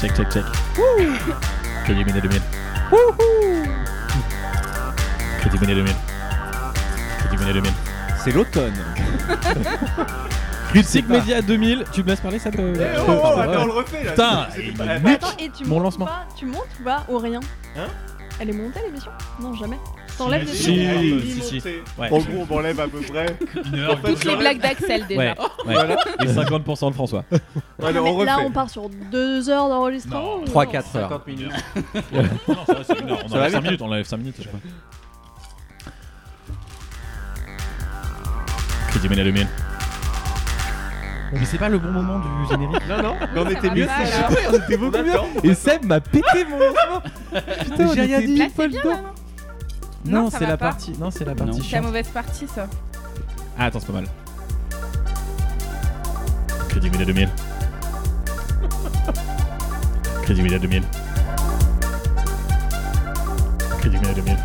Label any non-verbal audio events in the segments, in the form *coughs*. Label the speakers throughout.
Speaker 1: Check, check, check. J'ai éliminé 2000. J'ai éliminé 2000. J'ai éliminé 2000.
Speaker 2: C'est l'automne.
Speaker 1: Critique Média 2000. Tu me laisses parler, ça te.
Speaker 3: Eh
Speaker 1: je
Speaker 3: oh,
Speaker 1: te-
Speaker 3: oh,
Speaker 1: ouais.
Speaker 3: attends, on le refait là.
Speaker 1: Putain,
Speaker 3: C'était
Speaker 1: il
Speaker 3: pas- Attends,
Speaker 1: me nique.
Speaker 4: Euh, bah, Et tu
Speaker 1: Mon
Speaker 4: montes
Speaker 1: lancement.
Speaker 4: ou pas Tu montes ou pas Ou rien
Speaker 3: Hein
Speaker 4: Elle est montée l'émission Non, jamais. T'enlèves des
Speaker 1: Si,
Speaker 4: trucs
Speaker 3: elle est
Speaker 1: si, si.
Speaker 3: immontée.
Speaker 1: Ouais.
Speaker 3: En gros, on enlève à peu près.
Speaker 1: *laughs* Une heure,
Speaker 3: En fait,
Speaker 5: Toutes les blagues d'Axel déjà.
Speaker 1: *laughs* Ouais, ouais.
Speaker 3: Voilà.
Speaker 1: Et 50% de François.
Speaker 3: Allez,
Speaker 4: Mais
Speaker 3: on refait.
Speaker 4: Là, on part sur deux heures d'enregistrement.
Speaker 1: Non.
Speaker 4: ou-
Speaker 2: 3-4 heures.
Speaker 4: *laughs*
Speaker 6: 50 minutes.
Speaker 1: *laughs* non, ça va, c'est une heure. On
Speaker 2: Ça va
Speaker 1: enlève 5
Speaker 2: vite.
Speaker 1: minutes, on enlève 5 minutes, je sais pas. Critique Média 2000.
Speaker 2: Mais c'est pas le bon moment du générique.
Speaker 3: Non, non, mais on
Speaker 5: Ça
Speaker 3: était
Speaker 5: va
Speaker 3: mieux.
Speaker 5: pas,
Speaker 3: *laughs* c'est-
Speaker 5: alors.
Speaker 2: on était beaucoup
Speaker 3: On
Speaker 2: mieux.
Speaker 3: attend, on
Speaker 2: Et
Speaker 3: attend.
Speaker 2: Seb m'a pété mon lancement. Putain, j'ai rien dit.
Speaker 5: Là,
Speaker 2: pas
Speaker 5: c'est
Speaker 2: le
Speaker 5: bien, hein.
Speaker 2: temps.
Speaker 5: là, non
Speaker 2: Non,
Speaker 5: Non, ça
Speaker 2: c'est
Speaker 5: va
Speaker 2: la
Speaker 5: pas.
Speaker 2: partie. Non, c'est la partie
Speaker 6: Non.
Speaker 5: C'est la
Speaker 2: chiante.
Speaker 5: mauvaise partie, ça.
Speaker 1: Ah, attends, c'est pas mal. Critique Média
Speaker 2: *laughs*
Speaker 1: 2000. Critique Média 2000. Critique Média 2000.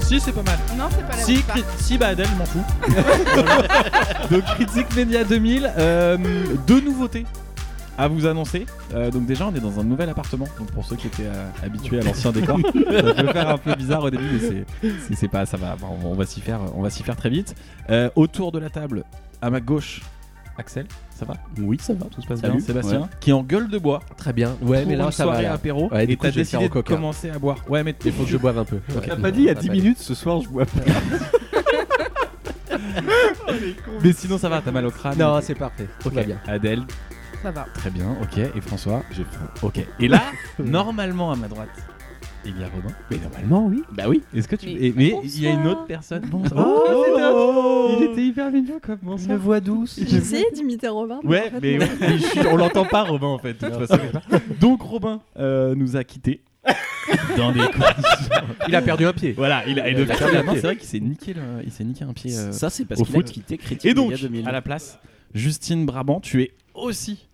Speaker 2: Si, c'est pas mal.
Speaker 5: Non, c'est pas la hein.
Speaker 2: Si,
Speaker 5: mauvaise partie.
Speaker 2: cri- si bah Adèle, je m'en fous.
Speaker 5: *laughs*
Speaker 2: *laughs* donc Critique Média 2000, euh, deux nouveautés à vous annoncer. Euh, donc déjà, on est dans un nouvel appartement. Donc pour ceux qui étaient euh, habitués à
Speaker 5: *laughs*
Speaker 2: l'ancien décor, ça peut faire un peu bizarre au début, mais c'est- c'est c'est pas, ça va. bon, on va s'y faire, on va s'y faire très vite. Euh, autour de la table, à ma gauche, Axel, ça va
Speaker 7: Oui, ça va, tout se passe
Speaker 2: Salut,
Speaker 7: bien.
Speaker 2: Sébastien,
Speaker 7: Ouais.
Speaker 2: qui est en gueule de bois.
Speaker 7: Très bien. Ouais,
Speaker 2: pour
Speaker 7: mais là,
Speaker 2: une
Speaker 7: ça va.
Speaker 2: soirée
Speaker 7: là.
Speaker 2: apéro.
Speaker 7: Ouais, du
Speaker 2: et
Speaker 7: coup,
Speaker 2: t'as
Speaker 7: je vais faire
Speaker 2: décidé
Speaker 7: au
Speaker 2: de
Speaker 7: coca.
Speaker 2: commencer à boire. Ouais, mais
Speaker 7: Il faut que je boive un peu. Ah, bah
Speaker 2: T'as
Speaker 7: Ouais.
Speaker 2: pas
Speaker 7: Non, on a pas
Speaker 2: minutes ce soir
Speaker 7: *laughs*
Speaker 2: je bois Mais sinon ça va, t'as mal au crâne
Speaker 7: Non, c'est parfait. Tout
Speaker 2: Ok.
Speaker 7: va bien.
Speaker 2: Adèle,
Speaker 5: Ça va.
Speaker 2: très bien, ok. Et François, j'ai faim. Ok.
Speaker 5: *laughs*
Speaker 2: Et là, normalement à ma droite, il y a Robin. Mais normalement, oui.
Speaker 7: Bah oui.
Speaker 2: Est-ce que tu.
Speaker 5: Mais
Speaker 2: et- Mais, il y a une
Speaker 4: bonsoir.
Speaker 2: autre personne. Bonsoir.
Speaker 7: Oh, c'est top.
Speaker 2: Il était hyper mignon comme bonsoir.
Speaker 7: voix
Speaker 2: *laughs*
Speaker 7: douce.
Speaker 4: J'essayais d'imiter Robin. mais
Speaker 2: Ouais,
Speaker 4: en fait,
Speaker 2: mais
Speaker 4: non.
Speaker 2: ouais, mais je suis- on l'entend pas, Robin, en fait. de toute façon. Donc, Robin euh, nous a quittés.
Speaker 1: Dans des conditions.
Speaker 7: Il a perdu un pied.
Speaker 1: Voilà, il a. Et
Speaker 7: Il a
Speaker 1: donc,
Speaker 7: perdu un
Speaker 2: Clairement,
Speaker 7: pied.
Speaker 2: c'est vrai qu'il s'est niqué, le- il s'est niqué un pied. euh,
Speaker 7: Ça, c'est parce
Speaker 2: au
Speaker 7: qu'il a
Speaker 2: foot.
Speaker 7: quitté Critique
Speaker 2: Et donc,
Speaker 7: Média 2000.
Speaker 2: à la place, Justine Brabant, tu es aussi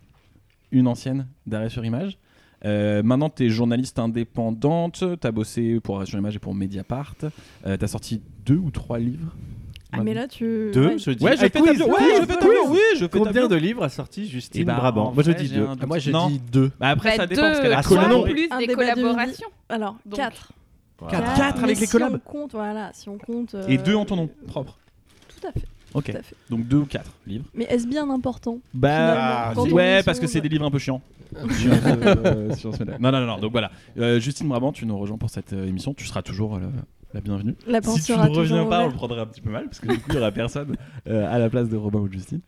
Speaker 2: une ancienne d'arrêt sur image. Euh, maintenant, tu es journaliste indépendante, tu as bossé pour Arrêt sur image et pour Mediapart. Euh, tu as sorti deux ou trois livres.
Speaker 4: Ah, mais là, tu.
Speaker 3: Deux,
Speaker 4: ouais.
Speaker 3: je dis.
Speaker 2: Ouais, je
Speaker 3: Ah,
Speaker 2: fais
Speaker 3: quiz,
Speaker 2: tableau, ouais,
Speaker 3: quiz,
Speaker 2: je fais
Speaker 3: quiz.
Speaker 2: tableau, oui, je fais
Speaker 3: Combien
Speaker 2: tableau.
Speaker 3: de livres a sorti
Speaker 2: Eh
Speaker 3: Justine
Speaker 2: ben,
Speaker 3: Brabant
Speaker 2: en
Speaker 3: Moi je
Speaker 2: vrai,
Speaker 3: dis
Speaker 2: j'ai
Speaker 3: deux.
Speaker 2: un doute.
Speaker 7: Ah, Moi, je
Speaker 2: Non.
Speaker 7: dis deux.
Speaker 2: Bah après,
Speaker 5: Bah,
Speaker 2: ça
Speaker 5: deux,
Speaker 2: dépend parce qu'elle a
Speaker 5: trois
Speaker 3: trois,
Speaker 5: en
Speaker 2: collaboré.
Speaker 5: plus
Speaker 4: Un
Speaker 5: des
Speaker 4: débat de
Speaker 5: collaborations.
Speaker 4: Alors,
Speaker 5: Donc.
Speaker 4: quatre.
Speaker 2: Quatre.
Speaker 4: Quatre,
Speaker 2: Quatre
Speaker 4: mais
Speaker 2: avec les
Speaker 4: si
Speaker 2: collabs.
Speaker 4: on compte, voilà, si on compte.
Speaker 2: Et
Speaker 4: euh,
Speaker 2: deux en ton nom propre.
Speaker 4: Tout à fait.
Speaker 2: Ok.
Speaker 4: Tout à fait.
Speaker 2: Donc deux ou quatre livres.
Speaker 4: Mais est-ce bien important
Speaker 3: Bah,
Speaker 4: Quand on
Speaker 2: ouais,
Speaker 4: est
Speaker 2: parce que
Speaker 4: sur-
Speaker 2: c'est des livres un
Speaker 6: *laughs*
Speaker 2: peu chiants.
Speaker 6: Ah,
Speaker 2: Sur ce- euh, sur ce- non, non, non, non, donc voilà. Euh, Justine Brabant, tu nous rejoins pour cette euh, émission. Tu seras toujours euh, la- la bienvenue.
Speaker 4: La
Speaker 2: Si
Speaker 4: pensée
Speaker 2: tu ne
Speaker 4: aura
Speaker 2: reviens
Speaker 4: toujours
Speaker 2: pas, on le
Speaker 4: ouverte.
Speaker 2: prendrait un petit peu mal, parce que du coup, il n'y aura personne euh, à la place de Robin ou de Justine.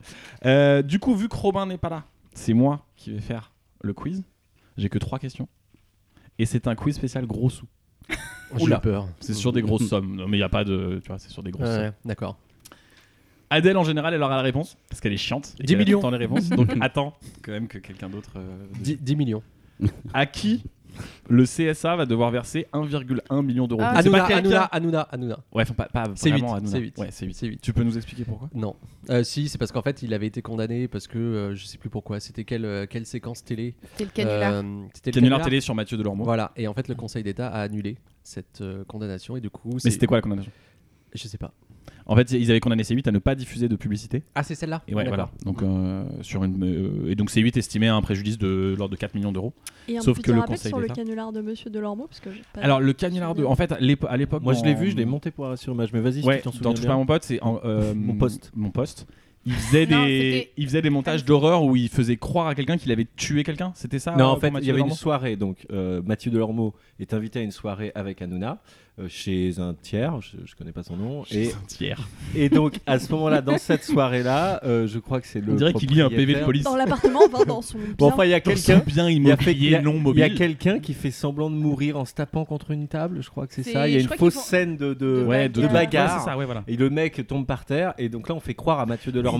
Speaker 2: Euh, du coup, vu que Robin n'est pas là, c'est moi qui vais faire le quiz. J'ai que trois questions. Et c'est un quiz spécial gros *laughs* sous.
Speaker 7: J'ai
Speaker 2: Oula.
Speaker 7: eu peur.
Speaker 1: Oh, C'est sur des grosses sommes. Non, mais il n'y a pas de. Tu vois, c'est sur des grosses sommes.
Speaker 7: Ouais, D'accord.
Speaker 1: Adèle, en général, elle aura la réponse, parce qu'elle est chiante. et
Speaker 7: 10
Speaker 1: qu'elle a tout
Speaker 7: millions.
Speaker 1: le temps les réponses. Donc attends quand même que quelqu'un d'autre. euh,
Speaker 7: 10 10 millions.
Speaker 1: À qui le CSA va devoir verser 1,1 million d'euros
Speaker 5: Ah,
Speaker 1: C'est
Speaker 7: Hanouna,
Speaker 1: pas quelqu'un-
Speaker 7: Hanouna, Hanouna, Hanouna.
Speaker 1: Ouais, enfin, pas, pas
Speaker 7: C'est
Speaker 1: vraiment
Speaker 7: huit,
Speaker 1: Hanouna.
Speaker 7: c'est huit.
Speaker 1: Ouais, c'est huit.
Speaker 7: C'est vite.
Speaker 1: Tu peux nous expliquer pourquoi
Speaker 7: Non. Euh, si, c'est parce qu'en fait, il avait été condamné parce que euh, je sais plus pourquoi. C'était quelle, euh, quelle séquence télé
Speaker 5: C'est le canular.
Speaker 7: Euh, C'était le
Speaker 1: Canular
Speaker 7: canular.
Speaker 1: télé sur Mathieu Delormeau.
Speaker 7: Voilà. Et en fait, le Conseil d'État a annulé cette euh, condamnation et du coup,
Speaker 1: Mais
Speaker 7: c'est-
Speaker 1: c'était quoi la condamnation
Speaker 7: Je sais pas.
Speaker 1: En fait, ils avaient condamné C8 à ne pas diffuser de publicité.
Speaker 7: Ah, c'est celle-là.
Speaker 1: Et ouais,
Speaker 7: D'accord.
Speaker 1: voilà. Donc, euh, sur une, euh, et donc C8 estimait un préjudice de l'ordre de 4 millions d'euros.
Speaker 4: Et un
Speaker 1: Sauf
Speaker 4: petit
Speaker 1: que le
Speaker 4: rappel
Speaker 1: Conseil
Speaker 4: sur le
Speaker 1: d'État-
Speaker 4: canular de Monsieur Delormeau, parce que j'ai pas.
Speaker 1: Alors, le canular de. En fait, à l'épo- à l'époque.
Speaker 3: Moi je l'ai
Speaker 1: dans-
Speaker 3: vu, je l'ai monté pour Arrêt sur image, mais vas-y, si
Speaker 1: Ouais,
Speaker 3: tu t'en
Speaker 1: dans
Speaker 3: souviens.
Speaker 1: Touche pas
Speaker 3: bien.
Speaker 1: à mon pote, c'est. en, euh,
Speaker 3: Mon poste.
Speaker 1: Mon poste. Il faisait,
Speaker 5: Non,
Speaker 1: des...
Speaker 5: c'était-
Speaker 1: il faisait des montages d'horreur où il faisait croire à quelqu'un qu'il avait tué quelqu'un. C'était ça
Speaker 3: Non,
Speaker 1: euh,
Speaker 3: en
Speaker 1: pour
Speaker 3: fait, il
Speaker 1: Mathieu
Speaker 3: y avait une
Speaker 1: Delormeau
Speaker 3: soirée, donc euh, Mathieu Delormeau est invité à une soirée avec Hanouna euh, chez un tiers, je, je connais pas son nom, et,
Speaker 1: C'est un tiers.
Speaker 3: *laughs* et donc à ce moment-là, dans cette soirée-là, euh, je crois que c'est le.
Speaker 1: On dirait qu'il lit un PV de
Speaker 3: propriétaire-
Speaker 1: police.
Speaker 4: Dans l'appartement, enfin, dans son.
Speaker 3: Bon,
Speaker 4: bien.
Speaker 3: enfin, il y a
Speaker 1: Dans son
Speaker 3: quelqu'un.
Speaker 1: bien
Speaker 3: Il y a fait- il y
Speaker 1: immobilier
Speaker 3: a-
Speaker 1: non
Speaker 3: il y a
Speaker 1: mobile.
Speaker 3: quelqu'un qui fait semblant de mourir en se tapant contre une table, je crois que c'est
Speaker 5: C'est-
Speaker 3: ça. Il y a
Speaker 5: je
Speaker 3: une
Speaker 5: crois
Speaker 3: fausse
Speaker 5: qu'ils font-
Speaker 3: scène de, de-
Speaker 1: Ouais,
Speaker 3: de
Speaker 1: de-
Speaker 3: bagarre.
Speaker 1: Ouais, c'est ça, ouais, voilà.
Speaker 3: Et le mec tombe par terre, et donc là on fait croire à Mathieu Delormeau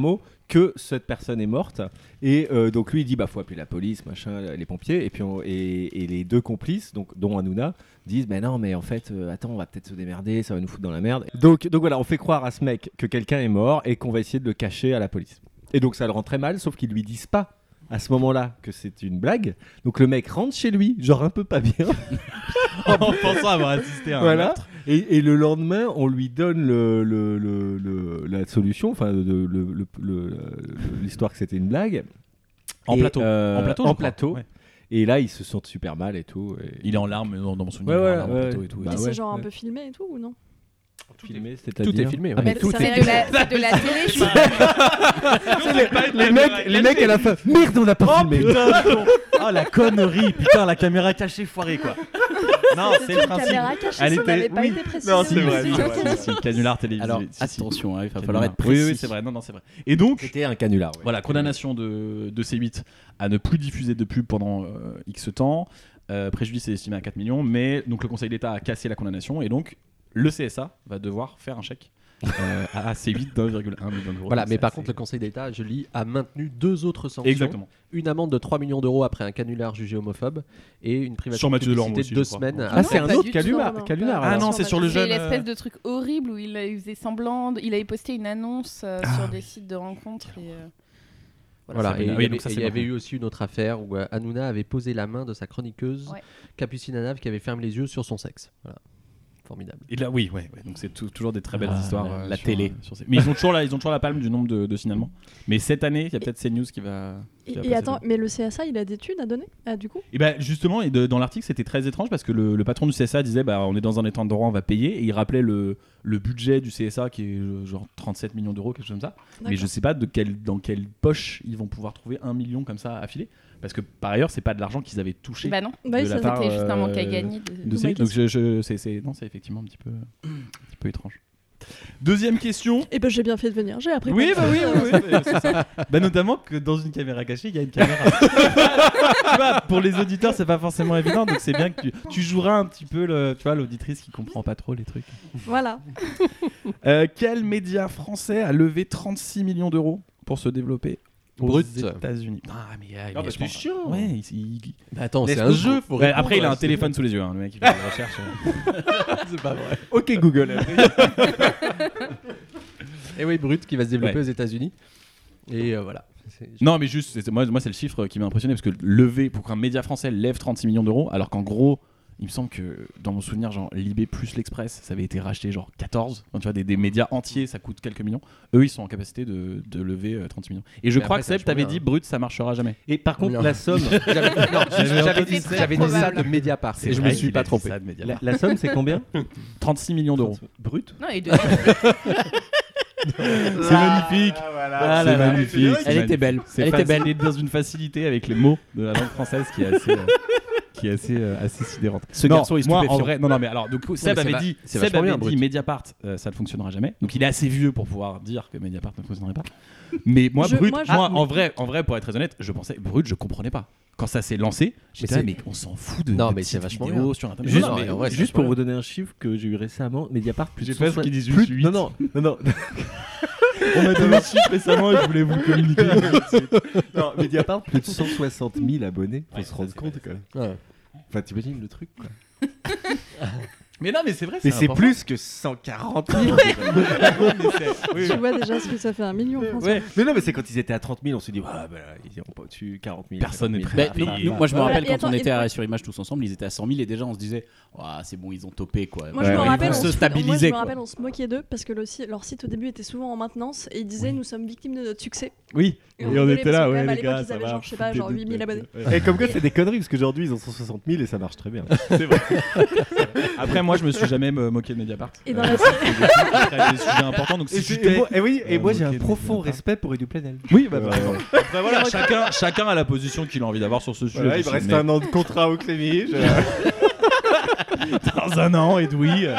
Speaker 3: que cette personne est morte. Et euh, donc lui il dit bah faut appeler la police, machin, les pompiers. Et puis on- et, et les deux complices, donc dont Hanouna, disent bah non mais en fait euh, attends on va peut-être se démerder, ça va nous foutre dans la merde. Donc donc voilà on fait croire à ce mec que quelqu'un est mort et qu'on va essayer de le cacher à la police. Et donc ça le rend très mal, sauf qu'ils lui disent pas à ce moment-là que c'est une blague. Donc le mec rentre chez lui, genre un peu pas bien. *laughs*
Speaker 1: en pensant avoir assisté à un
Speaker 3: Voilà.
Speaker 1: meurtre.
Speaker 3: Et, et le lendemain, on lui donne le, le- le- le- la solution, enfin, de- le- le- le- le- l'histoire que c'était une blague.
Speaker 1: En
Speaker 3: Et,
Speaker 1: plateau.
Speaker 3: euh,
Speaker 1: en plateau.
Speaker 3: en
Speaker 1: je crois.
Speaker 3: plateau.
Speaker 1: Ouais.
Speaker 3: Et là, ils se sentent super mal et tout. et-
Speaker 1: Il est en larmes dans, dans mon souvenir.
Speaker 3: Ouais,
Speaker 1: il est
Speaker 3: ouais,
Speaker 1: en larmes en
Speaker 3: ouais,
Speaker 1: plateau
Speaker 3: ouais.
Speaker 1: et tout.
Speaker 3: Bah
Speaker 4: Mais c'est genre un
Speaker 3: ouais. *laughs*
Speaker 4: peu filmé et tout ou non
Speaker 3: filmé,
Speaker 7: Tout est
Speaker 3: c'est-à-dire
Speaker 7: filmé.
Speaker 3: Ah,
Speaker 7: ouais.
Speaker 3: mais
Speaker 5: Bah,
Speaker 3: tout
Speaker 5: c'est
Speaker 3: est-
Speaker 5: de la, c'est de la télé.
Speaker 4: *laughs*
Speaker 3: les mecs, les mecs à la fin. Merde, on l'a pas filmé. *laughs*
Speaker 2: Oh la connerie, putain, la caméra cachée foirée quoi.
Speaker 1: *laughs*
Speaker 2: Non, c'est le
Speaker 4: une
Speaker 2: principe.
Speaker 4: caméra cachée,
Speaker 2: Elle
Speaker 4: ça
Speaker 2: était-
Speaker 4: n'avait pas
Speaker 2: oui.
Speaker 4: été précisé.
Speaker 2: Non, c'est vrai.
Speaker 4: aussi.
Speaker 2: c'est vrai, c'est vrai. Canular télévisé.
Speaker 1: Alors,
Speaker 2: si, si.
Speaker 1: attention, hein, il va
Speaker 2: Canular.
Speaker 1: falloir être
Speaker 2: Oui,
Speaker 1: précis.
Speaker 2: Oui, c'est vrai. Non, non, c'est vrai. Et donc,
Speaker 3: C'était un canular. ouais.
Speaker 1: Voilà, condamnation de, de C8 à ne plus diffuser de pub pendant euh, X temps. Euh, préjudice est estimé à 4 millions, mais donc le Conseil d'État a cassé la condamnation et donc le CSA va devoir faire un chèque euh, à C8 d'1,1 million d'euros.
Speaker 7: Voilà,
Speaker 1: Donc
Speaker 7: mais
Speaker 1: c'est
Speaker 7: par
Speaker 1: assez-
Speaker 7: contre, le Conseil d'État, je lis, a maintenu deux autres sanctions.
Speaker 1: Exactement.
Speaker 7: Une amende de 3 millions d'euros après un canular jugé homophobe et une privation
Speaker 1: Sur
Speaker 7: de
Speaker 1: Mathieu Delorme
Speaker 7: publicité
Speaker 1: aussi,
Speaker 7: de deux
Speaker 1: je crois.
Speaker 7: semaines.
Speaker 1: Ah,
Speaker 7: après-
Speaker 3: Ah, c'est un
Speaker 5: pas
Speaker 3: autre
Speaker 5: du tout,
Speaker 3: canular.
Speaker 4: non, non,
Speaker 3: canular,
Speaker 4: pas-
Speaker 1: Ah
Speaker 3: alors.
Speaker 1: non, c'est sur le
Speaker 5: C'est
Speaker 1: jeune. euh,
Speaker 5: l'espèce de truc horrible où il, il faisait semblant, de- il avait posté une annonce euh,
Speaker 1: Ah
Speaker 5: sur des sites de rencontres. Et, euh,
Speaker 7: Voilà,
Speaker 1: c'est
Speaker 7: et
Speaker 1: bien.
Speaker 7: il y
Speaker 1: Ah
Speaker 7: avait,
Speaker 1: oui, donc ça,
Speaker 7: et
Speaker 1: c'est
Speaker 7: il y avait
Speaker 1: bon.
Speaker 7: eu aussi une autre affaire où euh, Hanouna avait posé la main de sa chroniqueuse
Speaker 5: Ouais.
Speaker 7: Capucine Anave qui avait fermé les yeux sur son sexe. Voilà. Formidable.
Speaker 1: Et là, oui, ouais, ouais, donc c'est tou- toujours des très belles
Speaker 7: Ah,
Speaker 1: histoires.
Speaker 7: la-
Speaker 1: euh,
Speaker 7: la
Speaker 1: sur-
Speaker 7: télé.
Speaker 1: sur ces- Mais ils ont, toujours la, ils ont toujours la palme du nombre de, de signalements. Mais cette année, il y a peut-être CNews qui va.
Speaker 4: Et,
Speaker 1: Qui a
Speaker 4: et
Speaker 1: passé
Speaker 4: attends,
Speaker 1: ça.
Speaker 4: mais le CSA, il a des thunes à donner Ah, du coup
Speaker 1: Et ben justement, et de- dans l'article, c'était très étrange parce que le, le patron du CSA disait bah, on est dans un état de droit, on va payer. Et il rappelait le, le budget du CSA qui est euh, genre 37 millions d'euros, quelque chose comme ça. Mais
Speaker 4: D'accord.
Speaker 1: je sais pas de quelle, dans quelle poche ils vont pouvoir trouver un million comme ça à filer. Parce que par ailleurs, c'est pas de l'argent qu'ils avaient touché.
Speaker 5: Bah non,
Speaker 4: Bah oui,
Speaker 1: de la
Speaker 4: ça,
Speaker 1: part,
Speaker 5: c'était juste un manque à
Speaker 1: euh,
Speaker 5: gagner.
Speaker 1: de
Speaker 5: de-
Speaker 1: ces- donc je, je- c'est, c'est- non, c'est effectivement un petit peu, un petit peu étrange. Deuxième question.
Speaker 4: Et ben j'ai bien fait de venir, j'ai appris.
Speaker 1: Oui,
Speaker 4: plein
Speaker 1: bah
Speaker 4: de
Speaker 1: oui,
Speaker 4: choses.
Speaker 1: oui, oui, *laughs*
Speaker 4: *laughs*
Speaker 1: c'est ça.
Speaker 2: Bah notamment que dans une caméra cachée, il y a une caméra. *laughs* Tu vois, pour les auditeurs, c'est pas forcément évident, donc c'est bien que tu, tu joueras un petit peu le, tu vois, l'auditrice qui comprend pas trop les trucs. *laughs*
Speaker 4: Voilà.
Speaker 1: Euh, quel média français a levé 36 millions d'euros pour se développer aux
Speaker 7: Brut.
Speaker 1: États-Unis Ah, mais, euh, mais je pense-
Speaker 3: chiant.
Speaker 1: Ouais, il- il-
Speaker 7: Bah attends, c'est
Speaker 3: Laisse
Speaker 7: un
Speaker 3: nous-
Speaker 7: jeu, faut
Speaker 1: Ouais,
Speaker 7: répondre,
Speaker 1: après, il a un
Speaker 7: c'est-
Speaker 1: téléphone sous les yeux, hein, le
Speaker 7: *laughs*
Speaker 1: mec, il fait des recherches. hein.
Speaker 7: c'est pas vrai.
Speaker 3: Ok
Speaker 7: *laughs*
Speaker 3: Google.
Speaker 7: Et Eh oui, Brut qui va se développer
Speaker 1: Ouais.
Speaker 7: aux États-Unis. Et euh, voilà. C'est- je-
Speaker 1: Non, mais juste, c'est- moi, moi c'est le chiffre qui m'a impressionné parce que lever, pour qu'un média français lève 36 millions d'euros, alors qu'en gros, il me semble que dans mon souvenir, genre Libé plus l'Express, ça avait été racheté genre 14. Enfin, tu vois, des, des médias entiers, ça coûte quelques millions. Eux, ils sont en capacité de, de lever euh, 36 millions. Et je
Speaker 7: Mais
Speaker 1: crois
Speaker 7: après,
Speaker 1: que
Speaker 7: ça
Speaker 1: Seb,
Speaker 7: change
Speaker 1: t'avais
Speaker 7: rien,
Speaker 1: dit,
Speaker 7: hein.
Speaker 1: Brut, ça marchera jamais.
Speaker 3: Et par contre,
Speaker 7: Non.
Speaker 3: la somme,
Speaker 7: J'avais non, j'avais dit,
Speaker 5: entendu ça.
Speaker 7: j'avais dit ça de
Speaker 5: Probable.
Speaker 7: Mediapart. Et je me
Speaker 1: vrai
Speaker 7: suis
Speaker 1: qu'il
Speaker 7: pas
Speaker 1: a dit
Speaker 7: trompé.
Speaker 1: ça de médias.
Speaker 3: la, la somme, c'est combien
Speaker 1: 36 millions d'euros.
Speaker 3: Brut.
Speaker 5: Non, et de-
Speaker 1: C'est magnifique.
Speaker 2: Ah là
Speaker 1: c'est
Speaker 2: là.
Speaker 1: magnifique.
Speaker 2: Elle était belle.
Speaker 1: C'est
Speaker 2: Elle était
Speaker 1: facile.
Speaker 2: belle.
Speaker 1: Il est dans une facilité avec les mots de la langue française qui est assez, euh, qui est assez, euh, assez sidérante.
Speaker 2: Ce
Speaker 1: non,
Speaker 2: garçon est
Speaker 1: moi, en
Speaker 2: stupéfiant.
Speaker 1: vrai, non, non, mais alors, du coup, Seb
Speaker 7: mais c'est
Speaker 1: avait
Speaker 7: va-
Speaker 1: dit,
Speaker 7: c'est
Speaker 1: Seb
Speaker 7: vachement
Speaker 1: avait
Speaker 7: bien,
Speaker 1: dit
Speaker 7: Brut.
Speaker 1: Mediapart, euh, ça ne fonctionnera jamais. Donc, il est assez vieux pour pouvoir dire que Mediapart ne fonctionnerait pas. Mais moi,
Speaker 4: Je-
Speaker 1: Brut, moi,
Speaker 4: moi, je-
Speaker 1: en vrai, en vrai, pour être très honnête, je pensais Brut, je comprenais pas. Quand ça s'est lancé, j'étais
Speaker 7: Mais
Speaker 1: là,
Speaker 7: c'est-
Speaker 1: mais on s'en fout de
Speaker 7: Non,
Speaker 1: de
Speaker 7: mais c'est
Speaker 1: petites
Speaker 7: vachement
Speaker 1: vidéos
Speaker 7: bien.
Speaker 1: sur internet.
Speaker 3: Juste,
Speaker 1: Non, non,
Speaker 7: mais
Speaker 1: mais-
Speaker 7: en vrai, c'est
Speaker 3: juste pour
Speaker 7: vachement
Speaker 3: vous donner un chiffre que j'ai eu récemment, Mediapart plus
Speaker 2: J'ai
Speaker 3: de
Speaker 2: pas ce
Speaker 3: 160
Speaker 2: qu'ils disent
Speaker 3: plus-
Speaker 2: juste huit.
Speaker 3: Non non non non.
Speaker 2: *laughs* On m'a donné le chiffre récemment et je voulais vous le communiquer.
Speaker 3: *laughs* Non, Mediapart plus de 160 000 abonnés. Faut se rendre compte quoi.
Speaker 7: Ouais.
Speaker 3: Enfin t'imagines le truc quoi.
Speaker 1: *laughs* Mais non, mais c'est vrai.
Speaker 3: Mais c'est
Speaker 1: important.
Speaker 3: plus que 140
Speaker 1: *laughs*
Speaker 3: 000.
Speaker 4: Tu vois déjà ce que ça fait un million. François.
Speaker 3: mais non mais c'est quand ils étaient à 30 000, on se dit ah bah là, ils iront pas au-dessus 40 000.
Speaker 1: Personne n'est
Speaker 3: 50
Speaker 1: prêt.
Speaker 2: Bah,
Speaker 1: Ah,
Speaker 2: nous-
Speaker 1: bah,
Speaker 2: nous-
Speaker 1: bah.
Speaker 2: moi, je me
Speaker 4: Voilà,
Speaker 2: rappelle
Speaker 4: et
Speaker 2: quand
Speaker 4: attends,
Speaker 2: on
Speaker 4: et-
Speaker 2: était à- sur Image tous ensemble, ils étaient à 100 000 et déjà on se disait, Ouah, c'est bon, ils ont topé quoi.
Speaker 4: Moi,
Speaker 2: Ouais,
Speaker 4: je me
Speaker 2: ouais,
Speaker 4: rappelle,
Speaker 2: ils
Speaker 4: on
Speaker 2: vont
Speaker 4: se,
Speaker 2: se
Speaker 4: moi, je
Speaker 2: stabiliser.
Speaker 4: me
Speaker 2: quoi.
Speaker 4: rappelle, on se moquait d'eux parce que le si- leur site au début était souvent en maintenance et ils disaient nous sommes victimes de notre succès.
Speaker 2: Oui,
Speaker 4: Et on rigolait parce que quand même, à l'époque, ils avaient genre, je sais pas, genre
Speaker 2: foutez-nous
Speaker 4: 8000
Speaker 2: de-
Speaker 4: abonnés.
Speaker 3: *laughs*
Speaker 2: Ouais.
Speaker 3: Et comme quoi c'est des conneries parce qu'aujourd'hui ils ont 160 000 et ça marche très bien.
Speaker 1: *laughs* Après, moi, je me suis jamais euh, moqué de Mediapart.
Speaker 4: Et
Speaker 1: Euh,
Speaker 4: dans
Speaker 1: *laughs*
Speaker 4: la
Speaker 1: après, des sujets importants. Donc, si j'étais-
Speaker 3: oui,
Speaker 1: et moi, j'ai un profond
Speaker 3: respect pour Edu Plenel.
Speaker 1: Oui, bah, par exemple. Après, voilà, chacun, chacun a la position qu'il a envie d'avoir sur ce sujet.
Speaker 3: Voilà, il
Speaker 1: je
Speaker 3: me
Speaker 1: sais,
Speaker 3: reste
Speaker 1: mais
Speaker 3: un an de contrat au Clémy. je-
Speaker 2: *laughs*
Speaker 1: Dans un an, Edoui. euh,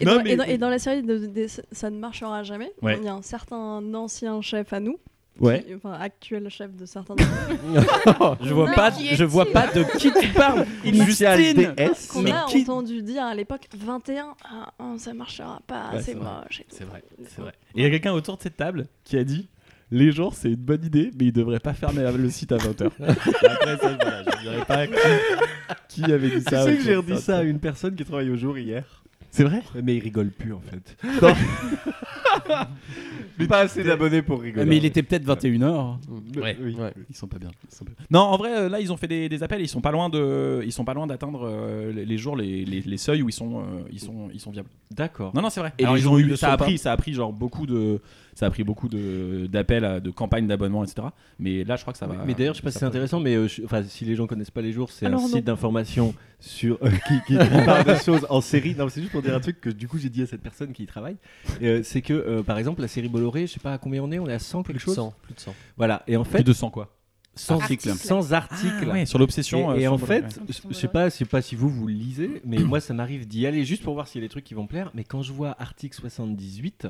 Speaker 4: Et,
Speaker 1: Non,
Speaker 4: dans,
Speaker 1: mais-
Speaker 4: et dans- et dans la série de, des- Ça ne marchera jamais, il
Speaker 1: Ouais.
Speaker 4: y a un certain ancien chef à nous,
Speaker 1: Ouais.
Speaker 4: qui- enfin actuel chef de certains.
Speaker 2: *laughs* Je vois
Speaker 4: Mais
Speaker 2: pas,
Speaker 5: qui est-il
Speaker 2: je vois pas de qui tu parles. Justine.
Speaker 3: DS.
Speaker 4: qu'on
Speaker 3: mais
Speaker 4: a
Speaker 3: qui-
Speaker 4: entendu dire à l'époque 21, ah, ah, ça marchera pas,
Speaker 2: Ouais,
Speaker 4: c'est
Speaker 2: c'est vrai.
Speaker 4: moche. et tout.
Speaker 2: C'est vrai, c'est vrai. Et il y a quelqu'un autour de cette table qui a dit les jours c'est une bonne idée, mais ils devraient pas fermer le site à 20h. Après ça, voilà, je dirais pas qui, qui avait dit
Speaker 3: Tu
Speaker 2: ça.
Speaker 3: sais que j'ai redit ça à une personne qui travaille au jour hier.
Speaker 1: C'est vrai
Speaker 3: Mais il rigole plus en fait. *laughs*
Speaker 1: Mais
Speaker 3: pas assez d'abonnés pour rigoler.
Speaker 2: Mais il était peut-être
Speaker 6: hein.
Speaker 2: 21h.
Speaker 7: Ouais. ouais.
Speaker 1: Ils sont pas bien. ils sont pas bien. Non, en vrai, euh, là, ils ont fait des, des appels. Ils sont pas loin de, ils sont pas loin d'atteindre euh, les, les jours, les, les- les seuils où ils sont, euh, ils sont, ils sont viables.
Speaker 3: D'accord.
Speaker 1: Non, non, c'est vrai.
Speaker 2: Et
Speaker 1: Alors,
Speaker 2: les
Speaker 1: ils
Speaker 2: gens
Speaker 1: ont
Speaker 2: ils le
Speaker 1: eu, ça
Speaker 2: sont
Speaker 1: a
Speaker 2: pas.
Speaker 1: pris, ça a pris genre beaucoup de, ça a pris beaucoup de d'appels, à- de campagnes d'abonnement, etc. Mais là, je crois que ça va.
Speaker 3: Mais d'ailleurs, je sais pas si
Speaker 1: ça
Speaker 3: c'est
Speaker 1: va.
Speaker 3: intéressant, mais euh, je- enfin, si les gens connaissent pas les jours, c'est un
Speaker 4: Alors, non.
Speaker 3: site d'information sur euh, qui, qui *laughs* parle des choses en série. Non, mais c'est juste pour dire un truc que du coup j'ai dit à cette personne qui y travaille. Et, euh, c'est que euh, par exemple la série Bolloré, je sais pas à combien on est, on est à 100 quelque
Speaker 7: Plus de
Speaker 3: chose.
Speaker 7: 100, plus de 100.
Speaker 3: Voilà. Et en
Speaker 1: Plus
Speaker 3: fait,
Speaker 1: de 100 quoi.
Speaker 3: sans
Speaker 5: Article.
Speaker 3: article, sans article.
Speaker 1: Ouais, sur
Speaker 3: Et,
Speaker 1: l'obsession. euh,
Speaker 3: et
Speaker 1: sur
Speaker 3: en
Speaker 1: Bolloré,
Speaker 3: fait,
Speaker 5: ouais.
Speaker 3: je je sais pas, je sais pas si vous vous le lisez, mais moi ça m'arrive d'y aller juste pour voir s'il y a des trucs qui vont me plaire. Mais quand je vois article 78,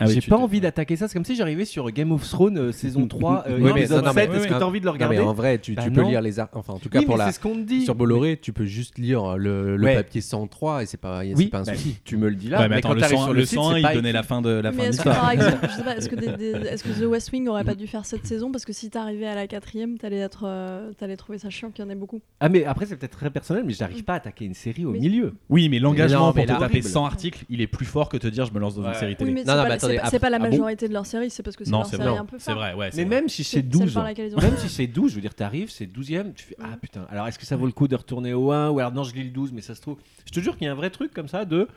Speaker 1: Ah oui,
Speaker 3: j'ai
Speaker 1: tu
Speaker 3: pas
Speaker 1: t'es-
Speaker 3: envie d'attaquer ça. C'est comme si j'arrivais sur Game of Thrones euh, saison 3, euh,
Speaker 7: Oui, mais
Speaker 3: épisode
Speaker 7: non, non, mais-
Speaker 3: 7. Est-ce que
Speaker 7: oui,
Speaker 3: t'as envie de le
Speaker 7: Non, mais
Speaker 3: regarder
Speaker 7: en vrai, tu,
Speaker 3: Bah
Speaker 7: tu peux
Speaker 3: non.
Speaker 7: lire les articles. Enfin, en tout cas,
Speaker 3: Oui,
Speaker 7: pour
Speaker 3: mais
Speaker 7: la.
Speaker 3: c'est ce qu'on te dit.
Speaker 7: Sur Bolloré, tu peux juste lire le, le
Speaker 3: Ouais.
Speaker 7: papier 103 et c'est pas, c'est
Speaker 3: Oui,
Speaker 7: pas un
Speaker 3: bah,
Speaker 7: souci.
Speaker 3: tu me le dis là.
Speaker 1: Ouais, mais attends,
Speaker 7: quand
Speaker 1: le
Speaker 7: t'arrives
Speaker 1: 100,
Speaker 7: sur
Speaker 1: le
Speaker 7: le site,
Speaker 1: 100,
Speaker 7: c'est
Speaker 1: il
Speaker 7: pas
Speaker 1: donnait la fin
Speaker 7: euh,
Speaker 1: de la fin
Speaker 4: Mais
Speaker 1: de
Speaker 4: est-ce que, par
Speaker 1: l'histoire.
Speaker 4: exemple, je sais pas, est-ce que, des-
Speaker 7: *laughs*
Speaker 4: des- est-ce que The West Wing aurait pas dû faire cette saison Parce que si t'arrivais à la quatrième, t'allais, être, euh, t'allais trouver ça chiant qu'il y en ait beaucoup.
Speaker 3: Ah, mais après, c'est peut-être très personnel, mais j'arrive pas à attaquer une série au
Speaker 4: Oui.
Speaker 3: milieu.
Speaker 1: Oui, mais
Speaker 7: Mais non,
Speaker 1: l'engagement pour
Speaker 7: mais
Speaker 1: te
Speaker 7: là-
Speaker 1: taper
Speaker 3: horrible.
Speaker 1: 100 articles, il est plus fort que te dire je me lance dans une
Speaker 3: Ouais.
Speaker 1: série
Speaker 4: Oui,
Speaker 1: télé.
Speaker 4: mais
Speaker 7: Non,
Speaker 4: c'est,
Speaker 7: non,
Speaker 4: pas,
Speaker 7: mais
Speaker 4: c'est
Speaker 7: attendez,
Speaker 4: pas-
Speaker 7: ah-
Speaker 4: c'est pas la
Speaker 7: ah bon
Speaker 4: majorité de leur série, c'est parce que c'est
Speaker 1: Non,
Speaker 4: leur
Speaker 1: c'est
Speaker 4: série
Speaker 1: vrai.
Speaker 4: un peu
Speaker 1: C'est
Speaker 4: phare.
Speaker 1: vrai, ouais.
Speaker 3: Mais
Speaker 1: c'est vrai.
Speaker 3: même si c'est
Speaker 4: celle
Speaker 3: 12,
Speaker 4: par laquelle ils ont-
Speaker 3: même si c'est 12, je veux dire, t'arrives, c'est 12ème, tu fais Ah
Speaker 4: Mm.
Speaker 3: putain, alors est-ce que ça vaut le coup de retourner au 1 Ou alors non, je lis le 12, mais ça se trouve. Je te jure qu'il y a un vrai truc comme ça de,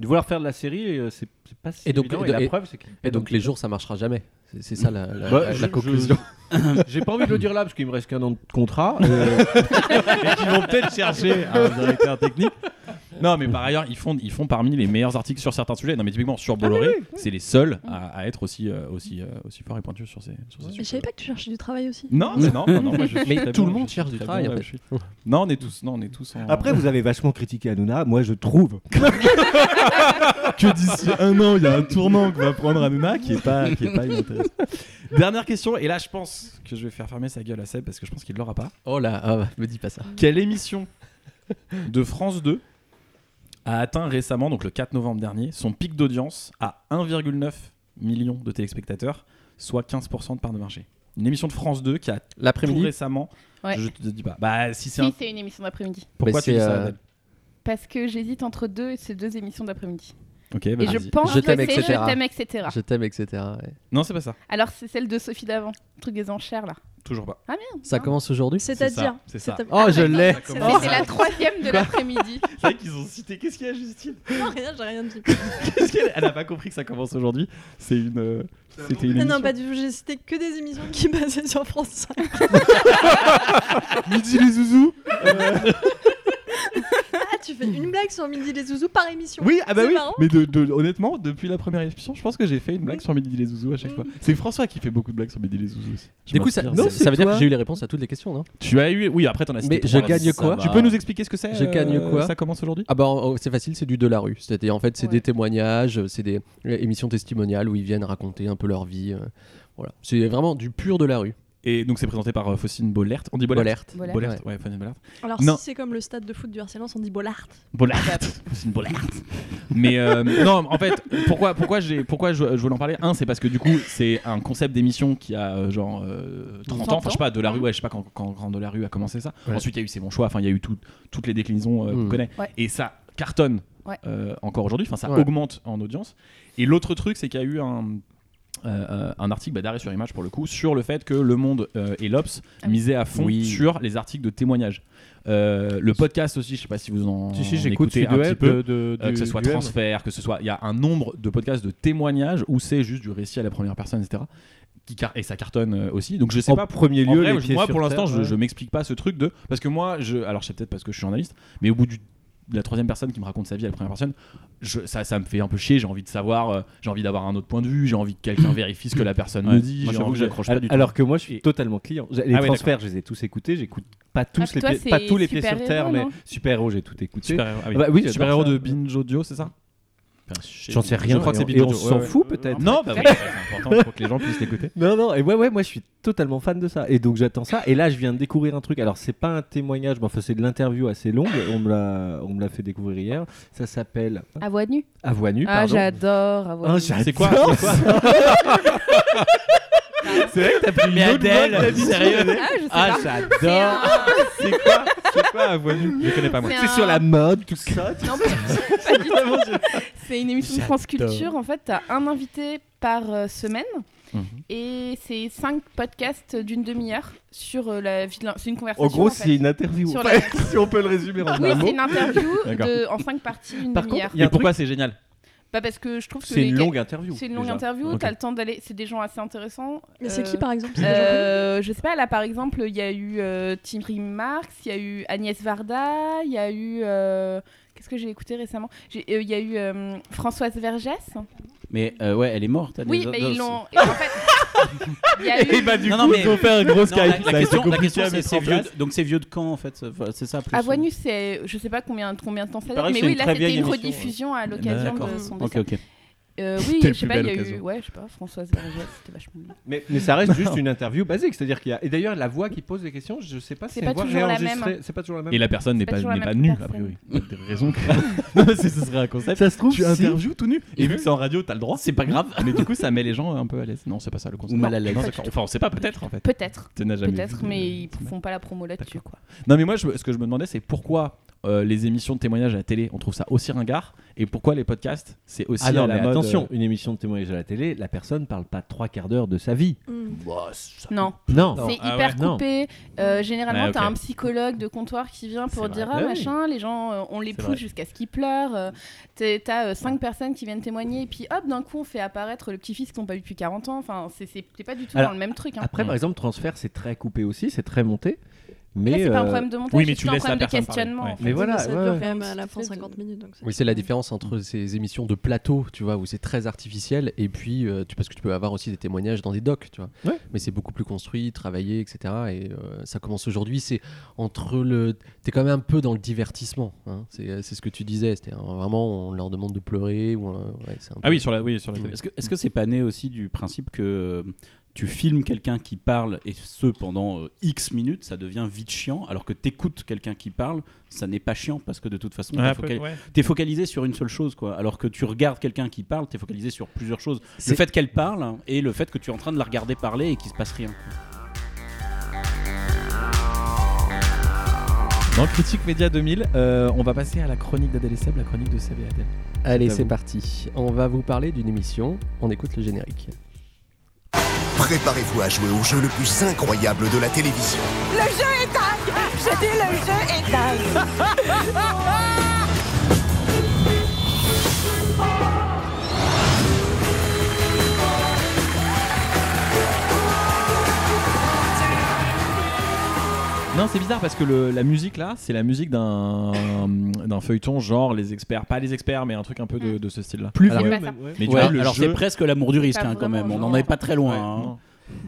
Speaker 3: de vouloir faire de la série, et euh, c'est c'est pas si
Speaker 7: Et donc-
Speaker 3: évident.
Speaker 7: et-
Speaker 3: et la
Speaker 7: et-
Speaker 3: preuve, c'est qu'il-
Speaker 7: Et donc les jours, ça marchera jamais. C'est- C'est ça la, la-
Speaker 3: Bah,
Speaker 7: la-
Speaker 3: je-
Speaker 7: la
Speaker 3: je-
Speaker 7: conclusion.
Speaker 3: *laughs* J'ai pas envie de le dire là parce qu'il me reste qu'un an de contrat.
Speaker 1: *laughs*
Speaker 3: euh,
Speaker 1: Ils vont peut-être *laughs* chercher un directeur technique. Non, mais par ailleurs, ils font, ils font parmi les meilleurs articles sur certains sujets. Non, mais typiquement sur Bolloré, c'est les seuls à, à être aussi, euh, aussi, euh, aussi forts et pointus sur ces, sur ces
Speaker 4: Je
Speaker 1: sujets.
Speaker 4: savais pas que tu cherchais du travail aussi.
Speaker 1: Non, mais non, non, non,
Speaker 7: *laughs*
Speaker 1: moi, je suis
Speaker 7: Mais
Speaker 1: très
Speaker 7: tout
Speaker 1: bien,
Speaker 7: le monde
Speaker 1: je suis
Speaker 7: cherche du
Speaker 1: très
Speaker 7: travail,
Speaker 1: bien,
Speaker 7: en
Speaker 1: ouais,
Speaker 7: fait.
Speaker 1: je suis- Non, on est tous, non, on est tous en.
Speaker 3: Après, vous avez vachement critiqué Hanouna, moi je *laughs* trouve.
Speaker 1: que d'ici un an, il y a un tournant que va prendre Hanouna qui est pas, qui est pas inintéressant. *laughs* Dernière question, et là, je pense que je vais faire fermer sa gueule à Seb parce que je pense qu'il l'aura pas.
Speaker 7: Oh là, ah, bah, me dis pas ça.
Speaker 1: Quelle émission de France 2 a atteint récemment, donc le 4 novembre dernier, son pic d'audience à 1,9 million de téléspectateurs, soit 15% de part de marché Une émission de France 2 qui a tout
Speaker 7: L'après-midi,
Speaker 1: récemment.
Speaker 5: Ouais.
Speaker 1: Je te dis pas. Bah, si c'est
Speaker 5: Si,
Speaker 1: un.
Speaker 5: c'est une émission d'après-midi.
Speaker 1: Pourquoi
Speaker 7: Bah,
Speaker 1: tu dis
Speaker 7: c'est,
Speaker 1: ça
Speaker 7: euh,
Speaker 1: Adèle
Speaker 5: Parce que j'hésite entre deux, ces deux émissions d'après-midi.
Speaker 1: Ok, bah,
Speaker 5: Et je
Speaker 1: vas-y.
Speaker 5: pense
Speaker 7: Je
Speaker 5: que
Speaker 7: t'aime,
Speaker 5: c'est
Speaker 7: etc..
Speaker 5: Je t'aime, etc.
Speaker 7: je t'aime, etc. ouais.
Speaker 1: Non, c'est pas ça.
Speaker 5: Alors, c'est celle de Sophie d'avant. Le truc des enchères, là.
Speaker 1: Toujours pas.
Speaker 5: Ah,
Speaker 7: Ça
Speaker 5: Non.
Speaker 7: commence aujourd'hui
Speaker 4: C'est-à-dire
Speaker 1: c'est ça.
Speaker 7: Oh, je l'ai
Speaker 5: C'était
Speaker 1: commence.
Speaker 5: la troisième de l'après-midi.
Speaker 1: C'est vrai qu'ils ont cité. Qu'est-ce qu'il y a, Justine
Speaker 4: Non, rien, j'ai rien dit.
Speaker 1: Qu'est-ce qu'elle Elle a pas compris que ça commence aujourd'hui. C'est une. euh, C'était *laughs*
Speaker 4: Ah, Non,
Speaker 1: une.
Speaker 4: non,
Speaker 1: émission.
Speaker 4: pas du tout. J'ai cité que des émissions qui *laughs* passaient sur France 5.
Speaker 1: *laughs*
Speaker 4: bah-
Speaker 1: Midi les zouzous
Speaker 4: Ah, tu fais une blague sur Midi les Zouzous par émission.
Speaker 1: Oui, ah bah
Speaker 4: C'est
Speaker 1: oui.
Speaker 4: marrant.
Speaker 1: Mais de, de- honnêtement, depuis la première émission, je pense que j'ai fait une blague sur Midi les Zouzous à chaque
Speaker 5: Mm.
Speaker 1: fois. C'est François qui fait beaucoup de blagues sur Midi les Zouzous. aussi. Je
Speaker 7: Du coup, ça,
Speaker 1: m'inspire.
Speaker 7: ça-
Speaker 1: Non,
Speaker 7: ça veut dire que j'ai eu les réponses à toutes les questions, non
Speaker 1: tu as eu. Oui, après t'en as cité.
Speaker 7: Mais
Speaker 1: pour
Speaker 7: je
Speaker 1: moi,
Speaker 7: gagne
Speaker 1: ça
Speaker 7: quoi
Speaker 1: va.
Speaker 7: Tu
Speaker 1: Tu
Speaker 7: peux
Speaker 1: peux
Speaker 7: nous
Speaker 1: nous expliquer ce que c'est
Speaker 7: Je euh, gagne quoi ça
Speaker 1: Ça commence aujourd'hui.
Speaker 7: Ah bah en- en- c'est facile, c'est du de la rue. C'est-à-dire en fait c'est
Speaker 5: Ouais.
Speaker 7: des témoignages, c'est des euh, émissions testimoniales où ils viennent raconter un peu leur vie. euh, voilà, c'est vraiment du pur de la rue.
Speaker 1: Et donc c'est présenté par euh, Faustine Bollert. On dit Bollert.
Speaker 7: Bolerte.
Speaker 5: Bollert.
Speaker 1: Bollert. Ouais, Faustine Bollert.
Speaker 4: Alors,
Speaker 1: Non.
Speaker 4: si c'est comme le stade de foot du RC Lens, on dit Bollard.
Speaker 7: Ah, bah,
Speaker 2: *laughs*
Speaker 1: Bollard, c'est une Bollard. Mais euh, non, en fait, pourquoi, pourquoi, j'ai, pourquoi je, je voulais en parler Un, c'est parce que du coup, c'est un concept d'émission qui a euh, genre euh, 30 ans. Enfin, je sais pas, De la rue, ouais, je sais pas quand, quand, quand De la rue a commencé ça.
Speaker 7: Ouais.
Speaker 1: Ensuite, il y a eu C'est mon choix. Enfin, il y a eu tout- toutes les déclinaisons euh,
Speaker 7: Mm.
Speaker 1: qu'on connaît.
Speaker 5: Ouais.
Speaker 1: Et ça cartonne
Speaker 5: Ouais.
Speaker 1: euh, encore aujourd'hui. Enfin, ça
Speaker 7: Ouais.
Speaker 1: augmente en audience. Et l'autre truc, c'est qu'il y a eu un. euh, euh, un article bah, d'arrêt sur image pour le coup sur le fait que Le Monde euh, et l'Obs
Speaker 5: Ah oui.
Speaker 1: misaient à fond
Speaker 7: Oui.
Speaker 1: sur les articles de témoignages. Euh, le podcast aussi, je sais pas si vous en
Speaker 3: Si, si,
Speaker 1: en
Speaker 3: j'écoute
Speaker 1: écoutez un
Speaker 3: Sud-Ouest
Speaker 1: petit peu.
Speaker 3: de- de-
Speaker 1: Euh, que ce
Speaker 3: du-
Speaker 1: soit
Speaker 3: du M.
Speaker 1: transfert, que ce soit. Il y a un nombre de podcasts de témoignages où c'est juste du récit à la première personne, etc. Qui car- et ça cartonne euh, aussi. Donc je sais
Speaker 3: En
Speaker 1: pas.
Speaker 3: premier
Speaker 1: en
Speaker 3: lieu,
Speaker 1: vrai,
Speaker 3: les
Speaker 1: je-
Speaker 3: pieds
Speaker 1: moi
Speaker 3: sur
Speaker 1: pour l'instant,
Speaker 3: terre,
Speaker 1: je,
Speaker 3: ouais.
Speaker 1: je m'explique pas ce truc de. Parce que moi, je. Alors c'est peut-être parce que je suis journaliste, mais au bout du- de la troisième personne qui me raconte sa vie à la première personne, je- ça, ça me fait un peu chier. J'ai envie de savoir, euh, j'ai envie d'avoir un autre point de vue, j'ai envie que quelqu'un vérifie ce que la personne me dit.
Speaker 3: Moi,
Speaker 1: j'ai
Speaker 3: j'avoue
Speaker 1: envie
Speaker 3: que
Speaker 1: que j'accroche pas
Speaker 3: Alors,
Speaker 1: du tout.
Speaker 3: alors que moi, je suis totalement client. J'ai- Les
Speaker 1: Ah ouais,
Speaker 3: transferts, je les ai tous écoutés. J'écoute pas tous
Speaker 5: Ah,
Speaker 3: les
Speaker 5: toi,
Speaker 3: pieds, pas
Speaker 5: c'est
Speaker 3: tous les pieds sur
Speaker 5: super-héros,
Speaker 3: terre, mais
Speaker 5: non
Speaker 3: super héros, j'ai tout écouté.
Speaker 1: super héros, ah oui.
Speaker 3: Bah oui, j'adore
Speaker 1: super héros
Speaker 3: ça.
Speaker 1: de binge audio, c'est ça
Speaker 3: J'en sais rien.
Speaker 1: Je crois que c'est
Speaker 3: et
Speaker 1: binge
Speaker 3: on
Speaker 1: audio.
Speaker 3: s'en
Speaker 1: ouais, ouais.
Speaker 3: fout peut-être.
Speaker 1: Non, bah oui, c'est important pour que les gens puissent l'écouter.
Speaker 3: *laughs* Non, non, et ouais, ouais, moi je suis totalement fan de ça. Et donc j'attends ça. Et là, je viens de découvrir un truc. Alors, c'est pas un témoignage, mais enfin, c'est de l'interview assez longue. On me l'a- on me l'a fait découvrir hier. Ça s'appelle
Speaker 5: À voix nue.
Speaker 3: À voix nue.
Speaker 5: Ah,
Speaker 3: pardon.
Speaker 5: j'adore. À voix
Speaker 3: Ah,
Speaker 5: nue.
Speaker 3: j'adore
Speaker 1: C'est quoi
Speaker 3: ça. *laughs*
Speaker 1: C'est vrai que t'as pris une autre voix de la vie, sérieux
Speaker 5: Ah, je sais
Speaker 3: Ah,
Speaker 5: pas.
Speaker 3: j'adore.
Speaker 5: C'est un-
Speaker 3: C'est quoi
Speaker 2: C'est quoi à voix nue Je connais pas moi.
Speaker 5: C'est
Speaker 3: C'est
Speaker 5: un-
Speaker 3: sur la mode, tout ça.
Speaker 5: Non, *laughs* mais- pas
Speaker 3: Ah,
Speaker 5: du tout. C'est une émission de France Culture. En fait, t'as un invité par euh, semaine
Speaker 1: Mhm.
Speaker 5: et c'est cinq podcasts d'une demi-heure sur euh, la vie de l'un. C'est une conversation.
Speaker 3: En gros,
Speaker 5: en
Speaker 3: c'est
Speaker 5: fait.
Speaker 3: une interview.
Speaker 5: Sur
Speaker 3: Enfin, *laughs* si on peut le résumer en
Speaker 5: Oui,
Speaker 3: un mot.
Speaker 5: c'est une interview
Speaker 1: D'accord.
Speaker 5: de, en cinq parties d'une
Speaker 3: Par contre,
Speaker 5: demi-heure.
Speaker 3: il y a un
Speaker 1: Et pourquoi c'est génial
Speaker 5: Bah, parce que je trouve que
Speaker 3: C'est
Speaker 5: les-
Speaker 3: une longue interview.
Speaker 5: C'est une longue
Speaker 3: déjà.
Speaker 5: interview,
Speaker 1: Ok.
Speaker 5: t'as le temps d'aller. C'est des gens assez intéressants.
Speaker 4: Mais c'est
Speaker 5: Euh,
Speaker 4: qui par exemple ces gens-là
Speaker 5: euh, Je sais pas, là par exemple, il y a eu euh, Thierry Marx, il y a eu Agnès Varda, il y a eu. euh, Qu'est-ce que j'ai écouté récemment J'ai- euh, Il y a eu euh, Françoise Vergès.
Speaker 6: Mais euh, ouais, elle est morte. elle
Speaker 5: Oui,
Speaker 6: est-
Speaker 5: mais
Speaker 6: non,
Speaker 5: ils
Speaker 6: *laughs*
Speaker 5: l'ont. et En fait, il y a eu.
Speaker 6: Eh bah, ben, du Non, coup, non, mais- ils ont
Speaker 2: fait un gros
Speaker 6: c'est- non, la- la, question, la question, c'est c'est vieux. de- Donc c'est vieux de quand en fait Enfin, C'est ça. plus-
Speaker 5: À voix nue, Ah, c'est, je sais pas combien, combien de temps ça
Speaker 6: Il
Speaker 5: dure,
Speaker 6: paraît que
Speaker 5: mais
Speaker 6: c'est
Speaker 5: oui,
Speaker 6: une
Speaker 5: là
Speaker 6: très
Speaker 5: c'était
Speaker 6: vieille
Speaker 5: une
Speaker 6: émission, ouais.
Speaker 5: rediffusion à l'occasion
Speaker 6: D'accord.
Speaker 5: de son
Speaker 6: Ok,
Speaker 5: dessin.
Speaker 6: ok.
Speaker 5: Euh, oui,
Speaker 1: C'était
Speaker 5: je
Speaker 1: le
Speaker 5: sais
Speaker 1: plus
Speaker 5: pas, il y a
Speaker 1: belle
Speaker 5: eu,
Speaker 1: occasion.
Speaker 5: ouais, je sais pas, Françoise Vergès, c'était vachement bien.
Speaker 3: Mais, mais ça reste juste une interview basique, c'est-à-dire qu'il y a et d'ailleurs la voix qui pose les questions, je sais pas si
Speaker 5: C'est
Speaker 3: c'est
Speaker 5: pas
Speaker 3: une voix
Speaker 5: toujours la
Speaker 3: réenregistrée,
Speaker 5: même. hein.
Speaker 3: c'est pas toujours la même.
Speaker 2: Et la personne n'est
Speaker 5: pas
Speaker 2: pas,
Speaker 5: toujours la
Speaker 2: n'est pas
Speaker 5: même
Speaker 2: nue, a
Speaker 5: personne.
Speaker 2: priori. Il y a des
Speaker 5: *laughs*
Speaker 3: *laughs*
Speaker 2: raisons que. non, mais c'est- ce serait un concept.
Speaker 3: ça se trouve
Speaker 2: Tu
Speaker 3: si-
Speaker 2: interviews tout nu. Et vu que c'est en radio, t'as le droit.
Speaker 1: C'est pas grave.
Speaker 2: Mais du coup, ça met les gens un peu à l'aise. Non, c'est pas ça le concept.
Speaker 6: Ou mal à l'aise.
Speaker 2: Non, d'accord. Enfin, on sait pas, peut-être en fait.
Speaker 5: Peut-être,
Speaker 2: Tu n'as jamais vu
Speaker 5: peut-être,
Speaker 2: de-
Speaker 5: mais ils font pas la promo là-dessus, quoi.
Speaker 2: Non, mais moi, je- ce que je me demandais, c'est pourquoi euh, les émissions de témoignages à la télé, on trouve ça aussi ringard, et pourquoi les podcasts, c'est aussi
Speaker 3: Ah
Speaker 2: à
Speaker 3: non,
Speaker 2: la
Speaker 3: mais
Speaker 2: mode,
Speaker 3: attention,
Speaker 2: euh,
Speaker 3: une émission de témoignage à la télé, la personne parle pas trois quarts d'heure de sa vie. Bah,
Speaker 4: Hmm.
Speaker 5: Non,
Speaker 3: Non.
Speaker 5: c'est
Speaker 2: Ah
Speaker 5: hyper
Speaker 3: ouais.
Speaker 5: coupé. Euh, généralement,
Speaker 2: Ouais, ok.
Speaker 5: t'as un psychologue de comptoir qui vient pour
Speaker 3: C'est
Speaker 5: dire
Speaker 3: vrai,
Speaker 5: ah
Speaker 3: bah oui.
Speaker 5: machin, les gens, euh, on les
Speaker 2: C'est
Speaker 5: pousse
Speaker 2: vrai.
Speaker 5: jusqu'à ce qu'ils pleurent. Euh, t'es- T'as euh, cinq personnes qui viennent témoigner et puis hop, d'un coup, on fait apparaître le petit-fils qu'on n'a pas eu depuis 40 ans. Enfin, c'est- c'est t'es pas du tout
Speaker 3: Alors,
Speaker 5: dans le même truc. hein.
Speaker 3: Après par exemple transfert, c'est très coupé aussi, c'est très monté,
Speaker 5: Là,
Speaker 3: mais
Speaker 5: c'est pas un
Speaker 3: euh,
Speaker 5: problème de montage,
Speaker 2: oui, mais
Speaker 5: c'est
Speaker 2: tu
Speaker 5: juste un
Speaker 2: laisses la
Speaker 5: problème de
Speaker 2: personne parler,
Speaker 5: questionnement.
Speaker 2: ouais.
Speaker 5: en fait.
Speaker 3: mais voilà,
Speaker 4: Ça
Speaker 3: ouais,
Speaker 4: dure
Speaker 3: ouais.
Speaker 4: quand même à la fin
Speaker 5: Espèce de-
Speaker 4: 50 minutes. donc c'est-
Speaker 7: Oui, c'est la différence
Speaker 2: Mm.
Speaker 7: entre ces émissions de plateau, tu vois, où c'est très artificiel, et puis euh, tu, parce que tu peux avoir aussi des témoignages dans des docs, tu vois.
Speaker 3: Ouais.
Speaker 7: Mais c'est beaucoup plus construit, travaillé, etc. Et euh, ça commence aujourd'hui. C'est entre le, t'es quand même un peu dans le divertissement. hein. C'est euh, c'est ce que tu disais. C'était euh, vraiment, on leur demande de pleurer ou. euh, ouais, c'est un peu-
Speaker 2: Ah oui, sur la, oui, sur la télé.
Speaker 6: Est-ce que est-ce que c'est pas né aussi du principe que euh, tu filmes quelqu'un qui parle et ce pendant euh, X minutes, ça devient vite chiant, alors que t'écoutes quelqu'un qui parle, ça n'est pas chiant parce que de toute façon, t'as
Speaker 2: Ouais,
Speaker 6: focal-
Speaker 2: ouais.
Speaker 6: t'es focalisé sur une seule chose, quoi. Alors que tu regardes quelqu'un qui parle, t'es focalisé sur plusieurs choses.
Speaker 7: C'est-
Speaker 6: Le fait qu'elle parle hein, et le fait que tu es en train de la regarder parler et qu'il se passe rien.
Speaker 2: euh, Dans Critique Média 2000, euh, on va passer à la chronique d'Adèle et Seb, la chronique de Seb et Adèle.
Speaker 7: Allez,
Speaker 2: C'est à
Speaker 7: c'est
Speaker 2: vous.
Speaker 7: parti. On va vous parler d'une émission. On écoute le générique.
Speaker 8: Préparez-vous à jouer au jeu le plus incroyable de la télévision.
Speaker 9: Je dis le jeu est dingue.
Speaker 2: Non, c'est bizarre parce que le- la musique là, c'est la musique d'un d'un feuilleton genre les experts, pas les experts, mais un truc un peu de, de ce style-là.
Speaker 7: Plus
Speaker 5: C'est pas ça.
Speaker 2: Mais du
Speaker 6: Mm. Ouais,
Speaker 2: coup, le
Speaker 6: alors
Speaker 2: jeu-
Speaker 6: c'est presque l'amour du risque
Speaker 5: pas
Speaker 6: hein, quand
Speaker 5: vraiment
Speaker 6: même. On
Speaker 5: genre.
Speaker 6: n'en est pas très loin.
Speaker 2: Ouais,
Speaker 6: hein.
Speaker 2: non.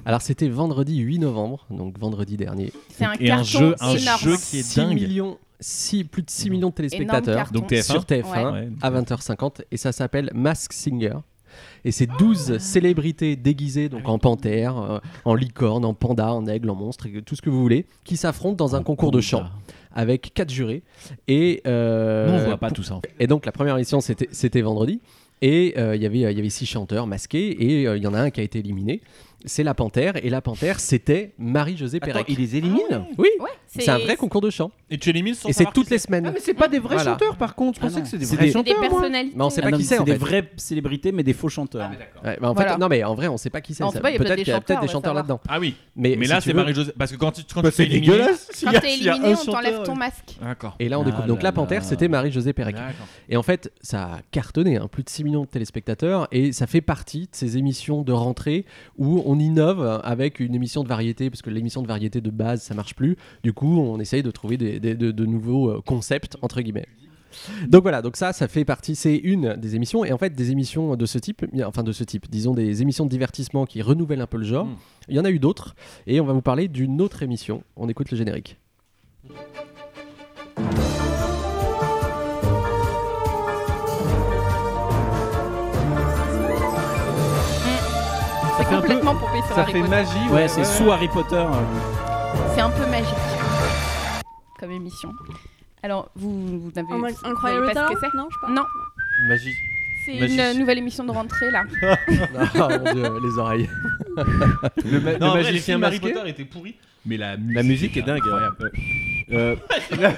Speaker 7: Alors, c'était vendredi 8 novembre, donc vendredi dernier.
Speaker 5: C'est un
Speaker 2: Et un
Speaker 5: carton
Speaker 2: jeu- un
Speaker 5: énorme.
Speaker 2: jeu qui est dingue.
Speaker 7: millions, six- plus de 6 millions
Speaker 5: Énorme
Speaker 7: de téléspectateurs.
Speaker 5: carton.
Speaker 2: Donc TF1.
Speaker 7: sur TF1
Speaker 2: Ouais.
Speaker 7: à 20h50 et ça s'appelle Mask Singer. Et c'est
Speaker 5: Ah.
Speaker 7: 12 célébrités déguisées donc en panthère, euh, en licorne, en panda, en aigle, en monstre, et tout ce que vous voulez, qui s'affrontent dans un concours de chant avec quatre jurés. Et, euh,
Speaker 2: Non, on voit pas tout ça. en fait.
Speaker 7: et donc la première émission c'était c'était vendredi et euh, il y avait- il y avait six chanteurs masqués et euh, il y en a un qui a été éliminé. C'est la panthère et la panthère c'était Marie-Josée
Speaker 3: Attends,
Speaker 7: Pérec.
Speaker 3: il les élimine.
Speaker 7: Oui,
Speaker 5: Ah Ouais,
Speaker 7: c'est un vrai concours de chant
Speaker 2: Et tu élimines sans
Speaker 7: et c'est toutes les semaines.
Speaker 3: Ah mais c'est pas des vrais
Speaker 7: Voilà.
Speaker 3: chanteurs par contre, je
Speaker 6: Ah
Speaker 3: pensais
Speaker 6: non.
Speaker 3: que c'est des
Speaker 7: C'est
Speaker 3: vrais
Speaker 7: des-
Speaker 5: C'est des
Speaker 3: chanteurs. moi.
Speaker 5: personnalités.
Speaker 7: Mais on sait pas
Speaker 6: Ah non,
Speaker 7: qui
Speaker 6: mais
Speaker 7: c'est, en
Speaker 6: des
Speaker 7: fait.
Speaker 6: vraies célébrités mais des faux chanteurs.
Speaker 7: Ouais, bah en
Speaker 5: Voilà.
Speaker 7: fait, non mais en vrai on sait pas qui c'est.
Speaker 5: On
Speaker 7: ça-
Speaker 5: sait pas, il y a
Speaker 7: peut-être
Speaker 5: peut-être
Speaker 7: qu'il
Speaker 5: des
Speaker 7: y a peut-être
Speaker 5: chanteurs,
Speaker 7: des
Speaker 5: on va
Speaker 7: chanteurs
Speaker 5: savoir.
Speaker 7: là-dedans.
Speaker 2: Ah oui.
Speaker 7: Mais,
Speaker 2: Mais
Speaker 7: si
Speaker 2: là
Speaker 7: tu
Speaker 2: c'est
Speaker 7: veux-
Speaker 2: Marie-Josée parce que quand tu quand
Speaker 3: Bah,
Speaker 2: tu t'es
Speaker 3: c'est
Speaker 2: éliminé-
Speaker 3: dégueulasse. s'il y
Speaker 5: Quand
Speaker 3: a-
Speaker 5: t'es
Speaker 3: s'il y a un
Speaker 5: éliminé, on
Speaker 3: chanteur,
Speaker 5: t'enlève
Speaker 3: ouais.
Speaker 5: ton masque.
Speaker 2: D'accord.
Speaker 7: Et là on
Speaker 6: Ah
Speaker 7: découvre. Donc
Speaker 6: là
Speaker 7: la panthère
Speaker 6: là.
Speaker 7: c'était Marie-Josée Pérec.
Speaker 2: D'accord.
Speaker 7: Et en fait ça a cartonné, hein, plus de 6 millions de téléspectateurs et ça fait partie de ces émissions de rentrée où on innove euh, avec une émission de variété parce que l'émission de variété de base ça marche plus. Du coup on essaye de trouver des, des- de, de nouveaux euh, concepts entre guillemets. Donc voilà, donc ça, ça fait partie, c'est une des émissions, et en fait des émissions de ce type, enfin de ce type, disons des émissions de divertissement qui renouvellent un peu le genre,
Speaker 2: Mm.
Speaker 7: il y en a eu d'autres, et on va vous parler d'une autre émission, on écoute le générique.
Speaker 5: C'est
Speaker 3: fait un peu-
Speaker 5: complètement pompé sur
Speaker 3: Ça
Speaker 5: Harry
Speaker 3: fait
Speaker 5: Potter.
Speaker 3: magie.
Speaker 6: Ouais, c'est sous Harry Potter. euh.
Speaker 5: C'est un peu magique comme émission. Alors, vous, vous n'avez
Speaker 4: Un-
Speaker 5: vous
Speaker 4: Incroyable
Speaker 5: voyez pas
Speaker 4: talent
Speaker 5: ce que
Speaker 4: Non, je sais
Speaker 5: c'est
Speaker 4: pas.
Speaker 5: Non,
Speaker 3: Magie.
Speaker 5: c'est *laughs*
Speaker 2: Magie.
Speaker 5: une euh, nouvelle émission de rentrée là.
Speaker 7: *laughs* Ah mon dieu, les oreilles.
Speaker 3: Le, ma-
Speaker 2: Non,
Speaker 3: le
Speaker 2: en vrai, le
Speaker 3: magicien
Speaker 2: film Harry
Speaker 3: masqué.
Speaker 2: Potter était pourri, mais la musique,
Speaker 3: La musique est dingue.
Speaker 2: incroyable.
Speaker 3: ouais. Euh,
Speaker 2: *laughs*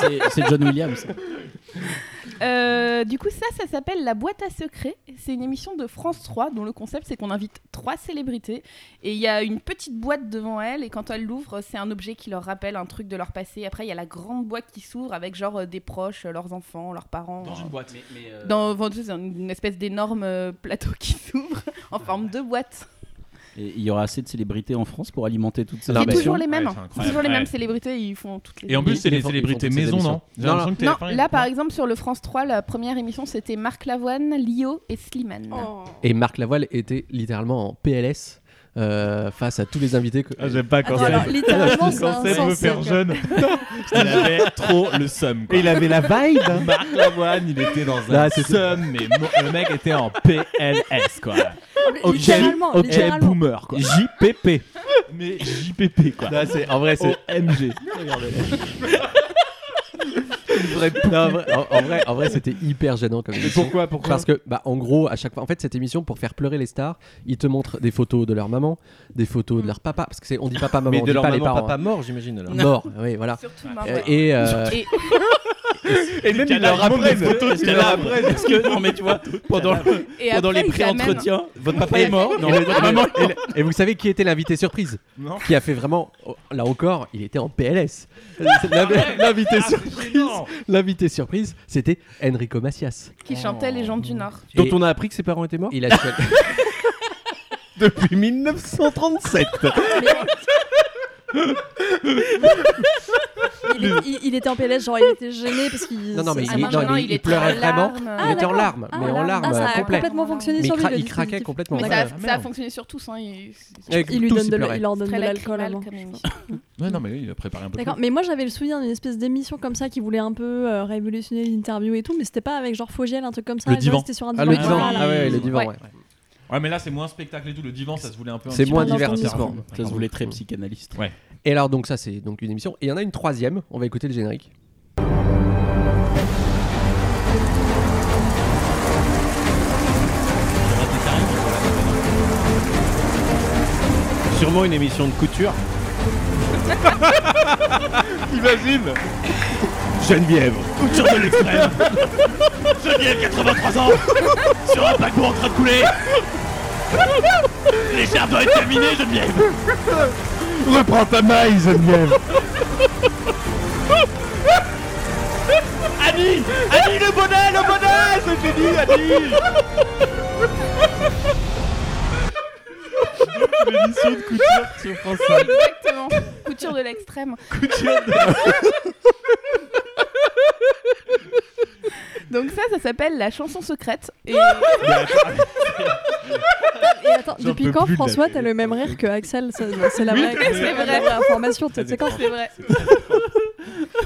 Speaker 6: C'est- C'est John Williams.
Speaker 5: *laughs* Euh, du coup, ça, ça s'appelle La boîte à secrets. C'est une émission de France 3 dont le concept c'est qu'on invite trois célébrités et il y a une petite boîte devant elle et quand elle l'ouvre, c'est un objet qui leur rappelle un truc de leur passé. Après, il y a la grande boîte qui s'ouvre avec genre euh, des proches, euh, leurs enfants, leurs parents. euh,
Speaker 6: boîte.
Speaker 5: dans enfin, tu sais, c'est une espèce d'énorme euh, plateau qui s'ouvre *laughs* en forme de boîte.
Speaker 6: Et il y aura assez de célébrités en France pour alimenter toutes ces
Speaker 7: Non,
Speaker 5: C'est
Speaker 7: mais-
Speaker 5: toujours les mêmes. hein.
Speaker 2: Ouais, c'est
Speaker 5: c'est
Speaker 2: incroyable.
Speaker 5: toujours les
Speaker 2: Ouais.
Speaker 5: mêmes célébrités, ils font toutes les
Speaker 2: Et en plus, c'est
Speaker 7: Ils
Speaker 2: les
Speaker 7: font- ils
Speaker 2: célébrités
Speaker 7: font toutes ces
Speaker 2: maison, non J'ai
Speaker 7: Non,
Speaker 2: l'impression que
Speaker 5: Non,
Speaker 2: TF1, ils-
Speaker 5: là par exemple sur le France 3, la première émission c'était Marc Lavoine, Lio et Slimane.
Speaker 7: Et Marc Lavoine était littéralement en PLS euh, face à tous les invités. que-
Speaker 2: Ah, j'aime pas quand
Speaker 4: Attends, alors,
Speaker 2: c'est.
Speaker 4: littéralement, c'est
Speaker 2: *laughs* Quand c'est me faire
Speaker 4: insensé. quoi.
Speaker 2: jeune. *laughs* Il avait trop le seum. quoi.
Speaker 3: il avait la vibe. hein.
Speaker 2: *laughs* Marc Lavoine, il était dans un
Speaker 7: Là, c'est-
Speaker 2: seum, mais mo- le mec était en PLS, quoi. Ok,
Speaker 4: Littéralement,
Speaker 2: Ok,
Speaker 4: littéralement.
Speaker 2: boomer, quoi. JPP. *laughs* Mais JPP, quoi.
Speaker 3: Là, c'est- en vrai, c'est
Speaker 2: MG.
Speaker 7: Non, en vrai- en- en vrai, en vrai, c'était hyper gênant comme émission.
Speaker 3: pourquoi, pourquoi
Speaker 7: Parce que, bah, en gros, à chaque fois, en fait, cette émission pour faire pleurer les stars, ils te montrent des photos de leur maman, des photos de leur papa, parce que c'est, on dit papa, maman,
Speaker 3: Mais
Speaker 7: on
Speaker 3: de
Speaker 7: dit
Speaker 3: leur
Speaker 7: pas les
Speaker 3: maman,
Speaker 7: parents.
Speaker 3: papa mort, j'imagine alors.
Speaker 7: hein. Mort, oui, voilà.
Speaker 5: Surtout Marc
Speaker 7: Euh,
Speaker 5: Lavoine.
Speaker 7: Et, euh,
Speaker 5: Et-
Speaker 3: Et même il leur apprennent. Ils leur apprennent.
Speaker 6: Parce que, non, mais tu vois, pendant,
Speaker 5: Et
Speaker 6: pendant
Speaker 5: après,
Speaker 6: les
Speaker 5: ils amènent-
Speaker 6: pré-entretiens, votre papa est mort. Non,
Speaker 7: et le-
Speaker 6: votre maman est
Speaker 7: et le- et vous savez qui était l'invité surprise
Speaker 2: Non.
Speaker 7: Qui a fait vraiment, oh, là encore, il était en PLS. L'invi- L'invité surprise, l'invité surprise, c'était Enrico Macias.
Speaker 5: qui chantait Les gens du Nord.
Speaker 3: Dont
Speaker 7: Et-
Speaker 3: on a appris que ses parents étaient morts
Speaker 7: Il a choisi-
Speaker 3: depuis 1937. *laughs*
Speaker 5: *laughs*
Speaker 4: Il, est- il- il était en PLS, genre il était gêné parce qu'il.
Speaker 7: Non, non, mais
Speaker 4: Ah,
Speaker 7: il-
Speaker 4: mince,
Speaker 7: non, il pleurait vraiment.
Speaker 4: Ah,
Speaker 7: il était en
Speaker 4: d'accord.
Speaker 7: larmes,
Speaker 4: Ah,
Speaker 7: mais en
Speaker 4: larmes.
Speaker 7: larmes
Speaker 4: Ah, ça a
Speaker 7: complètes.
Speaker 4: complètement fonctionné
Speaker 7: Mais il,
Speaker 4: sur lui.
Speaker 7: cra-
Speaker 4: le
Speaker 7: il craquait
Speaker 4: dispositif.
Speaker 7: complètement.
Speaker 5: Mais
Speaker 7: Ouais.
Speaker 5: ça, a-
Speaker 2: Ah,
Speaker 5: ça a
Speaker 2: merde.
Speaker 5: fonctionné sur tous. Hein. Il...
Speaker 7: Avec
Speaker 4: Il lui
Speaker 7: tous,
Speaker 4: donne de l'e-
Speaker 7: pleurait.
Speaker 4: il leur donne de
Speaker 5: Très
Speaker 4: l'alcool.
Speaker 5: lacrymal
Speaker 4: avant.
Speaker 5: comme émission.
Speaker 2: Ouais, non, mais il a préparé un peu.
Speaker 4: D'accord, mais moi j'avais le souvenir d'une espèce d'émission comme ça qui voulait un peu euh, révolutionner l'interview et tout, mais c'était pas avec genre Fogiel, un truc comme ça.
Speaker 2: Le
Speaker 4: genre,
Speaker 2: divan.
Speaker 4: C'était sur un
Speaker 7: Ah,
Speaker 4: divan.
Speaker 7: le
Speaker 2: Ouais,
Speaker 7: divan,
Speaker 4: voilà.
Speaker 7: ah ouais, le divan,
Speaker 5: Ouais.
Speaker 7: ouais.
Speaker 2: Ouais, mais là, c'est moins spectacle et tout. Le divan, ça se voulait un peu. un
Speaker 7: C'est
Speaker 2: petit
Speaker 7: moins
Speaker 2: peu interview.
Speaker 7: divertissement.
Speaker 6: Ça se voulait très psychanalyste.
Speaker 7: Et alors, donc, ça, c'est donc une émission. Et il y en a une troisième, on va écouter le générique.
Speaker 3: Sûrement une émission de couture. Imagine Geneviève.
Speaker 2: Couture de l'extrême. Geneviève, 83 ans, sur un paquebot en train de couler. L'écharpe doit être terminée, Geneviève.
Speaker 3: Reprends ta maille, Geneviève.
Speaker 2: Annie,
Speaker 3: Annie, le bonnet, le bonnet Je t'ai dit, Annie
Speaker 2: l'émission de couture sur France 5.
Speaker 5: Exactement. Couture de l'extrême.
Speaker 2: Couture de
Speaker 5: Donc ça, ça s'appelle la chanson secrète. Et
Speaker 4: Et attends,
Speaker 2: J'en
Speaker 4: depuis
Speaker 2: peux
Speaker 4: quand
Speaker 2: plus de la
Speaker 4: François,
Speaker 2: télé.
Speaker 4: t'as le même rire que Axel ça- C'est la
Speaker 2: Oui,
Speaker 4: vraie
Speaker 5: *laughs* c'est
Speaker 4: c'est la
Speaker 5: vrai.
Speaker 4: vraie information. Tu sais quand
Speaker 5: c'est vrai.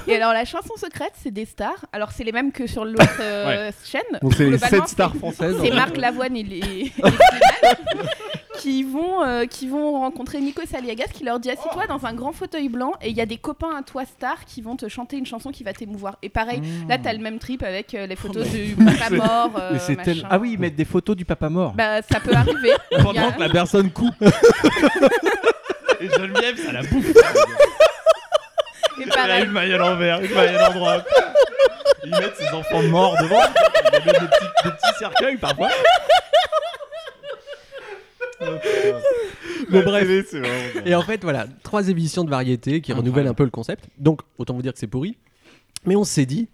Speaker 5: Et alors la chanson secrète, c'est des stars. Alors c'est les mêmes que sur l'autre euh, chaîne.
Speaker 3: Donc c'est les
Speaker 5: Globalement,
Speaker 3: 7 stars françaises.
Speaker 5: C'est Marc Lavoine et les,
Speaker 3: *laughs*
Speaker 5: et Slimane qui vont euh, qui vont rencontrer Nico Saliagas qui leur dit assis-toi dans un grand fauteuil blanc et il y a des copains à toi star qui vont te chanter une chanson qui va t'émouvoir. Et pareil,
Speaker 3: Hmm.
Speaker 5: là t'as le même trip avec euh, les photos
Speaker 3: *laughs*
Speaker 5: du papa mort. euh,
Speaker 3: Oh, Mais c'est tel-
Speaker 5: machin.
Speaker 3: Ah oui, ils mettent des photos du papa mort.
Speaker 5: Bah ça peut arriver. Il y
Speaker 2: Pendant
Speaker 5: a-
Speaker 2: que la personne coupe. Et Geneviève, ça la bouffe.
Speaker 5: et
Speaker 2: Elle a
Speaker 5: pareil.
Speaker 2: une maille à l'envers, une maille à l'endroit. Ils mettent ses enfants morts devant. Ils mettent des petits, des petits cercueils parfois.
Speaker 7: Bon, bref.
Speaker 2: c'est vraiment.
Speaker 7: Et en fait, voilà, trois émissions de variété qui renouvellent un peu le concept. Donc, autant vous dire que c'est pourri. Mais on s'est dit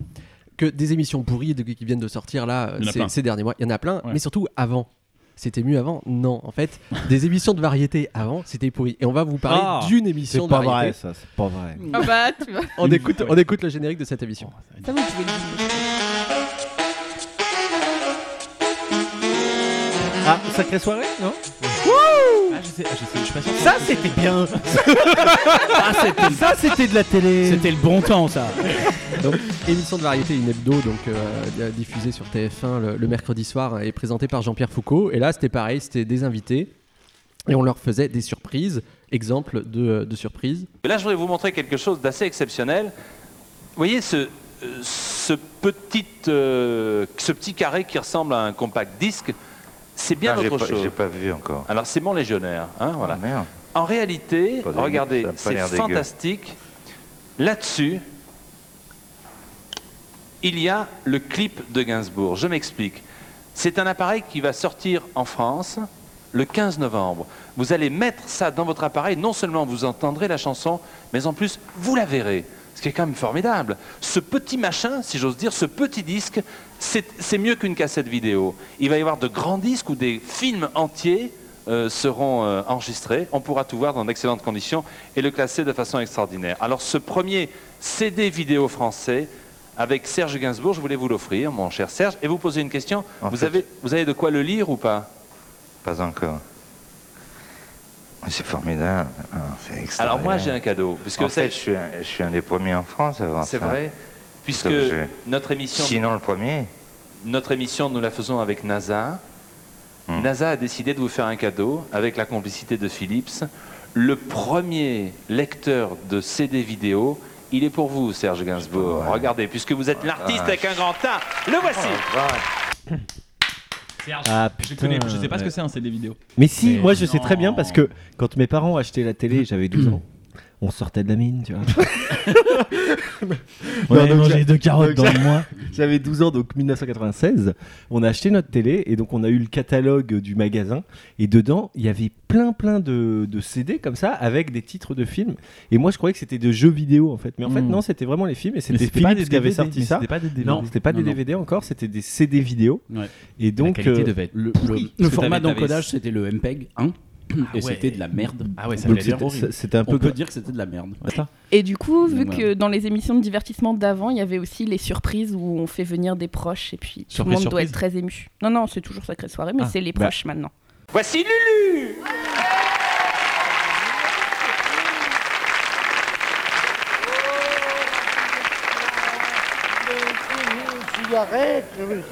Speaker 7: que des émissions pourries de- qui viennent de sortir là euh,
Speaker 1: Il y en a
Speaker 7: ces,
Speaker 1: plein.
Speaker 7: ces derniers mois, il y en a plein.
Speaker 1: Ouais.
Speaker 7: Mais surtout avant. C'était mieux avant Non, en
Speaker 1: *laughs*
Speaker 7: fait, des émissions de variété avant, c'était pourri. Et on va vous parler
Speaker 3: Ah,
Speaker 7: d'une émission de variété.
Speaker 3: ça, c'est pas vrai.
Speaker 5: Ah bah tu vois.
Speaker 7: On écoute, on écoute le générique de cette émission.
Speaker 5: Ça vous pouvez le dire.
Speaker 3: Ah, sacrée soirée, non
Speaker 2: Ah, je sais, je sais, je suis pas sûr. Ah,
Speaker 3: Ça, c'était bien *laughs* Ça, c'était de la télé
Speaker 6: C'était le bon temps, ça.
Speaker 7: *laughs* Donc, émission de variété une hebdo, donc euh, diffusée sur TF1 le, le mercredi soir et présentée par Jean-Pierre Foucault. Et là, c'était pareil, c'était des invités et on leur faisait des surprises. Exemple de, de surprise.
Speaker 10: Mais Là, je voudrais vous montrer quelque chose d'assez exceptionnel. Vous voyez ce, euh, ce, petit, euh, ce petit carré qui ressemble à un compact disque, c'est bien autre chose.
Speaker 11: Ah, pas vu encore. Ah,
Speaker 10: Alors, c'est mon légionnaire. hein, voilà.
Speaker 11: merde.
Speaker 10: En réalité,
Speaker 11: Pas de-
Speaker 10: regardez,
Speaker 11: ça a pas
Speaker 10: c'est
Speaker 11: l'air dégueu.
Speaker 10: fantastique. Là-dessus, il y a le clip de Gainsbourg. Je m'explique. C'est un appareil qui va sortir en France le 15 novembre. Vous allez mettre ça dans votre appareil, non seulement vous entendrez la chanson, mais en plus vous la verrez. Ce qui est quand même formidable. Ce petit machin, si j'ose dire, ce petit disque, c'est c'est mieux qu'une cassette vidéo. Il va y avoir de grands disques où des films entiers euh, seront euh, enregistrés. On pourra tout voir dans d'excellentes conditions et le classer de façon extraordinaire. Alors ce premier CD vidéo français, avec Serge Gainsbourg, je voulais vous l'offrir, mon cher Serge, et vous poser une question.
Speaker 2: En
Speaker 10: Vous
Speaker 2: fait-
Speaker 10: avez, vous avez de quoi le lire ou pas
Speaker 2: Pas encore. C'est formidable. Ah, c'est
Speaker 10: Alors moi
Speaker 2: extraordinaire.
Speaker 10: j'ai un cadeau, puisque
Speaker 2: en
Speaker 10: ça-
Speaker 2: fait, je suis, un, je suis un des premiers en France à avoir
Speaker 10: C'est
Speaker 2: ça.
Speaker 10: vrai, puisque
Speaker 2: Sauf que
Speaker 10: notre émission,
Speaker 2: Sinon le premier.
Speaker 10: notre émission, nous la faisons avec NASA.
Speaker 2: Hmm.
Speaker 10: NASA a décidé de vous faire un cadeau avec la complicité de Philips. Le premier lecteur de CD vidéo, il est pour vous, Serge Gainsbourg. Regardez, puisque vous
Speaker 2: Ah,
Speaker 10: êtes l'artiste avec un grand A, le voici.
Speaker 3: Ah,
Speaker 1: je,
Speaker 3: putain.
Speaker 1: connais, je sais pas ce que c'est un CD vidéo.
Speaker 3: Mais si, moi je sais
Speaker 1: non.
Speaker 3: très bien parce que quand mes parents achetaient la télé, j'avais 12 ans. On sortait de la mine, *laughs* tu vois.
Speaker 1: On avait
Speaker 3: donc
Speaker 1: mangé
Speaker 3: j'a-
Speaker 1: deux carottes
Speaker 3: donc
Speaker 1: dans
Speaker 3: j'a-
Speaker 1: le mois.
Speaker 3: *laughs* J'avais 12 ans, donc 1996. On a acheté notre télé et donc on a eu le catalogue du magasin. Et dedans, il y avait plein plein de, de CD comme ça avec des titres de films. Et moi je croyais que c'était de jeux vidéo en fait. Mais en fait,
Speaker 1: Mm.
Speaker 3: non, c'était vraiment les films. Et
Speaker 1: Mais
Speaker 3: c'était
Speaker 1: c'était pas
Speaker 3: Philips
Speaker 1: des
Speaker 3: qui avait
Speaker 1: DVD,
Speaker 3: sorti
Speaker 1: mais
Speaker 3: ça.
Speaker 1: c'était pas des DVD.
Speaker 3: Non, c'était pas
Speaker 1: Non,
Speaker 3: des
Speaker 1: non.
Speaker 3: DVD encore, c'était des CD vidéo.
Speaker 6: Ouais.
Speaker 3: Et donc.
Speaker 6: qualité
Speaker 3: euh,
Speaker 6: devait être
Speaker 3: le-
Speaker 6: pourrie.
Speaker 3: le-
Speaker 6: Le
Speaker 3: parce que
Speaker 6: format
Speaker 3: t'avais-
Speaker 6: d'encodage,
Speaker 3: t'avais-
Speaker 6: c'était le MPEG 1.
Speaker 3: Ah
Speaker 6: et
Speaker 3: ouais.
Speaker 6: c'était de la merde.
Speaker 3: Ah ouais, ça Donc voulait dire c'était- horrible. c'était un peu
Speaker 6: On peut
Speaker 3: co-
Speaker 6: dire que c'était de la merde.
Speaker 5: Et du coup, vu
Speaker 6: Ouais.
Speaker 5: que dans les émissions de divertissement d'avant, il y avait aussi les surprises où on fait venir des proches et puis tout le
Speaker 6: Surprise,
Speaker 5: monde doit
Speaker 6: surprise.
Speaker 5: être très ému. Non, non, c'est toujours Sacrée Soirée, mais
Speaker 6: Ah,
Speaker 5: c'est les
Speaker 6: bah.
Speaker 5: proches maintenant.
Speaker 10: Voici Lulu
Speaker 12: cigarette.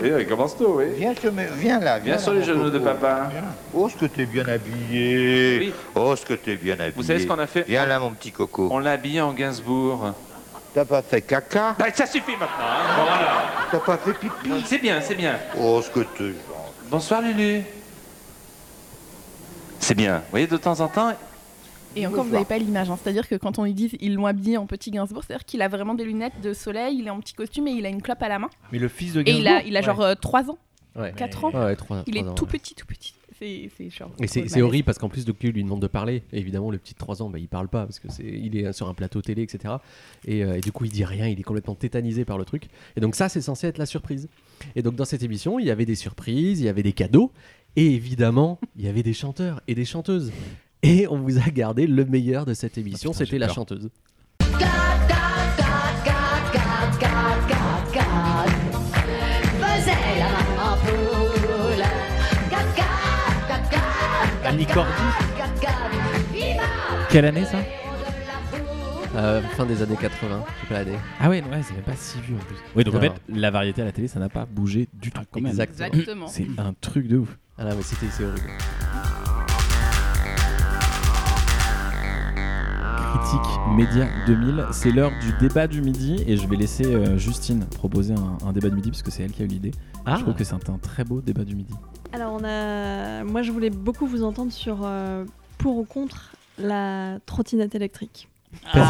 Speaker 10: Eh, il commence tôt, oui.
Speaker 12: Viens, te me- viens là, viens.
Speaker 10: Bien sûr, les genoux de papa.
Speaker 12: Oh, ce que t'es bien habillé. Oh, ce que t'es bien habillé.
Speaker 10: Vous savez ce qu'on a fait
Speaker 12: Viens là, mon petit coco.
Speaker 10: On l'a habillé en Gainsbourg.
Speaker 12: T'as pas fait caca
Speaker 10: Bah, ça suffit maintenant. hein. Bon, alors.
Speaker 12: T'as pas fait pipi
Speaker 10: C'est bien, c'est bien.
Speaker 12: Oh, ce que t'es...
Speaker 10: Bonsoir Lulu. C'est bien. Vous voyez, de temps en temps,
Speaker 5: Et encore, vous n'avez pas l'image. hein. C'est-à-dire que quand on lui dit ils l'ont habillé en petit Gainsbourg, c'est-à-dire qu'il a vraiment des lunettes de soleil, il est en petit costume et il a une clope à la main.
Speaker 3: Mais le fils de
Speaker 5: Et il a,
Speaker 3: Gainsbourg,
Speaker 5: il a
Speaker 3: ouais.
Speaker 5: genre euh, 3 ans,
Speaker 7: Ouais.
Speaker 5: 4
Speaker 7: Ouais,
Speaker 5: ans.
Speaker 7: ouais, trois-
Speaker 5: il
Speaker 7: trois
Speaker 5: est
Speaker 7: ans,
Speaker 5: tout
Speaker 7: ouais.
Speaker 5: petit, tout petit. C'est c'est genre.
Speaker 7: Et c'est-
Speaker 5: trop
Speaker 7: c'est
Speaker 5: malaise.
Speaker 7: horrible parce qu'en plus, Docu lui demande de parler. Et évidemment, le petit de 3 ans, bah, il parle pas parce que c'est, il est sur un plateau télé, etc. Et, euh, et du coup, il dit rien, il est complètement tétanisé par le truc. Et donc, ça, c'est censé être la surprise. Et donc, dans cette émission, il y avait des surprises, il y avait des cadeaux. Et évidemment, il y avait des chanteurs et des chanteuses. Et on vous a gardé le meilleur de cette émission,
Speaker 1: Ah,
Speaker 7: c'était la chanteuse.
Speaker 9: Garde, garde, garde, garde. Faisait la maman poule. Garde, garde, garde, garde.
Speaker 1: Annie
Speaker 9: Garde, garde. Viva
Speaker 1: Quelle année ça
Speaker 7: Euh, fin des années 80, je sais pas l'année.
Speaker 1: Ah ouais, ouais c'est même pas si vieux en plus. Oui, donc en fait, la variété à la télé, ça n'a pas bougé du tout. quand même.
Speaker 7: Exactement.
Speaker 5: Exactement.
Speaker 1: C'est un truc de ouf.
Speaker 7: Ah là, mais c'était c'est horrible.
Speaker 1: Critique Média 2000, c'est l'heure du débat du midi et je vais laisser euh, Justine proposer un, un débat du midi parce que c'est elle qui a eu l'idée.
Speaker 7: Ah.
Speaker 1: Je trouve que c'est un, un très beau débat du midi.
Speaker 4: Alors, on a... moi, je voulais beaucoup vous entendre sur euh, pour ou contre la trottinette électrique.
Speaker 7: Oh.
Speaker 1: *laughs*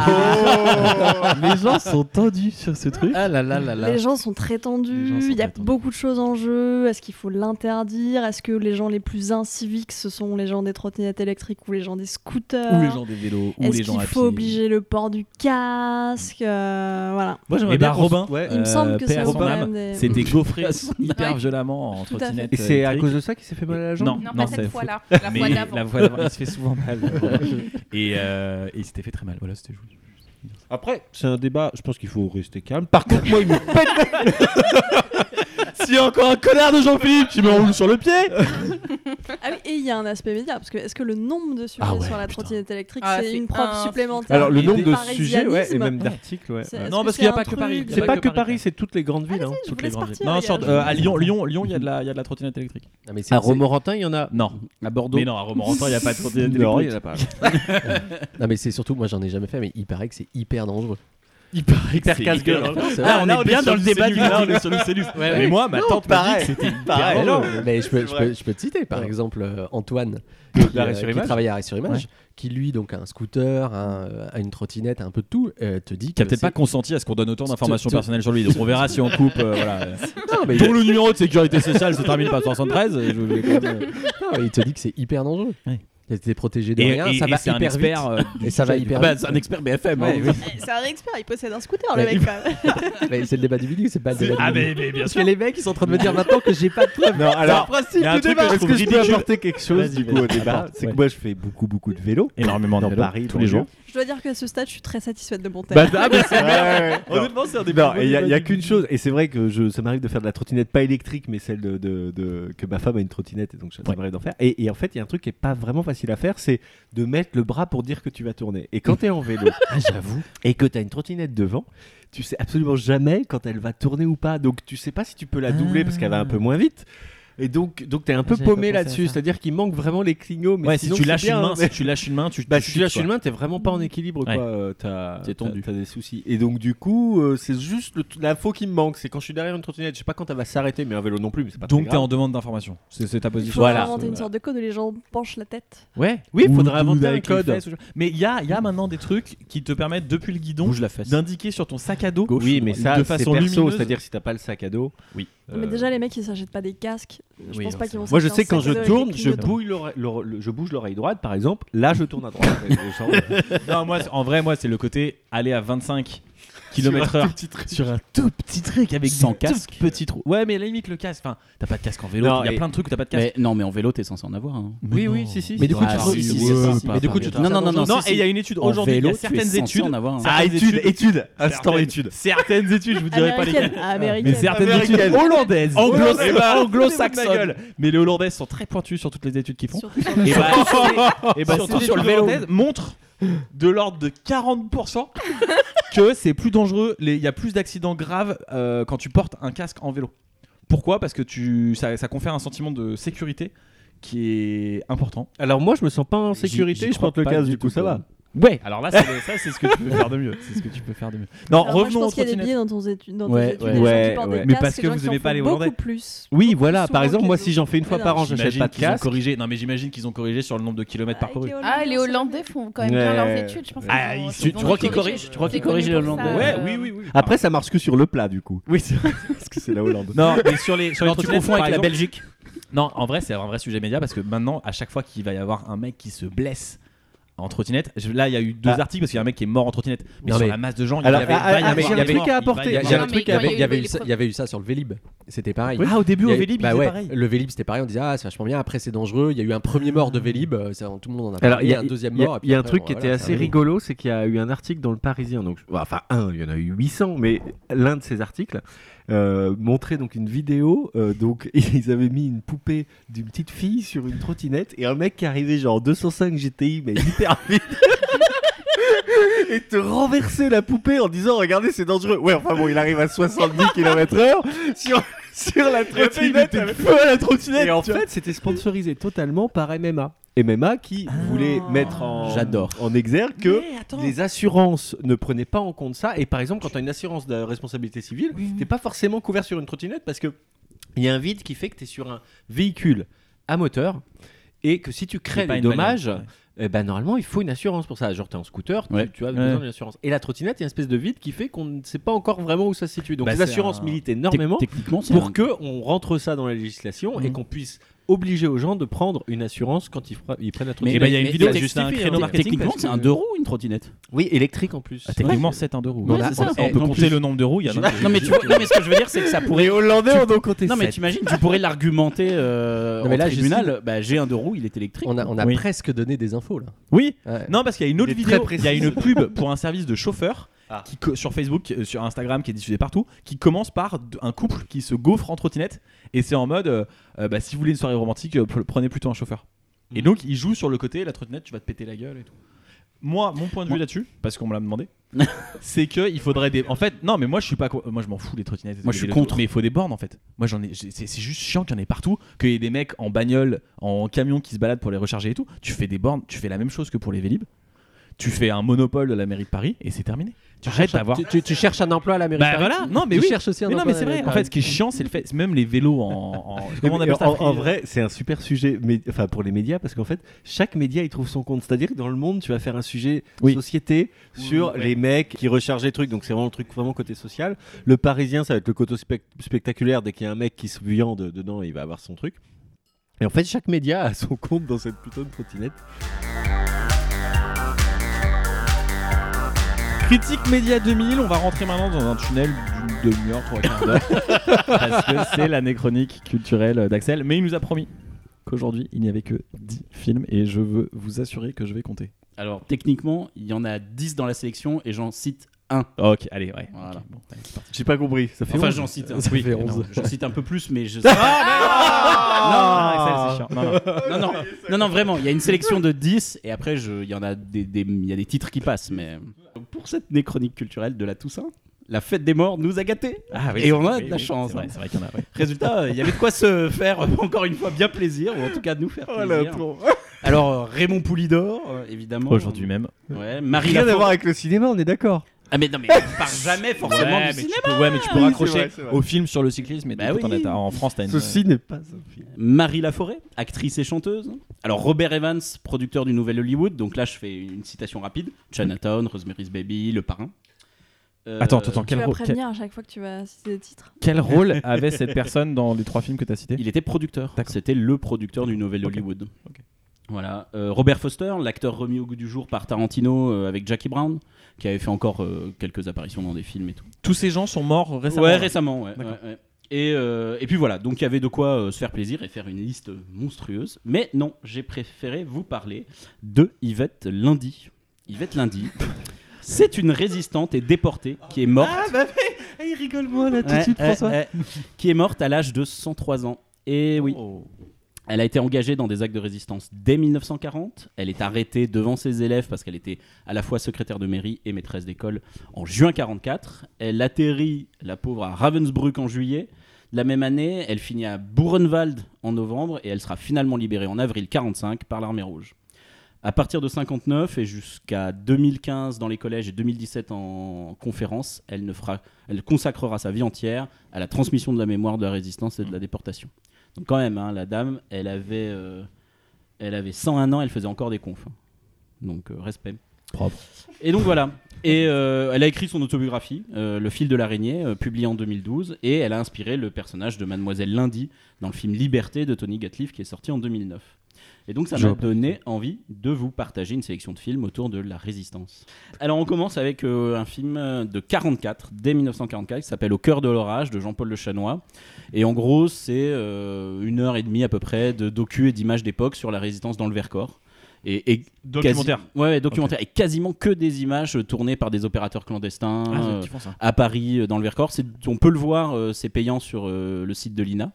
Speaker 5: Ah.
Speaker 1: Les gens sont tendus sur ce truc.
Speaker 7: Ah là là là
Speaker 4: Les gens sont très tendus, il y a beaucoup de choses en jeu. Est-ce qu'il faut l'interdire Est-ce que les gens les plus inciviques, ce sont les gens des trottinettes électriques ou les gens des scooters
Speaker 1: Ou les gens des vélos, ou
Speaker 4: Est-ce
Speaker 1: les gens
Speaker 4: qu'il
Speaker 1: à
Speaker 4: faut
Speaker 1: pied.
Speaker 4: obliger le port du casque Euh, Voilà.
Speaker 1: Moi j'aimerais
Speaker 4: Eh
Speaker 1: bien
Speaker 4: ben,
Speaker 1: Robin. euh,
Speaker 4: Il me semble que
Speaker 1: paix
Speaker 4: ça
Speaker 1: à son
Speaker 4: aurait
Speaker 1: âme,
Speaker 4: même des- *laughs*
Speaker 1: C'était gaufré hyper
Speaker 4: Ouais.
Speaker 1: violemment en
Speaker 4: Tout à
Speaker 1: trottinette.
Speaker 4: fait. Et c'est à
Speaker 1: électrique.
Speaker 3: cause de ça qu'il s'est fait mal à la jambe
Speaker 1: Non,
Speaker 3: Non,
Speaker 1: non,
Speaker 3: pas cette
Speaker 1: c'est-
Speaker 3: fois-là,
Speaker 1: faut-
Speaker 3: la
Speaker 1: Mais
Speaker 3: fois d'avant.
Speaker 1: la fois d'avant, il se fait souvent *laughs*
Speaker 4: *laughs*
Speaker 1: mal. et euh, et il s'était fait très mal. Voilà, c'était joli.
Speaker 3: Après, c'est un débat, je pense qu'il faut rester calme. Par contre, moi, il me pète *laughs* S'il y a encore un connard de Jean-Philippe, tu me roules sur le pied
Speaker 4: Ah oui, et il y a un aspect média, parce que est-ce que le nombre de sujets
Speaker 3: Ah ouais,
Speaker 4: sur la trottinette électrique,
Speaker 5: Ah,
Speaker 4: c'est
Speaker 5: c'est
Speaker 4: une preuve
Speaker 5: un-
Speaker 4: supplémentaire
Speaker 3: Alors, le
Speaker 4: du
Speaker 3: nombre de
Speaker 4: parisianisme
Speaker 3: sujets, ouais, et même d'articles, ouais.
Speaker 4: C'est- est-ce
Speaker 1: Non,
Speaker 4: que
Speaker 1: parce
Speaker 4: c'est
Speaker 1: qu'il n'y a
Speaker 4: un
Speaker 1: pas que Paris.
Speaker 4: truc-
Speaker 1: Il y a
Speaker 3: C'est pas que
Speaker 1: Paris.
Speaker 3: Paris, c'est toutes les grandes villes. hein, toutes les grandes villes.
Speaker 1: Non, sur- euh, à Lyon, Lyon, Lyon, il y a de la, il y a de la trottinette électrique.
Speaker 3: À Romorantin, il y en a
Speaker 1: Non.
Speaker 6: À Bordeaux.
Speaker 1: Mais non, à Romorantin, il n'y
Speaker 7: *laughs*
Speaker 1: a pas de trottinette électrique. *laughs*
Speaker 3: Non, il y en a pas.
Speaker 7: non mais c'est surtout, moi j'en ai jamais fait, mais il paraît que c'est hyper dangereux.
Speaker 1: hyper,
Speaker 6: Hyper
Speaker 1: c'est Ah,
Speaker 6: casse-gueule.
Speaker 1: hyper-
Speaker 6: Là, on
Speaker 1: Là,
Speaker 6: est bien dans le
Speaker 1: sur
Speaker 6: débat du
Speaker 1: cellule, là,
Speaker 6: jour.
Speaker 1: on est sur le cellule.
Speaker 6: Ouais, ouais.
Speaker 1: Mais moi, ma
Speaker 6: Non,
Speaker 1: tante m'a dit
Speaker 6: pareil.
Speaker 1: que c'était hyper
Speaker 7: Mais
Speaker 6: Pareil.
Speaker 1: drôle.
Speaker 7: non, mais je peux,
Speaker 1: C'est
Speaker 7: je,
Speaker 1: vrai.
Speaker 7: peux, je peux te citer, par
Speaker 1: Ouais.
Speaker 7: exemple, euh, Antoine,
Speaker 1: De
Speaker 7: qui, euh,
Speaker 1: Arrêt sur
Speaker 7: qui
Speaker 1: Image.
Speaker 7: travaille à Arrêt sur Image,
Speaker 1: Ouais.
Speaker 7: qui lui, donc, a un scooter, un, euh, a une trottinette, un peu de tout, euh, te dit
Speaker 1: Qui a
Speaker 7: que
Speaker 1: peut-être pas
Speaker 7: c'est-
Speaker 1: consenti à ce qu'on donne autant d'informations
Speaker 7: Te- te-
Speaker 1: personnelles sur lui. Donc on verra si on coupe. euh,
Speaker 3: *laughs*
Speaker 1: voilà.
Speaker 7: Non, mais-
Speaker 1: Dont le numéro de sécurité sociale se termine par 73. Je vous l'ai compté.
Speaker 7: Non, mais Ah, il te dit que c'est hyper dangereux. T'es- T'es protégé de
Speaker 1: Et-
Speaker 7: rien,
Speaker 1: et-
Speaker 7: ça
Speaker 1: et
Speaker 7: va
Speaker 1: c'est un
Speaker 7: hyper
Speaker 1: expert, euh,
Speaker 7: vite.
Speaker 1: du
Speaker 7: et ça va
Speaker 1: sujet, du
Speaker 7: hyper
Speaker 1: coup.
Speaker 7: vite.
Speaker 1: Bah, c'est un expert BFM, hein.
Speaker 7: Ouais, oui.
Speaker 4: C'est un expert, il possède un scooter,
Speaker 7: Ouais,
Speaker 4: le mec.
Speaker 7: il-
Speaker 4: quand même.
Speaker 7: Mais c'est le débat du midi, c'est pas le débat
Speaker 1: Ah,
Speaker 7: du
Speaker 1: mais- mais bien
Speaker 7: Parce que
Speaker 1: sûr.
Speaker 7: les mecs, ils sont en train de me dire maintenant que j'ai pas de preuves.
Speaker 3: Non, alors,
Speaker 7: c'est un principe
Speaker 3: il y a un
Speaker 7: du
Speaker 3: truc
Speaker 7: débat.
Speaker 3: que je trouve ridicule. apporter quelque chose,
Speaker 7: Vas-y,
Speaker 3: du coup,
Speaker 7: vas-y.
Speaker 3: au débat
Speaker 7: Apporte,
Speaker 3: C'est
Speaker 7: ouais.
Speaker 3: que moi, je fais beaucoup, beaucoup de vélo.
Speaker 1: Énormément de
Speaker 3: dans
Speaker 1: vélo,
Speaker 3: Paris,
Speaker 1: tous les
Speaker 3: banlieue.
Speaker 1: jours.
Speaker 4: Je dois dire qu'à ce stade, je suis très satisfaite de mon thème.
Speaker 3: Bah, ah, mais c'est vrai.
Speaker 1: Ouais. *laughs* Honnêtement, c'est un des
Speaker 3: Non,
Speaker 1: plus beaux
Speaker 3: et il y a,
Speaker 1: débats
Speaker 3: il y a
Speaker 1: du
Speaker 3: qu'une
Speaker 1: monde.
Speaker 3: chose, et c'est vrai que je, ça m'arrive de faire de la trottinette pas électrique, mais celle de, de- de- que ma femme a une trottinette, et donc ça m'arrive d'en faire. Et, et en fait, il y a un truc qui est pas vraiment facile à faire, c'est de mettre le bras pour dire que tu vas tourner. Et quand tu es en
Speaker 1: *laughs*
Speaker 3: vélo,
Speaker 1: Ah,
Speaker 3: j'avoue, et que tu as une trottinette devant, tu sais absolument jamais quand elle va tourner ou pas. Donc tu sais pas si tu peux la doubler parce qu'elle va un peu moins vite. Et donc, donc t'es un peu
Speaker 1: Ah. j'avais pas
Speaker 3: paumé
Speaker 1: pensé à
Speaker 3: là-dessus,
Speaker 1: ça.
Speaker 3: c'est-à-dire qu'il manque vraiment les clignots. Mais
Speaker 1: Ouais, si
Speaker 3: sinon,
Speaker 1: tu
Speaker 3: c'est
Speaker 1: lâches une
Speaker 3: bien,
Speaker 1: main,
Speaker 3: hein,
Speaker 1: si tu lâches une main, tu
Speaker 3: *laughs* bah, si tu
Speaker 1: tu chutes,
Speaker 3: lâches
Speaker 1: quoi.
Speaker 3: une main, t'es vraiment pas en équilibre,
Speaker 1: Ouais.
Speaker 3: quoi. Euh, t'as,
Speaker 1: T'es
Speaker 3: t'as-
Speaker 1: tendu.
Speaker 3: t'as des soucis. Et donc, du coup, euh, c'est juste le t- l'info qui me manque. C'est quand je suis derrière une trottinette, je sais pas quand elle va s'arrêter, mais un vélo non plus, mais c'est pas très
Speaker 1: Donc t'es
Speaker 3: grave.
Speaker 1: en demande d'informations. C'est c'est ta
Speaker 4: Il
Speaker 1: position.
Speaker 4: faut inventer une sorte de code où les gens penchent la tête.
Speaker 1: Ouais,
Speaker 3: Oui,
Speaker 1: Ou-
Speaker 3: faudrait
Speaker 1: ou
Speaker 3: inventer
Speaker 1: avec
Speaker 3: un
Speaker 1: les
Speaker 3: code.
Speaker 1: fesses, ou ce genre. Mais il y a, il y a maintenant des trucs qui te permettent, depuis le guidon, d'indiquer sur ton sac à dos
Speaker 3: Oui, mais ça,
Speaker 1: de
Speaker 3: c'est
Speaker 1: façon
Speaker 3: perso,
Speaker 1: lumineuse.
Speaker 3: c'est-à-dire si t'as pas le sac à
Speaker 1: *laughs*
Speaker 3: dos.
Speaker 1: Oui.
Speaker 4: Mais déjà, les mecs, ils s'achètent pas des casques. Je
Speaker 3: Euh. Oui,
Speaker 4: pense
Speaker 3: non,
Speaker 4: pas
Speaker 3: c'est
Speaker 4: qu'ils vont
Speaker 3: Moi, je
Speaker 4: s'acheter
Speaker 3: sais
Speaker 4: un
Speaker 3: que quand
Speaker 4: sac
Speaker 3: je
Speaker 4: à dos avec
Speaker 3: tourne,
Speaker 4: des
Speaker 3: je,
Speaker 4: clignotants.
Speaker 3: bouille l'oreille- l'ore- le- je bouge l'oreille droite, par exemple. Là, je tourne à
Speaker 1: *laughs*
Speaker 3: droite. Je sens-
Speaker 1: non, moi, c'est- en vrai, moi, c'est le côté aller à 25 km/h sur un tout petit truc avec
Speaker 6: Sans
Speaker 1: des tout
Speaker 6: casque.
Speaker 1: Petit trou. Ouais, mais à la limite, le casque. Enfin, t'as pas de casque en vélo.
Speaker 6: Non,
Speaker 1: Il y a
Speaker 6: et-
Speaker 1: plein de trucs où t'as pas de
Speaker 6: Mais
Speaker 1: casque.
Speaker 6: non, mais en vélo, t'es censé en avoir. hein.
Speaker 1: Oui, oui, si, si.
Speaker 7: Mais du coup,
Speaker 6: Ah,
Speaker 7: tu trouves-
Speaker 6: si,
Speaker 7: si,
Speaker 6: si,
Speaker 7: si,
Speaker 6: si,
Speaker 7: si,
Speaker 6: si,
Speaker 7: si,
Speaker 6: si.
Speaker 7: mais
Speaker 6: pas-
Speaker 7: du coup,
Speaker 6: pas-
Speaker 7: tu
Speaker 6: Non, non, non, non.
Speaker 1: Non,
Speaker 6: si,
Speaker 1: et il y a
Speaker 6: si.
Speaker 1: une étude
Speaker 6: En
Speaker 1: aujourd'hui. Il y a
Speaker 6: vélo, tu es
Speaker 1: certaines
Speaker 6: censé en
Speaker 1: études.
Speaker 6: avoir un.
Speaker 1: certaines
Speaker 3: étude, instant
Speaker 1: Certaines-
Speaker 3: étude.
Speaker 1: Certaines études, je vous dirais pas lesquelles.
Speaker 4: Américaine, américaine.
Speaker 1: Mais certaines
Speaker 3: Américaine.
Speaker 1: études hollandaises,
Speaker 3: Anglo-
Speaker 1: Hollandaises.
Speaker 3: Eh ben,
Speaker 1: anglo-saxonnes.
Speaker 3: foutez-vous de ma gueule.
Speaker 1: mais les hollandaises sont très pointues sur toutes les études qu'ils font.
Speaker 4: Surtout sur
Speaker 1: et
Speaker 4: le-
Speaker 1: bah, et bah,
Speaker 3: Surtout
Speaker 1: ces
Speaker 3: sur le
Speaker 1: études
Speaker 3: vélo.
Speaker 1: hollandaises montrent de l'ordre de 40% que c'est plus dangereux. les- Il y a plus d'accidents graves euh, quand tu portes un casque en vélo. Pourquoi Parce que tu, ça, ça confère un sentiment de sécurité qui est important.
Speaker 3: Alors, moi, je me sens pas en
Speaker 1: J'y-
Speaker 3: sécurité,
Speaker 1: j'y
Speaker 3: je porte le
Speaker 1: crois pas
Speaker 3: casque,
Speaker 1: du
Speaker 3: du coup,
Speaker 1: tout,
Speaker 3: ça
Speaker 1: quoi.
Speaker 3: va.
Speaker 1: Ouais, alors là, c'est- ça c'est ce que tu peux faire de mieux. C'est ce que tu peux faire de mieux. Non,
Speaker 4: Alors moi,
Speaker 1: revenons
Speaker 4: je
Speaker 1: aux
Speaker 4: pense qu'il y a des
Speaker 1: trottinettes.
Speaker 4: biais dans ton étude. Dans tes
Speaker 7: Ouais,
Speaker 4: études,
Speaker 7: ouais.
Speaker 4: les gens qui
Speaker 3: Ouais,
Speaker 4: portent des
Speaker 3: ouais.
Speaker 1: Mais
Speaker 4: casques,
Speaker 1: parce
Speaker 4: les
Speaker 1: que
Speaker 4: gens
Speaker 1: vous
Speaker 4: qui
Speaker 1: aimez
Speaker 4: en
Speaker 1: pas les
Speaker 4: font beaucoup
Speaker 1: Hollandais.
Speaker 4: plus.
Speaker 3: Oui,
Speaker 4: Beaucoup plus
Speaker 3: voilà. Par
Speaker 4: souvent que
Speaker 3: exemple, moi,
Speaker 4: les
Speaker 3: si j'en fais une fois
Speaker 4: Mais
Speaker 3: par
Speaker 4: non,
Speaker 3: an, j'achète pas
Speaker 1: J'imagine
Speaker 3: de
Speaker 1: qu'ils ont
Speaker 3: casque.
Speaker 1: corrigé. Non, mais j'imagine qu'ils ont corrigé sur le nombre de kilomètres
Speaker 6: Bah,
Speaker 4: autres.
Speaker 1: parcourus.
Speaker 5: Ah, les Hollandais font quand même
Speaker 3: Ouais.
Speaker 5: bien leurs études, je pense. qu'ils ont-
Speaker 1: Ah, ils- tu-
Speaker 5: ils ont
Speaker 6: tu crois
Speaker 5: corrigé.
Speaker 6: qu'ils corrigent Tu crois
Speaker 5: C'est
Speaker 6: qu'ils
Speaker 5: connu
Speaker 6: corrigent les
Speaker 5: pour ça,
Speaker 6: Hollandais
Speaker 5: euh,
Speaker 1: oui.
Speaker 3: Après, ça marche que sur le plat, du coup.
Speaker 1: Oui, c'est vrai.
Speaker 3: *laughs* Parce que c'est la Hollande.
Speaker 1: Non, mais sur les, sur les
Speaker 6: Non, tu
Speaker 1: trottinettes,
Speaker 6: confonds avec
Speaker 1: par
Speaker 6: la
Speaker 1: exemple-
Speaker 6: Belgique.
Speaker 1: Non, en vrai, c'est un vrai sujet média parce que maintenant, à chaque fois qu'il va y avoir un mec qui se blesse en trottinette, je- là, il y a eu deux
Speaker 6: Bah.
Speaker 3: Ah.
Speaker 1: articles parce qu'il y a un mec qui est mort en trottinette. Mais
Speaker 7: Non,
Speaker 1: sur
Speaker 7: mais-
Speaker 1: la masse de gens,
Speaker 3: Alors,
Speaker 1: il y avait,
Speaker 3: ah,
Speaker 1: va y
Speaker 3: ah,
Speaker 1: avoir-
Speaker 3: mais j'ai un
Speaker 1: il y avait-
Speaker 3: truc à
Speaker 1: il va y
Speaker 3: apporter.
Speaker 7: Il y
Speaker 5: Non,
Speaker 7: a- il
Speaker 1: avoir-
Speaker 7: y a un
Speaker 5: mais
Speaker 7: truc,
Speaker 5: quand
Speaker 7: il y avait-
Speaker 5: il y
Speaker 7: il y
Speaker 5: avait
Speaker 7: avait
Speaker 5: les
Speaker 7: eu ça-
Speaker 5: pre-
Speaker 7: il y avait eu ça sur le Vélib. C'était pareil.
Speaker 1: Ah, au début,
Speaker 7: Il y
Speaker 1: au
Speaker 7: a eu-
Speaker 1: Vélib,
Speaker 7: bah
Speaker 1: il
Speaker 7: ouais,
Speaker 1: était pareil.
Speaker 7: Le Vélib, c'était pareil. On disait, ah, c'est vachement bien. Après, c'est dangereux. Il y a eu un premier mort de Vélib. euh, ça, tout le monde en a parlé.
Speaker 3: Alors, il y a
Speaker 7: un deuxième
Speaker 3: il y a-
Speaker 7: mort. et puis
Speaker 3: Il y a un
Speaker 7: après,
Speaker 3: truc
Speaker 7: bon,
Speaker 3: qui
Speaker 7: voilà,
Speaker 3: était
Speaker 7: ça
Speaker 3: assez
Speaker 7: arrive.
Speaker 3: rigolo, c'est qu'il y a eu un article dans le Parisien. Donc, je- enfin, un, il y en a eu 800, mais l'un de ces articles euh, montrait donc une vidéo. euh, donc, *laughs* ils avaient mis une poupée d'une petite fille sur une trottinette et un mec qui arrivait genre 205 GTI, mais hyper vite. Et te renverser la poupée en disant Regardez, c'est dangereux. Ouais, enfin bon, il arrive à 70 km/h sur, sur la trottinette. la trottinette. Et en fait, c'était sponsorisé totalement par MMA. MMA qui voulait mettre en,
Speaker 6: J'adore.
Speaker 3: en exergue que
Speaker 1: Mais attends.
Speaker 3: les assurances ne prenaient pas en compte ça. Et par exemple, quand tu as une assurance de responsabilité civile, t'es pas forcément couvert sur une trottinette parce que il y a un vide qui fait que tu es sur un véhicule à moteur et que si tu crées
Speaker 1: C'est pas
Speaker 3: des
Speaker 1: une bagnole.
Speaker 3: dommages,
Speaker 1: Ouais.
Speaker 3: eh ben, normalement il faut une assurance pour ça. Genre t'es en scooter, tu-
Speaker 6: Ouais.
Speaker 3: tu, as
Speaker 1: Ouais.
Speaker 3: besoin d'une assurance. Et la trottinette, il y a une espèce de vide qui fait qu'on ne sait pas encore vraiment où ça se situe. Donc
Speaker 1: Bah,
Speaker 3: les
Speaker 1: c'est
Speaker 3: assurances
Speaker 1: un-
Speaker 3: militent énormément
Speaker 6: Tec- Techniquement, c'est
Speaker 3: pour
Speaker 6: un-
Speaker 3: que on rentre ça dans la législation et
Speaker 1: Mhm.
Speaker 3: qu'on puisse obliger aux gens de prendre une assurance quand ils, fera- ils prennent la
Speaker 1: Et
Speaker 3: trottinette.
Speaker 1: bah, il y a une vidéo,
Speaker 6: tec-
Speaker 1: juste un
Speaker 6: tec-
Speaker 1: créneau marketing
Speaker 6: hein. Techniquement,
Speaker 1: parce
Speaker 6: c'est
Speaker 1: que-
Speaker 6: un 2 roues une trottinette.
Speaker 3: Oui, électrique en plus.
Speaker 1: Ah, Techniquement, c'est un deux roues.
Speaker 7: Mais on
Speaker 1: Ouais,
Speaker 7: a-
Speaker 1: c'est
Speaker 7: on-
Speaker 1: ça.
Speaker 7: on
Speaker 1: peut
Speaker 6: en
Speaker 1: compter
Speaker 6: plus-
Speaker 1: le nombre de roues. Il y en a.
Speaker 6: Non mais tu vois, non, mais ce que je veux dire, c'est que ça pourrait.
Speaker 3: Les Hollandais en ont compté
Speaker 6: Non mais
Speaker 3: sept.
Speaker 6: t'imagines, tu pourrais l'argumenter euh,
Speaker 7: Non, mais
Speaker 6: au
Speaker 7: là, je
Speaker 6: tribunal. Bah j'ai un 2 roues, il est électrique.
Speaker 7: On a, on a
Speaker 1: Oui.
Speaker 7: presque donné des infos là.
Speaker 1: Oui.
Speaker 7: Ouais.
Speaker 1: Non, parce qu'il y a une autre
Speaker 3: Il est
Speaker 1: vidéo.
Speaker 3: très
Speaker 1: Il y a
Speaker 3: précis.
Speaker 1: une pub pour un service de chauffeur
Speaker 3: Ah.
Speaker 1: qui co- sur Facebook, euh, sur Instagram, qui est diffusé partout, qui commence par d- un couple qui se gaufre en trottinette et c'est en mode, euh, euh, bah, si vous voulez une soirée romantique, euh, pre- prenez plutôt un chauffeur.
Speaker 6: Mhm.
Speaker 1: Et donc il joue sur le côté, la trottinette, tu vas te péter la gueule et tout. Moi, mon point de vue là-dessus, parce qu'on me
Speaker 6: *laughs*
Speaker 1: l'a demandé, c'est que il faudrait des. En fait, non, mais moi je suis pas. co- Moi je m'en fous des trottinettes. et
Speaker 6: Moi,
Speaker 1: des
Speaker 6: je suis
Speaker 1: vélos et tout,
Speaker 6: contre.
Speaker 1: Mais il faut des bornes en fait. Moi j'en ai. j'ai- C'est c'est juste chiant qu'il y en ait partout, qu'il y ait des mecs en bagnole, en camion qui se baladent pour les recharger et tout. Tu fais des bornes, tu fais la même chose que pour les vélib. tu fais un monopole de la mairie de Paris et c'est terminé. Tu
Speaker 7: cherches un- tu- tu- tu cherches un emploi à la mairie de
Speaker 1: Bah
Speaker 7: Paris.
Speaker 1: voilà, non mais
Speaker 7: Tu
Speaker 1: oui.
Speaker 7: cherches aussi un
Speaker 1: mais non mais
Speaker 7: emploi à la
Speaker 1: c'est vrai.
Speaker 7: mairie de
Speaker 1: En
Speaker 7: Paris.
Speaker 1: fait, ce qui est chiant, c'est le fait, même les vélos *laughs* en, en- comment on
Speaker 3: Mais
Speaker 1: appelle ça
Speaker 3: en, en
Speaker 1: free-
Speaker 3: vrai, c'est un super sujet, mais enfin pour les médias, parce qu'en fait, chaque média il trouve son compte. C'est-à-dire que dans le monde, tu vas faire un sujet société sur les mecs qui rechargent les trucs. Donc c'est vraiment le truc vraiment côté social. Le Parisien, ça va être le côté spec- spectaculaire. Dès qu'il y a un mec qui se viande dedans, il va avoir son truc. Et en fait, chaque média a son compte dans cette putain de trottinette.
Speaker 1: Critique Média 2000, on va rentrer maintenant dans un tunnel d'une demi-heure, trois quarts d'heure. *laughs* parce que c'est l'année chronique culturelle d'Axel. Mais il nous a promis qu'aujourd'hui, il n'y avait que 10 films et je veux vous assurer que je vais compter.
Speaker 6: Alors, techniquement, il y en a 10 dans la sélection et j'en cite un.
Speaker 1: Ok, allez, ouais.
Speaker 6: Voilà.
Speaker 3: J'ai pas compris. Ça fait
Speaker 6: Enfin,
Speaker 3: 11.
Speaker 6: j'en cite un.
Speaker 3: Ça
Speaker 6: oui,
Speaker 3: fait
Speaker 6: non,
Speaker 3: 11.
Speaker 6: J'en cite un peu plus, mais *laughs* je.
Speaker 3: Ah
Speaker 6: non, non, non, Axel, c'est chiant. Non, non. Non, non. Non, non, vraiment, il y a une sélection de 10 et après, je- il y en a des, des- il y a des titres qui passent. Mais Donc, pour cette née chronique culturelle de la Toussaint, la fête des morts nous a gâtés.
Speaker 1: Ah oui,
Speaker 6: et on
Speaker 1: c'est-
Speaker 6: a
Speaker 1: oui,
Speaker 6: de la
Speaker 1: oui,
Speaker 6: chance.
Speaker 1: c'est vrai,
Speaker 6: hein.
Speaker 1: c'est vrai qu'il y en a, ouais.
Speaker 6: Résultat, euh, il y avait de quoi se faire euh, encore une fois bien plaisir, ou en tout cas nous faire
Speaker 3: Oh,
Speaker 6: plaisir.
Speaker 3: l'aplomb.
Speaker 6: Alors euh, Raymond Poulidor, euh, évidemment.
Speaker 1: Aujourd'hui même.
Speaker 6: Ouais, Marie
Speaker 3: Rien
Speaker 6: Laforêt.
Speaker 3: à voir avec le cinéma, on est d'accord.
Speaker 6: Ah mais non mais on part jamais forcément
Speaker 1: Ouais,
Speaker 6: du
Speaker 1: mais tu
Speaker 6: cinéma.
Speaker 1: peux- ouais, mais tu peux
Speaker 6: Oui,
Speaker 1: raccrocher
Speaker 6: c'est vrai, c'est vrai.
Speaker 1: au film sur le cyclisme. Mais
Speaker 6: Bah
Speaker 1: du coup, t'en
Speaker 6: oui.
Speaker 1: as- t'as- en France, t'as une. euh,
Speaker 6: Ceci n'est
Speaker 3: pas un film.
Speaker 6: Marie Laforêt, actrice et chanteuse. Alors Robert Evans, producteur du Nouvel Hollywood. Donc là, je fais une citation rapide. Chinatown, Rosemary's Baby, Le Parrain. Euh,
Speaker 1: Attends, attends, attends,
Speaker 4: Tu
Speaker 1: quel
Speaker 4: vas
Speaker 1: rôle-
Speaker 4: prévenir à chaque fois que tu vas citer des titres.
Speaker 1: Quel rôle avait cette personne dans les trois films que t'as cités
Speaker 6: Il était producteur. C'était le producteur du Nouvel Hollywood. Voilà. Euh, Robert Foster, l'acteur remis au goût du jour par Tarantino euh, avec Jackie Brown, qui avait fait encore euh, quelques apparitions dans des films et tout.
Speaker 1: Tous ces gens sont morts récemment.
Speaker 6: Ouais,
Speaker 1: là.
Speaker 6: récemment, ouais.
Speaker 1: D'accord.
Speaker 6: ouais, ouais. Et, euh, et puis voilà, donc il y avait de quoi euh, se faire plaisir et faire une liste monstrueuse. Mais non, j'ai préféré vous parler de Yvette Lundi. Yvette Lundi, *laughs* c'est une résistante et déportée qui est morte.
Speaker 3: Ah bah mais il rigole moi là tout de
Speaker 6: Ouais,
Speaker 3: suite
Speaker 6: ouais,
Speaker 3: François.
Speaker 6: ouais. qui est morte à l'âge de 103 ans. Et oui. Elle a été engagée dans des actes de résistance dès 1940. Elle est arrêtée devant ses élèves parce qu'elle était à la fois secrétaire de mairie et maîtresse d'école en juin 44. Elle atterrit, la pauvre, à Ravensbrück en juillet. La même année, elle finit à Buchenwald en novembre et elle sera finalement libérée en avril 45 par l'armée rouge. À partir de 59 et jusqu'à 2015 dans les collèges et 2017 en conférence, elle, ne fera, elle consacrera sa vie entière à la transmission de la mémoire de la résistance et de la déportation. Donc quand même, hein, la dame, elle avait, euh, elle avait 101 ans, elle faisait encore des confs. hein. Donc euh, respect.
Speaker 1: Propre.
Speaker 6: Et donc voilà. Et euh, elle a écrit son autobiographie, euh, Le fil de l'araignée, euh, publiée en 2012, et elle a inspiré le personnage de Mademoiselle Lundi dans le film Liberté de Tony Gatliff qui est sorti en 2009. Et donc ça
Speaker 1: Je
Speaker 6: m'a
Speaker 1: vois pas.
Speaker 6: donné envie de vous partager une sélection de films autour de la résistance. Alors on commence avec euh, un film euh, de 44, dès 1944, qui s'appelle Au cœur de l'orage de Jean-Paul Le Chanois. Et en gros, c'est euh, une heure et demie à peu près de docu et d'images d'époque sur la résistance dans le Vercors. Et, et
Speaker 1: Documentaire.
Speaker 6: quasi- ouais, ouais, documentaire. Et quasiment que des images euh, tournées par des opérateurs clandestins
Speaker 1: Ah, c'est eux
Speaker 6: euh,
Speaker 1: qui font ça.
Speaker 6: à Paris, euh, dans le Vercors. C'est- On peut le voir, euh, c'est payant sur euh, le site de l'INA.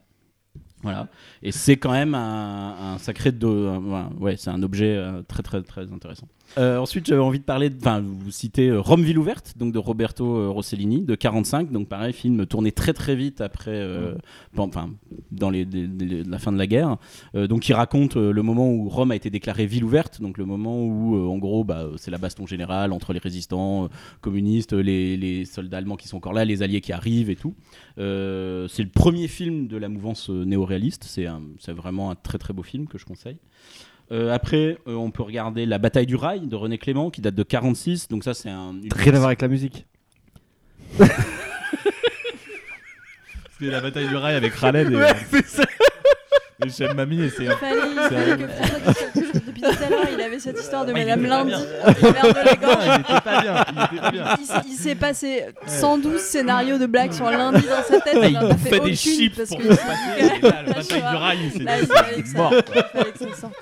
Speaker 6: Voilà. Et c'est quand même un, un sacré. do- un- voilà. ouais, c'est un objet euh, très, très, très intéressant. Euh, ensuite, j'avais envie de parler. de- Enfin, vous citez euh, Rome, ville ouverte, donc de Roberto euh, Rossellini, de 45. Donc, pareil, film tourné très, très vite après. euh, pen- Enfin, dans les, des- des- la fin de la guerre. Euh, donc, il raconte euh, le moment où Rome a été déclarée ville ouverte. Donc, le moment où, euh, en gros, bah, c'est la baston générale entre les résistants euh, communistes, les, les soldats allemands qui sont encore là, les alliés qui arrivent et tout. Euh, c'est le premier film de la mouvance euh, néo-réaliste. C'est un- c'est vraiment un très, très beau film que je conseille. Euh, après, euh, on peut regarder La bataille du rail de René Clément qui date de 46. Donc ça, c'est un. une-
Speaker 3: Rien à voir avec la musique.
Speaker 1: C'était la bataille du rail avec Khaled. Et,
Speaker 3: Ouais, c'est ça.
Speaker 1: et Chef Mamie, et c'est un.
Speaker 4: Il fallait, il
Speaker 1: c'est
Speaker 4: fallait
Speaker 1: un-
Speaker 4: que François, tu saches- depuis tout à l'heure, il avait cette histoire de
Speaker 1: Ah, il
Speaker 4: Madame
Speaker 1: était pas
Speaker 4: Lundi,
Speaker 1: bien.
Speaker 4: au verre de la gorge.
Speaker 1: Il était pas bien, il était pas bien.
Speaker 4: Il s- Il s'est passé 112 scénarios de blagues sur Lundi dans sa tête.
Speaker 1: Et
Speaker 4: il
Speaker 1: *laughs* Ah, il
Speaker 4: en a
Speaker 1: fait des
Speaker 4: aucune
Speaker 1: chips
Speaker 4: parce *laughs*
Speaker 1: pour
Speaker 4: que-
Speaker 1: le passer, et là, le bataille du rail, c'est-
Speaker 4: Là, il fallait que ça-
Speaker 1: mort, quoi.
Speaker 4: il fallait que ça sorte.
Speaker 6: *laughs*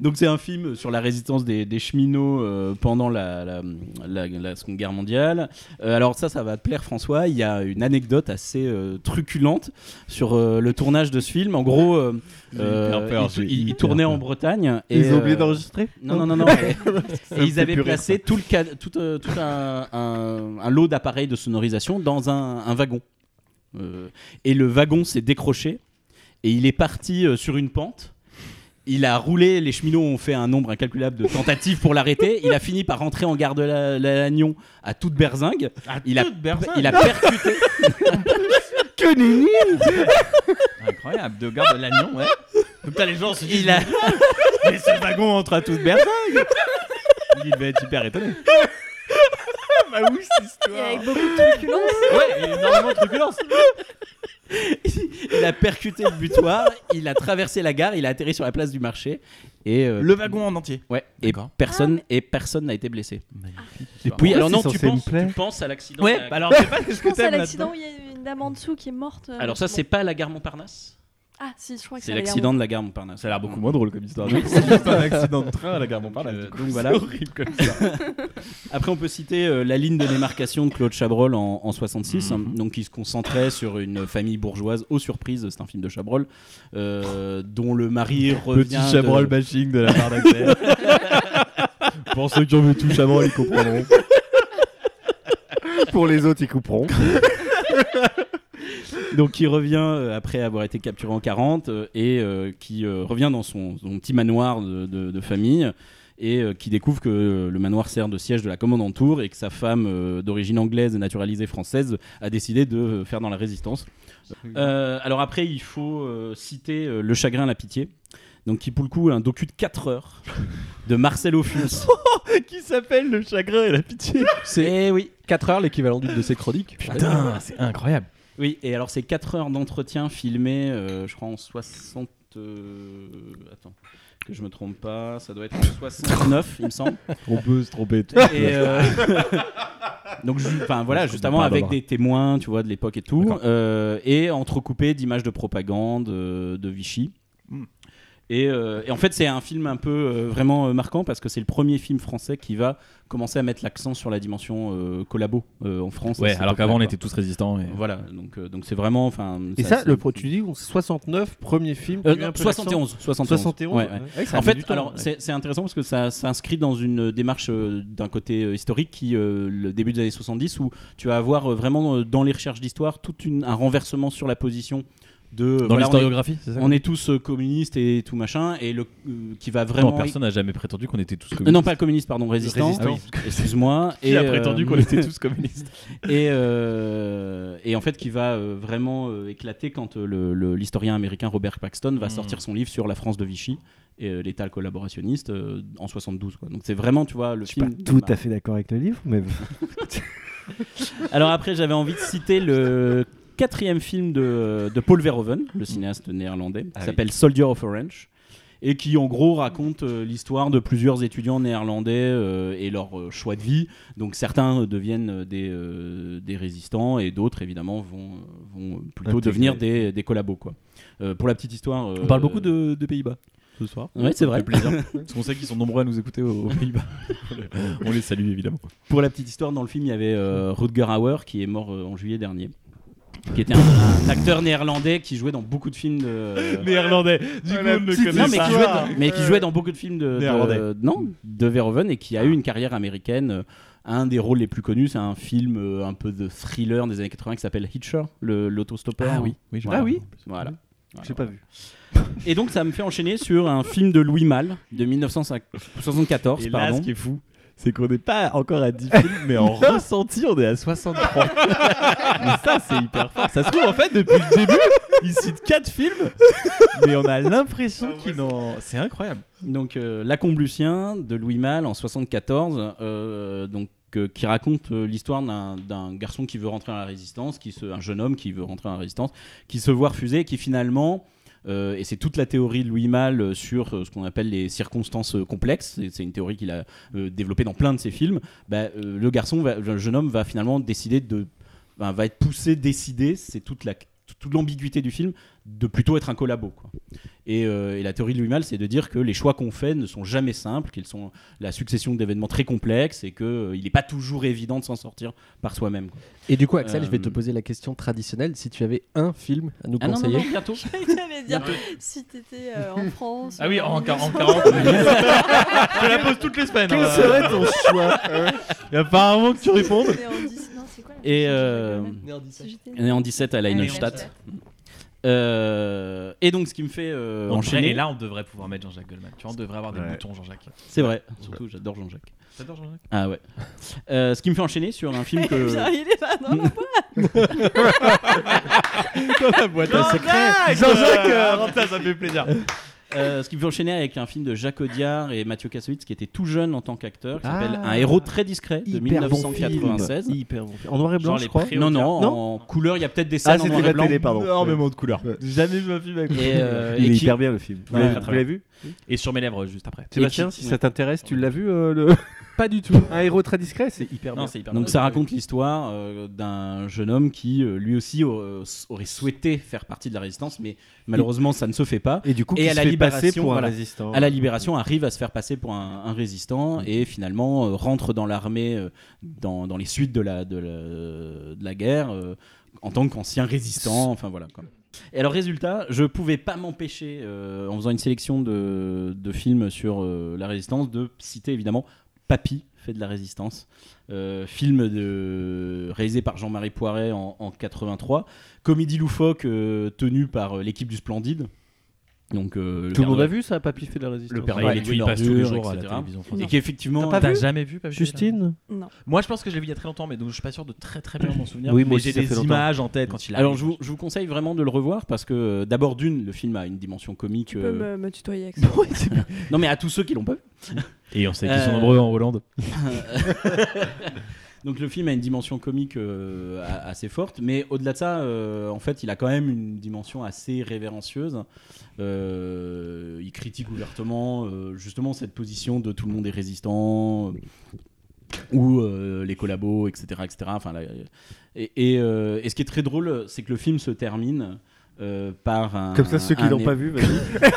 Speaker 6: Donc c'est un film sur la résistance des, des cheminots euh, pendant la, la- la- la Seconde Guerre mondiale. Euh, alors ça, ça va te plaire François. Il y a une anecdote assez euh, truculente sur euh, le tournage de ce film. En gros, euh,
Speaker 1: J'ai hyper
Speaker 6: euh,
Speaker 1: peur,
Speaker 6: ils,
Speaker 1: j'ai
Speaker 6: ils- ils
Speaker 1: hyper
Speaker 6: tournaient
Speaker 1: peur.
Speaker 6: en Bretagne. Et,
Speaker 3: Ils ont oublié
Speaker 6: euh,
Speaker 3: d'enregistrer
Speaker 6: Non, non, non,
Speaker 3: *laughs*
Speaker 6: non.
Speaker 3: Ça
Speaker 6: et
Speaker 3: me
Speaker 6: ils
Speaker 3: fait
Speaker 6: avaient
Speaker 3: plus rire,
Speaker 6: placé tout, le ca- tout, euh, tout un, un- un lot d'appareils de sonorisation dans un, un wagon. Euh, et le wagon s'est décroché et il est parti euh, sur une pente. Il a roulé, les cheminots ont fait un nombre incalculable de tentatives pour l'arrêter. Il a fini par rentrer en gare de la, la- Lannion à toute berzingue. il, a, il a percuté.
Speaker 3: que nini
Speaker 1: Incroyable, de garde de l'agnon, ouais. Donc t'as les gens se disent
Speaker 6: Il a-
Speaker 1: Mais ce wagon entre à toute berzingue Il devait être hyper étonné. Ah,
Speaker 9: Bah oui, c'est histoire.
Speaker 4: Avec beaucoup de truculence.
Speaker 1: Ouais, énormément de truculence.
Speaker 6: Il a percuté le butoir, il a traversé la gare, il a atterri sur la place du marché et euh,
Speaker 1: Le wagon en entier.
Speaker 6: ouais et
Speaker 1: D'accord.
Speaker 6: personne et personne n'a été blessé.
Speaker 1: Et
Speaker 6: Oui,
Speaker 1: puis,
Speaker 6: alors
Speaker 3: c'est
Speaker 6: non,
Speaker 3: censé
Speaker 6: tu penses,
Speaker 3: me plaire
Speaker 6: tu penses à l'accident.
Speaker 1: Ouais,
Speaker 6: de la- *laughs*
Speaker 1: bah alors c'est pas
Speaker 4: Je
Speaker 1: ce que
Speaker 4: pense à
Speaker 1: t'aimes
Speaker 4: l'accident
Speaker 1: là-dedans.
Speaker 4: où il y a une dame en dessous qui est morte. euh,
Speaker 6: Alors ça
Speaker 4: bon.
Speaker 6: c'est pas la gare Montparnasse,
Speaker 4: Ah si, je crois que
Speaker 6: c'est l'accident de la gare Montparnasse.
Speaker 1: Ça a l'air beaucoup moins drôle comme histoire.
Speaker 6: *laughs* Oui.
Speaker 1: Mm. C'est juste un accident de train à la gare Montparnasse.
Speaker 6: Euh,
Speaker 1: du coup.
Speaker 6: donc
Speaker 1: C'est
Speaker 6: voilà.
Speaker 1: horrible comme ça.
Speaker 6: *laughs* Après, on peut citer euh, la ligne de démarcation de Claude Chabrol en, en 66, hein,
Speaker 1: Mhm.
Speaker 6: donc qui se concentrait sur une famille bourgeoise aux surprises. C'est un film de Chabrol euh, dont le mari revient.
Speaker 1: Petit
Speaker 6: de-
Speaker 1: Chabrol bashing de la
Speaker 6: *laughs*
Speaker 1: part d'Axel. Pour ceux qui ont vu tout Chabrol, ils comprendront.
Speaker 3: Pour les autres, ils couperont. *laughs*
Speaker 6: donc qui revient euh, après avoir été capturé en 40 euh, et euh, qui euh, revient dans son, son petit manoir de, de- de famille et euh, qui découvre que euh, le manoir sert de siège de la commande en tour et que sa femme euh, d'origine anglaise naturalisée française a décidé de euh, faire dans la résistance. Euh, alors après il faut euh, citer euh, Le chagrin la pitié. Donc qui pour le coup est un docu de 4 heures de Marcel
Speaker 1: *laughs*
Speaker 6: Ophuls.
Speaker 1: Oh, qui s'appelle le chagrin et la pitié.
Speaker 7: C'est 4 Eh heures l'équivalent d'une de ses chroniques.
Speaker 1: Putain, c'est incroyable.
Speaker 6: Oui, et alors c'est 4 heures d'entretien filmé, euh, je crois en 60. euh, attends, que je me trompe pas, ça doit être en 69, il me semble.
Speaker 1: On peut se tromper.
Speaker 6: Et euh, *laughs* donc, ju- enfin voilà,
Speaker 1: Je
Speaker 6: juste
Speaker 1: comprends
Speaker 6: avant
Speaker 1: pas,
Speaker 6: avec
Speaker 1: Barbara.
Speaker 6: des témoins, tu vois, de l'époque et tout,
Speaker 1: D'accord.
Speaker 6: euh, et entrecoupé d'images de propagande euh, de Vichy.
Speaker 1: Hmm.
Speaker 6: Et, euh, et en fait, c'est un film un peu euh, vraiment euh, marquant parce que c'est le premier film français qui va commencer à mettre l'accent sur la dimension euh, collabo euh, en France. à
Speaker 1: Ouais,
Speaker 6: cette
Speaker 1: alors qu'avant on
Speaker 6: époque-là,
Speaker 1: était tous résistants.
Speaker 6: quoi. Voilà, donc euh, donc c'est vraiment, enfin.
Speaker 3: Et ça,
Speaker 6: c'est-
Speaker 3: le pro- tu dis on- 69, premier film. qui
Speaker 6: Euh,
Speaker 3: met
Speaker 6: non,
Speaker 3: un peu l'accent.
Speaker 6: 71, 71.
Speaker 3: 71.
Speaker 6: ouais, ouais.
Speaker 3: Ouais, ça a
Speaker 6: En
Speaker 3: mis du
Speaker 6: fait,
Speaker 3: temps,
Speaker 6: alors
Speaker 3: ouais.
Speaker 6: c'est c'est intéressant parce que ça s'inscrit dans une démarche euh, d'un côté euh, historique qui euh, le début des années 70 où tu vas avoir euh, vraiment euh, dans les recherches d'histoire tout un renversement sur la position de euh,
Speaker 1: Dans
Speaker 6: voilà, on, est,
Speaker 1: l'historiographie, c'est ça
Speaker 6: on est tous euh, communistes et tout machin et le euh, qui va vraiment
Speaker 1: Non, personne n'a jamais prétendu qu'on était tous
Speaker 6: Euh,
Speaker 1: communistes.
Speaker 6: non pas communiste pardon résistant, Ah
Speaker 1: Résistant. Ah
Speaker 6: excuse-moi
Speaker 1: *laughs* Qui a
Speaker 6: et, euh,
Speaker 1: prétendu qu'on était
Speaker 6: *laughs*
Speaker 1: tous communistes
Speaker 6: et, euh, et en fait qui va euh, vraiment euh, éclater quand euh, le- le- l'historien américain Robert Paxton va
Speaker 1: Mm.
Speaker 6: sortir son livre sur la France de Vichy et euh, l'état collaborationniste euh, en 72 quoi. donc c'est vraiment tu vois le
Speaker 3: Je suis pas
Speaker 6: film
Speaker 3: tout à fait d'accord avec le livre, mais
Speaker 6: alors après j'avais envie de citer le quatrième film de, de Paul Verhoeven le cinéaste néerlandais
Speaker 1: Ah
Speaker 6: qui
Speaker 3: oui.
Speaker 6: s'appelle Soldier of Orange et qui en gros raconte euh, l'histoire de plusieurs étudiants néerlandais euh, et leur euh, choix de vie. Donc certains euh, deviennent euh, des, euh, des résistants et d'autres évidemment vont, euh, vont euh, plutôt
Speaker 3: Intégrer.
Speaker 6: devenir des, des collabos. Quoi. Euh, pour la petite histoire... euh,
Speaker 1: On parle beaucoup de, des Pays-Bas ce soir.
Speaker 6: Ouais, c'est vrai.
Speaker 1: Avec plaisir. *laughs*
Speaker 6: *laughs*
Speaker 1: Parce qu'on sait qu'ils sont nombreux à nous écouter aux, aux Pays-Bas. on les salue évidemment.
Speaker 6: Pour la petite histoire, dans le film, il y avait euh, Rutger Hauer qui est mort euh, en juillet dernier. Qui était un, un acteur néerlandais qui jouait dans beaucoup de films
Speaker 1: *laughs*
Speaker 6: de.
Speaker 1: Néerlandais, du coup, on ne
Speaker 6: Non, mais qui, jouait dans, mais qui jouait dans beaucoup de films de,
Speaker 1: Ah. Néerlandais.
Speaker 6: de, non, de Verhoeven et qui a eu une carrière américaine. Euh, Un des rôles les plus connus, c'est un film euh, un peu de thriller des années 80 qui s'appelle Hitcher, le- l'autostoppeur.
Speaker 1: Ah oui, oui, je-
Speaker 6: Voilà.
Speaker 1: Ah oui.
Speaker 6: Voilà.
Speaker 3: j'ai pas vu.
Speaker 6: Et donc ça me fait enchaîner sur un film de Louis Malle de 1974.
Speaker 1: Et là,
Speaker 6: pardon.
Speaker 1: ce qui est fou, c'est qu'on n'est pas encore à 10 films,
Speaker 6: *laughs*
Speaker 1: mais en ressenti, on est à 63. *laughs* mais ça, c'est hyper fort. Ça se trouve, en fait, depuis le début, ils citent 4 films, mais on a l'impression qu'ils n'en. C'est incroyable.
Speaker 6: Donc, euh, La Comblucien de Louis Malle en 74, euh, donc, euh, qui raconte euh, l'histoire d'un- d'un garçon qui veut rentrer à la résistance, qui se, un jeune homme qui veut rentrer à la résistance, qui se voit refuser et qui finalement. euh, et c'est toute la théorie de Louis Malle euh, sur euh, ce qu'on appelle les circonstances euh, complexes. C'est- C'est une théorie qu'il a euh, développée dans plein de ses films. Bah, euh, le garçon, va- le jeune homme, va finalement décider de, ben, va être poussé, décidé. C'est toute la toute l'ambiguïté du film de plutôt être un collabo. Quoi. Et, euh, et la théorie de Louis Malle, c'est de dire que les choix qu'on fait ne sont jamais simples, qu'ils sont la succession d'événements très complexes et qu'il n'est pas toujours évident de s'en sortir par soi-même. quoi.
Speaker 7: Et du coup, Axel,
Speaker 6: Euh,
Speaker 7: je vais te poser la question traditionnelle. Si tu avais un film à nous
Speaker 6: Ah non, non,
Speaker 7: conseiller,
Speaker 6: non, bientôt.
Speaker 4: *laughs* J'allais dire, si t'étais euh, en France.
Speaker 1: Ah oui,
Speaker 4: ou
Speaker 1: en 40,
Speaker 4: *laughs* 1900.
Speaker 1: 40. *laughs* Je te la pose toutes les semaines. hein.
Speaker 3: Quel serait ton choix hein
Speaker 1: *laughs* Il y a pas un moment que tu répondes.
Speaker 4: Né en 10, non, c'est quoi la
Speaker 6: Et,
Speaker 4: chanson
Speaker 6: euh,
Speaker 4: Si j'étais- Ah
Speaker 6: On est en 17 à la
Speaker 5: Ouais,
Speaker 6: Innenstadt. Euh, et donc, ce qui me fait euh,
Speaker 2: En vrai,
Speaker 6: enchaîner.
Speaker 2: et là, on devrait pouvoir mettre Jean-Jacques Goldman. Tu vois, on devrait avoir Ah, des
Speaker 6: Ouais.
Speaker 2: boutons, Jean-Jacques.
Speaker 6: C'est vrai, surtout j'adore Jean-Jacques.
Speaker 2: T'adores Jean-Jacques
Speaker 6: Ah ouais. Euh, ce qui me fait enchaîner sur un
Speaker 2: *laughs*
Speaker 6: film que.
Speaker 2: Putain, Eh il est là, dans la
Speaker 6: *laughs* boîte
Speaker 2: Dans la boîte à secrets. Jean-Jacques, euh, Ranta, ça me fait plaisir.
Speaker 6: Euh, ce qui me fait enchaîner avec un film de Jacques Audiard et Mathieu Kassovitz qui était tout jeune en tant qu'acteur, qui
Speaker 3: Ah.
Speaker 6: s'appelle Un héros très discret de
Speaker 3: Hyper bon
Speaker 6: 1996.
Speaker 3: film. Hyper bon film. En noir et blanc,
Speaker 6: Genre
Speaker 3: je
Speaker 6: les
Speaker 3: crois.
Speaker 6: pré-Audiard. Non, non, en couleur, il y a peut-être des
Speaker 3: Ah,
Speaker 6: scènes en noir et blanc.
Speaker 3: *laughs* Énormément
Speaker 2: de couleurs. Jamais vu un film avec
Speaker 6: Et, euh,
Speaker 3: Il
Speaker 6: et
Speaker 3: est
Speaker 6: qui-
Speaker 3: hyper bien le film. Vous l'avez- vous l'avez vu
Speaker 2: Et sur mes lèvres juste après.
Speaker 3: Sébastien, si ça t'intéresse, tu l'as vu euh, le.
Speaker 6: Pas du tout.
Speaker 3: Un héros très discret, c'est hyper bien.
Speaker 6: Donc ça raconte l'histoire euh, d'un jeune homme qui euh, lui aussi euh, s- aurait souhaité faire partie de la résistance, mais malheureusement ça ne se fait pas.
Speaker 3: Et du coup, qui
Speaker 6: à
Speaker 3: se
Speaker 6: la
Speaker 3: fait
Speaker 6: libération,
Speaker 3: passer pour un
Speaker 6: voilà,
Speaker 3: résistant.
Speaker 6: À la libération, arrive à se faire passer pour un, un résistant et finalement euh, rentre dans l'armée euh, dans, dans les suites de la de la, de la guerre euh, en tant qu'ancien résistant. Enfin voilà. quoi. Et alors résultat, je pouvais pas m'empêcher euh, en faisant une sélection de, de films sur euh, la résistance de citer évidemment Papy fait de la résistance, euh, film de, réalisé par Jean-Marie Poiret en, en 83, comédie loufoque euh, tenue par euh, l'équipe du Splendide. Donc euh,
Speaker 3: Tout le
Speaker 6: père
Speaker 3: monde
Speaker 6: Noël-
Speaker 3: a vu ça, Papy fait de la résistance.
Speaker 6: Le père
Speaker 3: Ouais,
Speaker 6: Noël
Speaker 3: oui,
Speaker 6: est une
Speaker 3: il passe tous les
Speaker 6: ordure,
Speaker 3: jours à la
Speaker 6: etc..
Speaker 3: télévision française.
Speaker 6: Et qu'effectivement,
Speaker 2: T'as pas jamais vu Papy fait de la
Speaker 3: Justine
Speaker 2: Non. Moi, je pense que je l'ai vu il y a très longtemps, mais donc je suis pas sûr de très très bien m'en souvenir.
Speaker 6: Oui,
Speaker 2: mais
Speaker 6: moi aussi,
Speaker 2: j'ai
Speaker 6: ça
Speaker 2: des
Speaker 6: fait longtemps.
Speaker 2: images en tête quand il arrive.
Speaker 6: Alors je vous, je vous conseille vraiment de le revoir parce que euh, d'abord d'une, le film a une dimension comique.
Speaker 4: Tu peux me,
Speaker 6: euh,
Speaker 4: me tutoyer
Speaker 6: *laughs*
Speaker 4: avec ça.
Speaker 6: non mais à tous ceux qui l'ont pas vu.
Speaker 2: *laughs*
Speaker 6: Euh,
Speaker 2: Et on sait qu'ils sont nombreux en Hollande.
Speaker 6: *laughs* Donc le film a une dimension comique euh, a- assez forte, mais au-delà de ça, euh, en fait, il a quand même une dimension assez révérencieuse. Euh, il critique ouvertement euh, justement cette position de tout le monde est résistant euh, ou euh, les collabos, etc., etc. Enfin, la- et, et, euh, et ce qui est très drôle, c'est que le film se termine euh, par un
Speaker 3: Comme ça, ceux qui
Speaker 6: un-
Speaker 3: l'ont pas vu, vas-y.
Speaker 6: *laughs*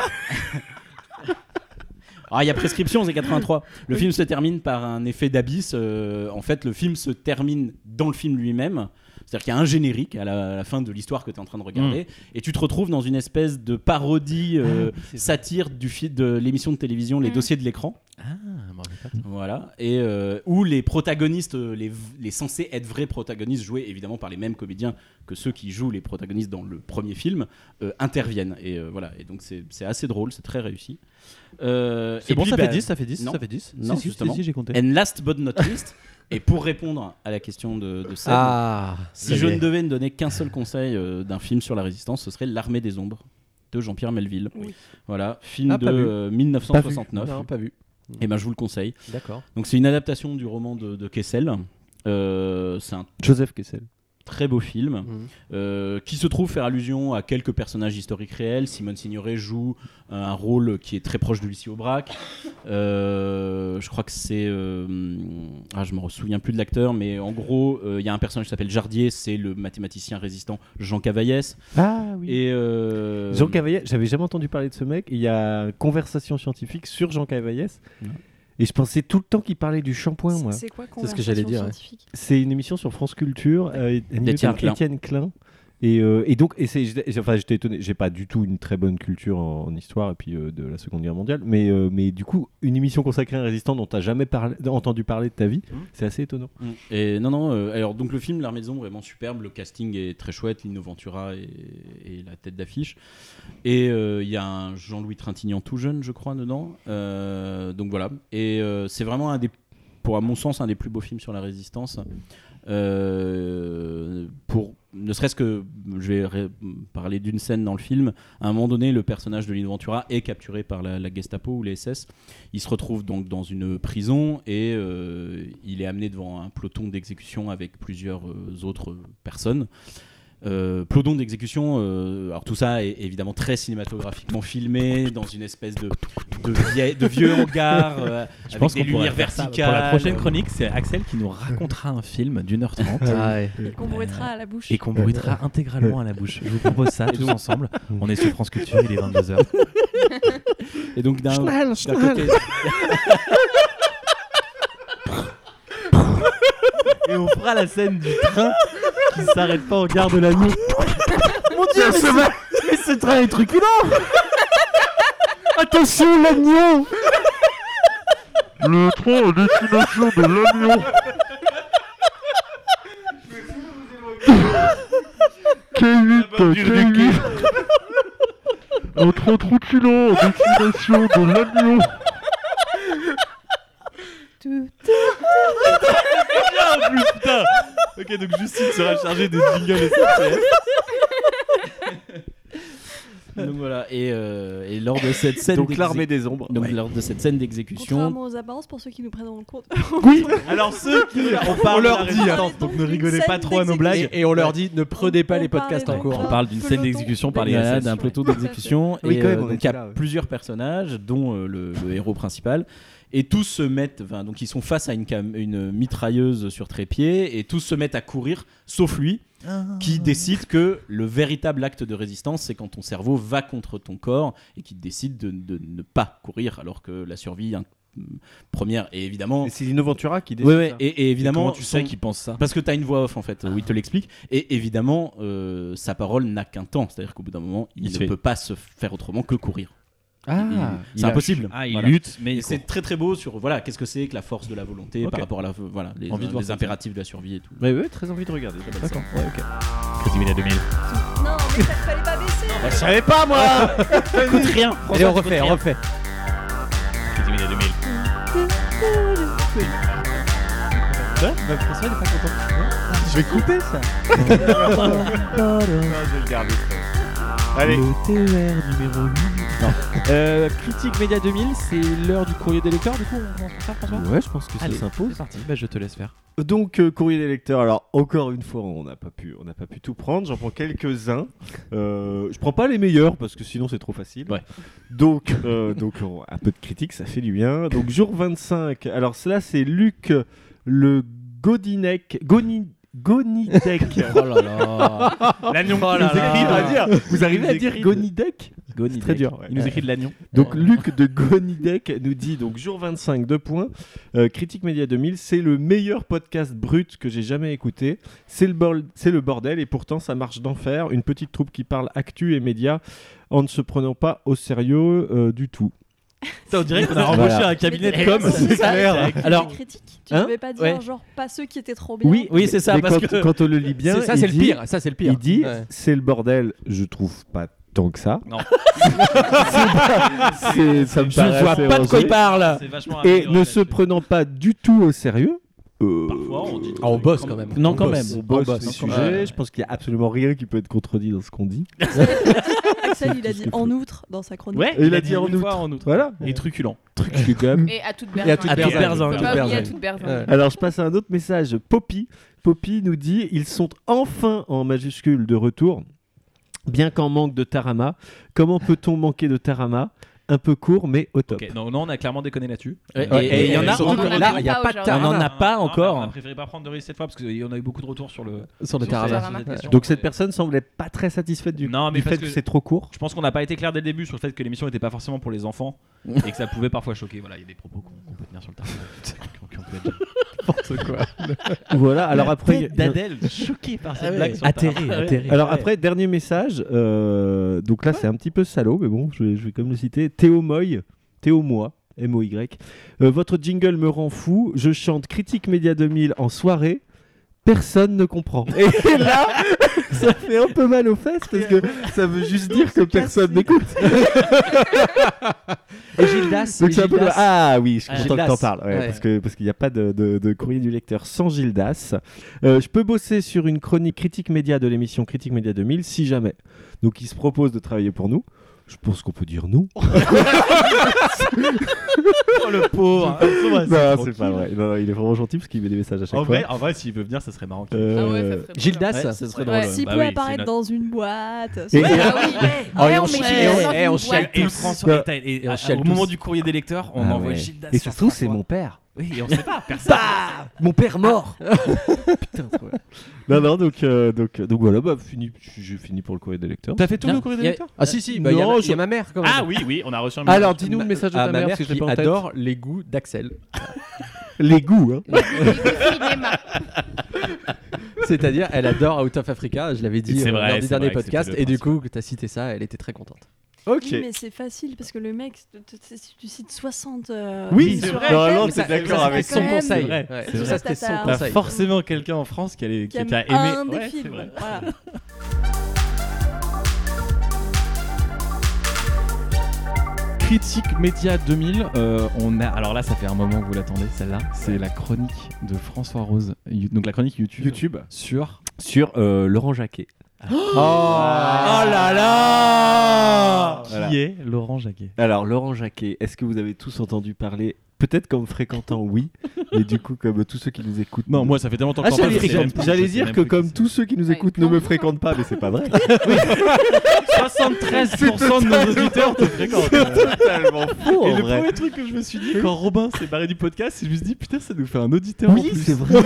Speaker 6: Ah, il y a prescription, c'est 83. Le film se termine par un effet d'abysse. Euh, en fait, le film se termine dans le film lui-même. C'est-à-dire qu'il y a un générique à la, à la fin de l'histoire que tu es en train de regarder.
Speaker 3: Mm.
Speaker 6: Et tu te retrouves dans une espèce de parodie euh,
Speaker 3: Ah,
Speaker 6: satire du fi- de l'émission de télévision
Speaker 3: Mm.
Speaker 6: Les Dossiers de l'écran.
Speaker 2: Ah,
Speaker 6: Voilà. Et euh, où les protagonistes, euh, les, v- les censés être vrais protagonistes, joués évidemment par les mêmes comédiens que ceux qui jouent les protagonistes dans le premier film, euh, interviennent. Et euh, voilà. Et donc c'est c'est assez drôle, c'est très réussi. Euh,
Speaker 2: C'est
Speaker 6: et
Speaker 2: bon,
Speaker 6: puis,
Speaker 2: ça fait
Speaker 6: bah,
Speaker 2: 10, ça fait 10,
Speaker 6: non,
Speaker 2: ça fait 10.
Speaker 6: Non,
Speaker 2: Si, si,
Speaker 6: justement.
Speaker 2: si, si, j'ai compté.
Speaker 6: And last but not
Speaker 2: *laughs*
Speaker 6: least, et pour répondre à la question de, de Seb,
Speaker 7: Ah, ça
Speaker 6: si
Speaker 7: y
Speaker 6: je
Speaker 7: est.
Speaker 6: ne devais ne donner qu'un seul conseil euh, d'un film sur la résistance, ce serait L'Armée des Ombres de Jean-Pierre Melville. Voilà, film
Speaker 7: Ah,
Speaker 6: de
Speaker 7: pas vu.
Speaker 6: euh,
Speaker 7: Pas
Speaker 6: 1969.
Speaker 7: vu. Non, Hein, pas vu.
Speaker 6: Et ben je vous le conseille.
Speaker 7: D'accord.
Speaker 6: Donc c'est une adaptation du roman de, de Kessel. Euh, c'est un
Speaker 3: Joseph Kessel.
Speaker 6: Très beau film
Speaker 7: Mmh.
Speaker 6: euh, qui se trouve faire allusion à quelques personnages historiques réels. Simone Signoret joue euh, un rôle qui est très proche de Lucie Aubrac. Euh, je crois que c'est. euh, ah, je me souviens plus de l'acteur, mais en gros, euh, il y a un personnage qui s'appelle Jardier, c'est le mathématicien résistant Jean Cavaillès.
Speaker 3: Ah oui.
Speaker 6: Et, euh,
Speaker 3: Jean Cavaillès, j'avais jamais entendu parler de ce mec. Il y a une conversation scientifique sur Jean Cavaillès.
Speaker 6: Ouais.
Speaker 3: Et je pensais tout le temps qu'il parlait du shampoing, moi.
Speaker 4: c'est quoi, C'est ce que j'allais conversation dire, ouais. scientifique
Speaker 3: C'est une émission sur France Culture, euh, animée
Speaker 6: D'Étienne
Speaker 3: par
Speaker 6: Klein.
Speaker 3: Étienne Klein. Et, euh, et donc, et c'est, j'ai- enfin, j'étais étonné. J'ai pas du tout une très bonne culture en, en histoire et puis euh, de la Seconde Guerre mondiale, mais euh, mais du coup, une émission consacrée à un résistant dont t'as jamais parlé- entendu parler de ta vie, c'est assez étonnant.
Speaker 6: Mm. Et non, non, euh, alors donc le film L'Armée des Ombres est vraiment superbe, le casting est très chouette, Lino Ventura est, est la tête d'affiche. Et euh, il y a un Jean-Louis Trintignant tout jeune, je crois, dedans. Euh, donc voilà. Et euh, c'est vraiment un des, pour à mon sens, un des plus beaux films sur la résistance. Euh, pour ne serait-ce que je vais ré- parler d'une scène dans le film à un moment donné le personnage de Lino Ventura est capturé par la, la Gestapo ou les SS il se retrouve donc dans une prison et euh, il est amené devant un peloton d'exécution avec plusieurs euh, autres personnes euh, peloton d'exécution, euh, alors tout ça est évidemment très cinématographiquement filmé dans une espèce de, de, vieille- de vieux hangar euh,
Speaker 2: Je
Speaker 6: avec
Speaker 2: pense
Speaker 6: des
Speaker 2: qu'on pourrait
Speaker 6: lumières
Speaker 2: faire ça.
Speaker 6: verticales.
Speaker 2: Pour la prochaine
Speaker 6: euh,
Speaker 2: chronique, c'est Axel qui nous racontera un film d'une
Speaker 3: *laughs*
Speaker 2: heure trente.
Speaker 7: Ah ouais.
Speaker 4: Et qu'on bruitera à la bouche.
Speaker 2: Euh, Et qu'on
Speaker 3: Euh,
Speaker 2: bruitera intégralement à la bouche. Je vous propose
Speaker 3: *laughs*
Speaker 2: ça
Speaker 6: Et
Speaker 2: tous
Speaker 6: donc-
Speaker 2: ensemble. On est sur France Culture, il est 22h.
Speaker 6: Et donc d'un
Speaker 2: Schnell,
Speaker 6: d'un
Speaker 2: schnell.
Speaker 6: côté-
Speaker 2: Et on fera la scène du train qui s'arrête pas en gare de la nuit.
Speaker 9: Mon dieu, mais c'est-
Speaker 2: mais ce train
Speaker 9: *laughs*
Speaker 2: est truculent
Speaker 9: Attention, l'agneau Le train à destination de l'agneau
Speaker 1: Ah, bah,
Speaker 13: K8, K8. Un train troutilant en destination de l'agneau.
Speaker 2: bien en plus, Ah, putain Ok, donc Justine sera chargée des jingles et
Speaker 6: Donc voilà, et, euh, et lors de cette scène.
Speaker 3: Donc
Speaker 6: d'exé-
Speaker 3: l'armée des ombres.
Speaker 6: Donc lors de cette scène d'exécution.
Speaker 4: Contrairement aux apparences, pour ceux qui nous prennent en compte. *laughs*
Speaker 2: Oui, alors ceux qui. On parle de la
Speaker 4: leur dit, hein.
Speaker 2: résistance, donc ne rigolez
Speaker 4: Scène
Speaker 2: pas trop à nos blagues.
Speaker 7: Et on leur dit ne prenez pas les podcasts en
Speaker 6: donc
Speaker 7: cours.
Speaker 6: d'un
Speaker 7: On
Speaker 6: parle
Speaker 1: d'une scène d'exécution par les
Speaker 6: Voilà,
Speaker 1: SS,
Speaker 6: d'un
Speaker 1: ouais.
Speaker 6: plateau d'exécution.
Speaker 1: Oui,
Speaker 6: et,
Speaker 1: quand même,
Speaker 6: euh,
Speaker 1: on
Speaker 6: donc,
Speaker 1: était
Speaker 6: il y a
Speaker 1: là, ouais.
Speaker 6: plusieurs personnages, dont euh, le, le héros principal. Et tous se mettent, enfin, donc ils sont face à une, cam- une mitrailleuse sur trépied, et tous se mettent à courir, sauf lui,
Speaker 1: Ah.
Speaker 6: qui décide que le véritable acte de résistance, c'est quand ton cerveau va contre ton corps, et qui décide de, de ne pas courir, alors que la survie hein, première, et évidemment...
Speaker 3: C'est Lino Ventura qui
Speaker 6: Ouais, ouais, et, et évidemment,
Speaker 1: comment tu sais
Speaker 6: son-
Speaker 1: qu'il pense ça
Speaker 6: Parce que tu as une voix off en fait, où il te l'explique. Et évidemment, euh, sa parole n'a qu'un temps. C'est-à-dire qu'au bout d'un moment, il,
Speaker 1: Il
Speaker 6: ne
Speaker 1: fait.
Speaker 6: peut pas se faire autrement que courir. Il-
Speaker 1: Ah, il
Speaker 6: c'est
Speaker 1: lâche.
Speaker 6: impossible.
Speaker 1: Ah, il lutte, mais
Speaker 6: Et
Speaker 1: il
Speaker 6: c'est
Speaker 1: court.
Speaker 6: très très beau sur voilà, qu'est-ce que c'est que la force de la volonté
Speaker 1: Ok.
Speaker 6: par rapport à la voilà les, euh,
Speaker 1: Envie de
Speaker 6: les
Speaker 1: voir ça.
Speaker 6: impératifs de la survie et tout.
Speaker 3: Ouais, ouais, très envie de regarder.
Speaker 6: D'accord.
Speaker 1: Crazy Media 2000.
Speaker 4: Non, mais ça fallait pas baisser.
Speaker 6: Bah, je savais pas, moi. Coûte rien.
Speaker 7: Allez,
Speaker 6: François,
Speaker 7: on
Speaker 6: coûte
Speaker 7: refait, on
Speaker 6: rien.
Speaker 7: refait.
Speaker 1: Crazy Media 2000.
Speaker 2: Ouais, bah, François, il est pas content.
Speaker 13: Je vais couper ça.
Speaker 2: Non,
Speaker 13: je vais le garder.
Speaker 2: Allez. numéro Euh, Critique Média 2000, c'est l'heure du courrier des lecteurs, du coup, on commence par ça, François
Speaker 3: Ouais, je pense que ça
Speaker 2: Allez,
Speaker 3: s'impose.
Speaker 2: C'est parti, bah, je te laisse faire.
Speaker 3: Donc euh, courrier des lecteurs. Alors encore une fois, on n'a pas pu, on n'a pas pu tout prendre. J'en prends quelques uns. je prends pas les meilleurs parce que sinon c'est trop facile. Donc euh, donc on- un peu de critique, ça fait du bien. Donc jour 25. Alors cela c'est Luc euh, le Godinec Goni Gonidec.
Speaker 6: *laughs* Oh là là.
Speaker 3: L'agnon
Speaker 6: Oh
Speaker 3: qui
Speaker 6: là
Speaker 3: nous écrit,
Speaker 6: là.
Speaker 3: on va dire. Vous arrivez à
Speaker 6: Il nous
Speaker 3: dire
Speaker 6: écrit de-
Speaker 3: Gonidec
Speaker 6: Gonidec.
Speaker 3: C'est très dur. ouais.
Speaker 6: Il nous écrit de l'agnon.
Speaker 3: Donc Luc de Gonidec nous dit donc jour 25 deux points euh, Critique Média 2000 c'est le meilleur podcast brut que j'ai jamais écouté c'est le bol- c'est le bordel et pourtant ça marche d'enfer une petite troupe qui parle actu et médias en ne se prenant pas au sérieux euh, du tout
Speaker 2: on dirait qu'on a embauché un cabinet de com.
Speaker 3: c'est clair
Speaker 4: Alors, critiques, tu ne
Speaker 3: Hein
Speaker 4: devais pas dire
Speaker 3: Ouais.
Speaker 4: genre pas ceux qui étaient trop bien.
Speaker 3: Oui,
Speaker 6: oui, c'est ça,
Speaker 3: mais
Speaker 6: parce
Speaker 3: quand,
Speaker 6: que-
Speaker 3: quand on le lit bien,
Speaker 7: C'est ça,
Speaker 3: il
Speaker 7: c'est le
Speaker 3: dit-
Speaker 7: pire, ça, c'est le pire.
Speaker 3: Il dit,
Speaker 7: Ouais.
Speaker 3: c'est le bordel. Je trouve pas tant que ça. *laughs*
Speaker 1: Non.
Speaker 3: Ah, C'est- ça me
Speaker 6: Je
Speaker 3: paraît
Speaker 6: vois
Speaker 3: assez
Speaker 6: pas de quoi
Speaker 3: osé.
Speaker 6: il parle.
Speaker 1: C'est vachement
Speaker 3: Et
Speaker 1: amélioré
Speaker 3: ne se prenant pas du tout au sérieux. euh,
Speaker 7: Ah, on bosse quand même.
Speaker 6: Non, quand
Speaker 7: bosse.
Speaker 6: même.
Speaker 3: on bosse
Speaker 7: bosse,
Speaker 3: le
Speaker 7: on
Speaker 3: sujet. Je pense qu'il n'y a absolument rien qui peut être contredit dans ce qu'on
Speaker 4: *laughs*
Speaker 3: dit.
Speaker 4: Axel, il a dit en outre dans sa chronique.
Speaker 1: Ouais,
Speaker 3: Et
Speaker 1: il a dit en outre.
Speaker 2: en outre.
Speaker 3: Voilà.
Speaker 1: Et truculent.
Speaker 3: Truc que quand
Speaker 6: Hum.
Speaker 3: même.
Speaker 5: Et à toute
Speaker 7: Et à toute
Speaker 5: berzingue.
Speaker 7: berzingue.
Speaker 5: Faut
Speaker 7: Toute
Speaker 5: pas oublier à
Speaker 7: berzingue.
Speaker 5: toute berzingue.
Speaker 7: Ouais.
Speaker 3: Alors je passe à un autre message. Poppy, Poppy nous dit ils sont enfin en majuscule de retour, bien qu'en manque de Tarama. Comment peut-on manquer de Tarama Un peu court, mais au top.
Speaker 1: Ok, non, non, on a clairement déconné là-dessus.
Speaker 6: Ouais,
Speaker 1: Euh,
Speaker 6: et- et il y en a
Speaker 1: surtout
Speaker 6: encore-
Speaker 1: qu'on
Speaker 6: là, il y a
Speaker 5: pas
Speaker 6: pas
Speaker 5: aujourd'hui.
Speaker 6: de tarama. On en a pas
Speaker 1: Non,
Speaker 6: encore.
Speaker 1: On a préféré pas prendre de risque cette fois parce qu'on a eu beaucoup de retours sur le.
Speaker 7: Sur le
Speaker 1: sur
Speaker 7: Tarama.
Speaker 1: cette- sur cette
Speaker 7: Ouais.
Speaker 1: question.
Speaker 3: Donc cette personne semblait pas très satisfaite du,
Speaker 1: Non, mais
Speaker 3: du fait
Speaker 1: parce
Speaker 3: que,
Speaker 1: que-
Speaker 3: c'est trop court.
Speaker 1: Je pense qu'on n'a pas été clair dès le début sur le fait que l'émission n'était pas forcément pour les enfants et que ça pouvait parfois choquer. Voilà, il y a des propos qu'on qu'on peut tenir sur le Tarama. qu'on- qu'on peut dire.
Speaker 3: voilà. Alors après, il y a-
Speaker 2: D'Adèle, choqué par
Speaker 1: Ah,
Speaker 2: cette blague. sur
Speaker 7: Atterré,
Speaker 2: Tarama.
Speaker 7: atterré.
Speaker 3: Alors après, dernier message. euh, donc là, c'est un petit peu salaud, mais bon, je vais, je vais quand même le citer. Théo Moy, Théo Moi, M-O-Y. Euh, votre jingle me rend fou. Je chante Critique Média 2000 en soirée. Personne ne comprend. Et là, *laughs* ça fait un peu mal aux fesses parce que ça veut juste dire *laughs* que personne n'écoute.
Speaker 7: *laughs* Et Gildas.
Speaker 3: Donc
Speaker 7: et
Speaker 3: c'est un peu
Speaker 7: Gildas.
Speaker 3: le- Ah oui, je suis
Speaker 7: Ah,
Speaker 3: content que
Speaker 7: Gildas.
Speaker 3: t'en parles. ouais,
Speaker 7: Ouais.
Speaker 3: Parce qu'il parce qu'il n'y a pas de, de- de courrier du lecteur sans Gildas. Euh, je peux bosser sur une chronique critique média de l'émission Critique Média 2000 si jamais. Donc il se propose de travailler pour nous. Je pense qu'on peut dire non.
Speaker 2: Oh, le pauvre.
Speaker 3: *laughs* non, c'est pas vrai. Non, non, il est vraiment gentil parce qu'il met des messages à chaque
Speaker 7: Oh,
Speaker 2: En
Speaker 3: fois.
Speaker 2: vrai,
Speaker 7: ah,
Speaker 2: en vrai, s'il veut venir, ça serait marrant.
Speaker 3: Euh,
Speaker 5: Ah ouais, ça serait
Speaker 7: Gildas.
Speaker 6: Ouais, ça serait
Speaker 5: Ouais.
Speaker 6: drôle.
Speaker 4: S'il
Speaker 1: Bah
Speaker 4: peut
Speaker 1: oui, c'est
Speaker 4: apparaître
Speaker 1: une-
Speaker 4: dans une boîte.
Speaker 3: Et-
Speaker 4: sur-
Speaker 3: et-
Speaker 5: Ah oui.
Speaker 7: Oh, et
Speaker 5: Ouais, on
Speaker 7: on
Speaker 5: met
Speaker 7: chiale,
Speaker 5: Gildas dans
Speaker 7: eh,
Speaker 5: une
Speaker 7: on
Speaker 5: boîte.
Speaker 7: chiale
Speaker 1: Et
Speaker 7: tous.
Speaker 1: François,
Speaker 3: Ouais.
Speaker 1: et t'as- et
Speaker 7: Et on
Speaker 1: à-
Speaker 7: chiale
Speaker 1: au moment
Speaker 7: tous.
Speaker 1: du courrier des lecteurs, on
Speaker 3: Ah
Speaker 1: envoie
Speaker 3: ouais.
Speaker 1: Gildas.
Speaker 3: Et
Speaker 1: sur
Speaker 3: surtout, c'est
Speaker 1: François.
Speaker 3: mon père. Bah,
Speaker 1: Oui, et on sait pas, personne.
Speaker 7: Mon père mort.
Speaker 3: Non, non, donc, euh, donc, donc voilà, bah, fini, j'ai fini pour le courrier des lecteurs.
Speaker 2: T'as fait tout
Speaker 7: Bien.
Speaker 2: le courrier des
Speaker 7: Y a-
Speaker 2: lecteurs
Speaker 7: Ah si, si, bah, il y, a
Speaker 3: Non,
Speaker 7: ma-
Speaker 3: je-
Speaker 7: il y a ma mère quand même.
Speaker 1: Ah oui, oui, on a reçu un message.
Speaker 2: Alors, dis-nous le message de
Speaker 7: Ah,
Speaker 2: ta
Speaker 7: ma
Speaker 2: mère,
Speaker 7: mère
Speaker 2: parce que je l'ai
Speaker 7: qui
Speaker 2: pas en tête.
Speaker 7: adore les goûts d'Axel.
Speaker 3: Les goûts, hein.
Speaker 7: *laughs* C'est-à-dire, elle adore Out of Africa, je l'avais dit
Speaker 1: C'est
Speaker 7: euh,
Speaker 1: vrai,
Speaker 7: lors
Speaker 1: c'est
Speaker 7: du dernier
Speaker 1: vrai que c'était
Speaker 7: podcast,
Speaker 1: le
Speaker 7: et du coup, tu as cité ça, elle était très contente.
Speaker 3: Ok.
Speaker 4: Oui, mais c'est facile parce que le mec, t- t- t- tu cites 60. euh,
Speaker 3: Oui,
Speaker 4: films
Speaker 3: c'est
Speaker 4: sur
Speaker 3: vrai.
Speaker 4: un
Speaker 3: Normalement,
Speaker 4: thème,
Speaker 3: t'es
Speaker 4: ça-
Speaker 3: d'accord
Speaker 4: ça
Speaker 3: avec
Speaker 4: fait
Speaker 7: son
Speaker 4: quand même
Speaker 7: conseil.
Speaker 2: C'est vrai,
Speaker 7: Ouais,
Speaker 2: c'est
Speaker 7: tout
Speaker 2: vrai.
Speaker 7: ça, c'était son
Speaker 4: Tata.
Speaker 2: T'as
Speaker 7: conseil.
Speaker 2: forcément quelqu'un en France qui, allait-
Speaker 4: Qui
Speaker 2: qui t'a
Speaker 4: aime
Speaker 2: aimé.
Speaker 4: un des
Speaker 2: Ouais, c'est
Speaker 4: films.
Speaker 2: vrai.
Speaker 4: Voilà.
Speaker 2: Critique Média 2000, euh, on a. Alors là, ça fait un moment que vous l'attendez, celle-là. C'est la chronique de François Rose. You- Donc la chronique YouTube.
Speaker 3: YouTube.
Speaker 2: Sur.
Speaker 3: Sur euh, Laurent Jacquet.
Speaker 2: Oh là là Qui
Speaker 3: Ah. Voilà.
Speaker 2: est Laurent Jacquet
Speaker 3: Alors, Laurent Jacquet, est-ce que vous avez tous entendu parler Peut-être comme fréquentant, oui, mais du coup, comme tous ceux qui nous écoutent.
Speaker 2: Non, moi, ça fait tellement longtemps
Speaker 3: Ah,
Speaker 2: que j'en
Speaker 3: j'allais-
Speaker 2: parle, je sais même plus- je
Speaker 3: J'allais
Speaker 2: sais
Speaker 3: dire
Speaker 2: même
Speaker 3: que,
Speaker 2: plus qui
Speaker 3: comme tous ceux qui nous écoutent ne me fréquentent pas, mais c'est pas vrai.
Speaker 2: 73% de nos auditeurs te fréquentent.
Speaker 3: C'est totalement faux,
Speaker 2: euh, Et
Speaker 3: en
Speaker 2: le
Speaker 3: vrai.
Speaker 2: premier truc que je me suis dit quand Robin s'est barré du podcast, c'est je me suis dit putain, ça nous fait un auditeur.
Speaker 3: Oui,
Speaker 2: en plus.
Speaker 3: c'est vrai.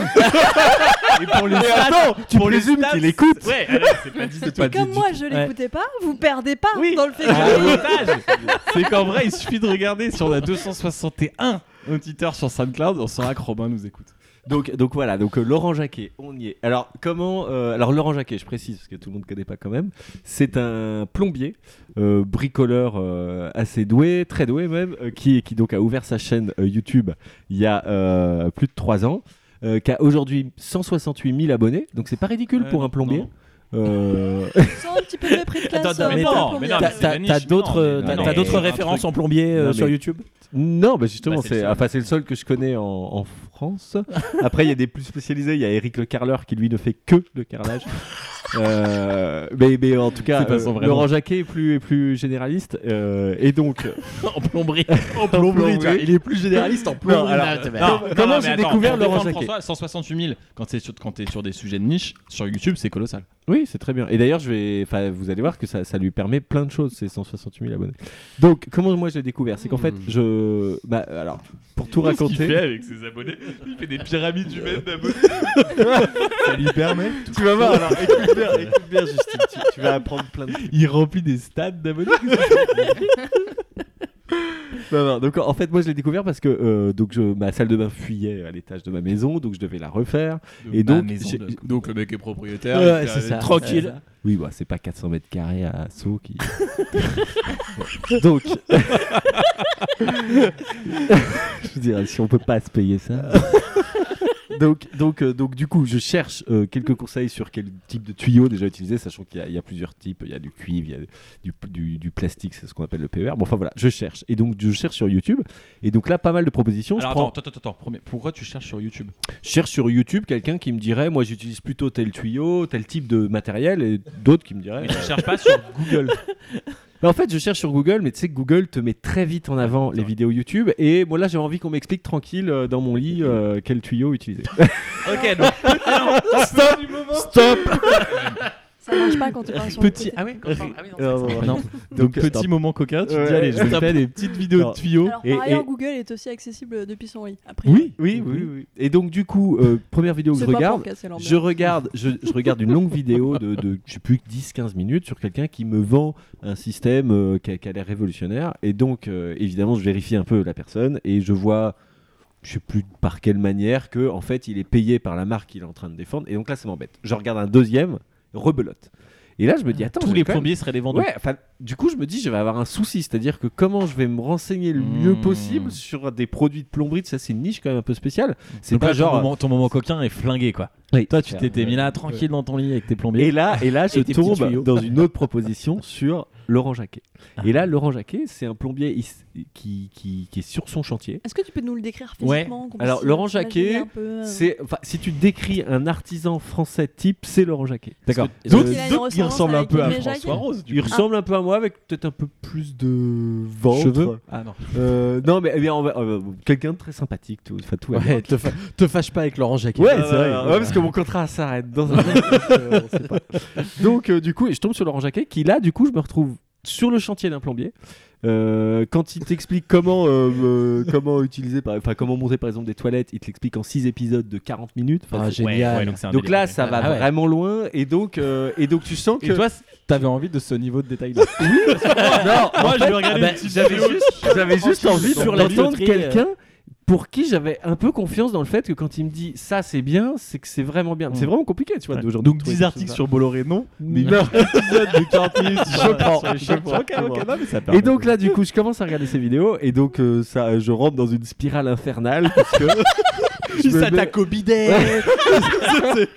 Speaker 2: *laughs* Et pour les
Speaker 3: Mais
Speaker 2: stats,
Speaker 3: attends, tu
Speaker 2: pour les
Speaker 3: présumes
Speaker 2: stats,
Speaker 3: qu'il écoute.
Speaker 2: Ouais, alors, c'est pas dit, c'est pas dit
Speaker 4: Comme
Speaker 2: du
Speaker 4: moi,
Speaker 2: tout.
Speaker 4: je
Speaker 2: Ouais.
Speaker 4: l'écoutais pas, vous perdez pas dans le fait que
Speaker 2: Ah,
Speaker 4: je l'écoute.
Speaker 2: l'avantage, c'est qu'en vrai, il suffit de regarder si on a 261 auditeurs sur SoundCloud, on saura que Robin nous écoute.
Speaker 3: Donc, donc voilà, donc euh, Laurent Jacquet, on y est. Alors comment euh, Alors Laurent Jacquet, je précise parce que tout le monde ne connaît pas quand même. C'est un plombier, euh, bricoleur euh, assez doué, très doué même, euh, qui qui donc a ouvert sa chaîne euh, YouTube il y a euh, plus de 3 ans, euh, qui a aujourd'hui 168 000 abonnés. Donc c'est pas ridicule pour un plombier. Euh, *laughs*
Speaker 4: Sans un petit peu de mépris de classe.
Speaker 6: Attends,
Speaker 4: euh,
Speaker 6: mais
Speaker 4: pour
Speaker 6: non,
Speaker 4: le
Speaker 6: mais
Speaker 4: plombier.
Speaker 6: non, mais c'est la niche, mais non, mais-
Speaker 3: t'as-
Speaker 6: non,
Speaker 3: t'as
Speaker 6: mais
Speaker 3: d'autres
Speaker 6: un
Speaker 3: références
Speaker 6: truc-
Speaker 3: en plombier, euh,
Speaker 6: Non,
Speaker 3: sur
Speaker 6: mais-
Speaker 3: YouTube Non, bah justement,
Speaker 6: Bah, c'est le
Speaker 3: c'est
Speaker 6: seul.
Speaker 3: enfin, c'est le seul que je connais en, en
Speaker 6: *laughs*
Speaker 3: France. Après, il y a des plus spécialisés. Il y a Eric Le Carleur qui lui ne fait que
Speaker 6: *laughs*
Speaker 3: le carrelage. Euh, mais, mais en tout cas,
Speaker 2: C'est pas
Speaker 3: euh,
Speaker 2: son vrai
Speaker 3: Laurent
Speaker 2: nom.
Speaker 3: Jacquet est plus, est plus généraliste. euh, et donc,
Speaker 6: *laughs* en plomberie.
Speaker 3: en plomberie, tu vois, il est plus généraliste en plomberie.
Speaker 2: Non, alors, euh, non, non,
Speaker 3: comment
Speaker 2: non,
Speaker 3: j'ai
Speaker 2: mais attends,
Speaker 3: découvert
Speaker 2: pour
Speaker 3: Laurent
Speaker 2: défendre
Speaker 3: Jacquet
Speaker 2: François, 168 000, quand t'es sur, quand t'es sur des sujets de niche, sur YouTube, c'est colossal.
Speaker 3: Oui, c'est très bien. Et d'ailleurs, je vais, enfin, vous allez voir que ça, ça lui permet plein de choses, ces 168 000 abonnés. Donc, comment moi je l'ai découvert C'est qu'en fait,
Speaker 6: Hmm.
Speaker 3: je, bah, alors, pour tout
Speaker 2: Qu'est-ce
Speaker 3: raconter,
Speaker 2: qu'il fait avec ses abonnés Il fait des pyramides humaines d'abonnés.
Speaker 3: ça lui permet. *laughs* Tu vas voir. Alors, écoute bien, écoute bien, Justine, tu, tu vas apprendre plein de.
Speaker 2: Il remplit des
Speaker 3: *laughs*
Speaker 2: stades d'abonnés.
Speaker 3: Non, non, donc en fait, moi je l'ai découvert parce que euh, donc je, ma salle de bain fuyait à l'étage de ma maison, donc je devais la refaire.
Speaker 2: De
Speaker 3: et
Speaker 2: ma
Speaker 3: donc,
Speaker 2: maison
Speaker 3: j'ai-
Speaker 2: de- donc le mec est propriétaire.
Speaker 3: Ouais,
Speaker 2: il fait
Speaker 3: c'est ça.
Speaker 2: avec-
Speaker 3: Ouais, ça. Oui, bah, c'est pas 400 mètres carrés à Sceaux *laughs* qui. Ouais. *laughs* Donc. je veux dire, si on peut pas se payer ça. *laughs* donc, donc, euh, donc, du coup, je cherche euh, quelques conseils sur quel type de tuyau déjà utiliser, sachant qu'il y a- il y, a plusieurs types. Il y a du cuivre, il y a du, du- du plastique, c'est ce qu'on appelle le PER. Bon, enfin voilà, je cherche. Et donc, je cherche sur YouTube. Et donc là, pas mal de propositions.
Speaker 2: Alors
Speaker 3: je prends-
Speaker 2: attends, attends, attends, attends, premier, pourquoi tu cherches sur YouTube
Speaker 3: je cherche sur YouTube quelqu'un qui me dirait moi j'utilise plutôt tel tuyau, tel type de matériel et d'autres qui me diraient
Speaker 2: Mais tu cherches pas sur
Speaker 3: Google. *laughs* Bah, en fait, je cherche sur Google, mais tu sais que Google te met très vite en avant les vidéos YouTube. Et moi, là, j'ai envie qu'on m'explique tranquille euh, dans mon lit euh, quel tuyau utiliser.
Speaker 6: ok, donc.
Speaker 3: *laughs* Stop Stop
Speaker 4: *laughs* Ça marche pas quand tu parles sur le
Speaker 3: Petit.
Speaker 4: côté.
Speaker 6: Ah oui, quand on parle- ah oui, non, ça-
Speaker 3: Non, non, non.
Speaker 2: Donc, petit
Speaker 3: stop.
Speaker 2: moment coquin, tu te dis
Speaker 3: Ouais,
Speaker 2: allez, je vais
Speaker 3: stop.
Speaker 2: faire des petites vidéos
Speaker 3: Non.
Speaker 2: de tuyaux.
Speaker 4: Alors,
Speaker 3: Et-
Speaker 4: par ailleurs,
Speaker 3: et-
Speaker 4: Google est aussi accessible depuis son lit. Après,
Speaker 3: Oui, oui, oui, oui. Et donc du coup, euh, première vidéo que
Speaker 4: C'est
Speaker 3: je
Speaker 4: pas pour
Speaker 3: regarde,
Speaker 4: casser l'ambiance.
Speaker 3: je regarde, je, je regarde une longue vidéo de, de je sais plus 10-15 minutes sur quelqu'un qui me vend un système euh, qui a, qui a l'air révolutionnaire. Et donc euh, évidemment, je vérifie un peu la personne et je vois, je sais plus par quelle manière que en fait il est payé par la marque qu'il est en train de défendre. Et donc là, ça m'embête. Je regarde un deuxième, rebelote. Et là, je me dis attends,
Speaker 2: Euh, Tous
Speaker 3: j'ai
Speaker 2: les
Speaker 3: quand même-
Speaker 2: premiers seraient des vendeurs.
Speaker 3: Ouais, enfin, du coup, je me dis, je vais avoir un souci, c'est-à-dire que comment je vais me renseigner le mieux
Speaker 2: Mmh.
Speaker 3: possible sur des produits de plomberie, ça c'est une niche quand même un peu spéciale. C'est
Speaker 2: Donc
Speaker 3: pas
Speaker 2: là,
Speaker 3: genre.
Speaker 2: ton moment, ton moment coquin est flingué quoi.
Speaker 3: Oui,
Speaker 2: Toi, tu
Speaker 3: c'est
Speaker 2: t'étais
Speaker 3: clair.
Speaker 2: mis là tranquille dans ton lit avec tes plombiers.
Speaker 3: Et là, et là, je
Speaker 6: Et tes petits
Speaker 3: tombe
Speaker 6: tuyaux.
Speaker 3: dans une autre proposition *laughs* sur Laurent Jacquet. Et
Speaker 2: Ah.
Speaker 3: là, Laurent Jacquet, c'est un plombier is- qui, qui, qui est sur son chantier.
Speaker 4: Est-ce que tu peux nous le décrire
Speaker 3: Ouais.
Speaker 4: physiquement qu'on
Speaker 3: Alors,
Speaker 4: puisse
Speaker 3: Laurent
Speaker 4: imaginer
Speaker 3: Jacquet,
Speaker 4: un peu, euh,
Speaker 3: C'est, enfin, si tu décris un artisan français type, c'est Laurent Jacquet.
Speaker 2: D'accord.
Speaker 6: Est-ce que-
Speaker 2: D'autres
Speaker 4: Il a une
Speaker 2: d'autres qui
Speaker 4: ressemblance
Speaker 2: ressemblent un
Speaker 4: avec
Speaker 2: peu à
Speaker 4: Mireille Jacquet
Speaker 2: François Rose. du
Speaker 3: Il
Speaker 2: coup.
Speaker 3: ressemble un peu à moi avec peut-être un peu plus de ventre.
Speaker 2: Cheveux Ah non.
Speaker 3: Euh, non, mais eh bien, on va- euh, quelqu'un de très sympathique, tout, enfin, tout va bien.
Speaker 7: Ouais, te, fa- te fâche pas avec Laurent Jacquet.
Speaker 3: Ouais, c'est vrai. Ouais, parce que mon contrat s'arrête dans
Speaker 7: *laughs*
Speaker 3: un an, donc, euh, on sait pas. Donc, euh, du coup, je tombe sur Laurent Jacquet qui, là, du coup, je me retrouve sur le chantier d'un plombier. Euh, quand il t'explique comment euh, euh, comment utiliser par- enfin comment monter par exemple des toilettes, il te l'explique en 6 épisodes de 40 minutes. Enfin,
Speaker 7: Ah,
Speaker 3: c'est-
Speaker 7: génial.
Speaker 2: donc c'est un
Speaker 3: donc
Speaker 2: délire,
Speaker 3: là,
Speaker 2: ouais.
Speaker 3: ça va
Speaker 7: Ah ouais.
Speaker 3: vraiment loin et donc euh, et donc tu sens que
Speaker 2: Et toi, c- t'avais envie de ce niveau de détail
Speaker 3: *laughs*
Speaker 2: là.
Speaker 3: non, en
Speaker 2: Moi, je
Speaker 3: fait,
Speaker 2: vais regarder
Speaker 3: bah,
Speaker 2: une petite
Speaker 3: j'avais
Speaker 2: vidéo.
Speaker 3: juste, j'avais juste envie
Speaker 6: Sur la
Speaker 3: d'entendre
Speaker 6: tuyauterie,
Speaker 3: quelqu'un pour qui j'avais un peu confiance dans le fait que quand il me dit ça c'est bien, c'est que c'est vraiment bien. C'est
Speaker 2: Mm.
Speaker 3: vraiment compliqué, tu vois, d'aujourd'hui.
Speaker 2: Donc
Speaker 3: de trouver
Speaker 2: 10
Speaker 3: quelque
Speaker 2: articles
Speaker 3: chose
Speaker 2: sur Bolloré, non. Mais
Speaker 3: Non.
Speaker 2: 8 épisodes de 40 minutes.
Speaker 3: Je prends, je prends,
Speaker 2: Ok,
Speaker 3: je
Speaker 2: ok,
Speaker 3: prends.
Speaker 2: non, mais ça
Speaker 3: comme ça. Et donc là, du coup, je commence à regarder ces vidéos et donc euh, ça, je rentre dans une spirale infernale parce que
Speaker 1: Il s'attaque au bidet.
Speaker 2: *laughs*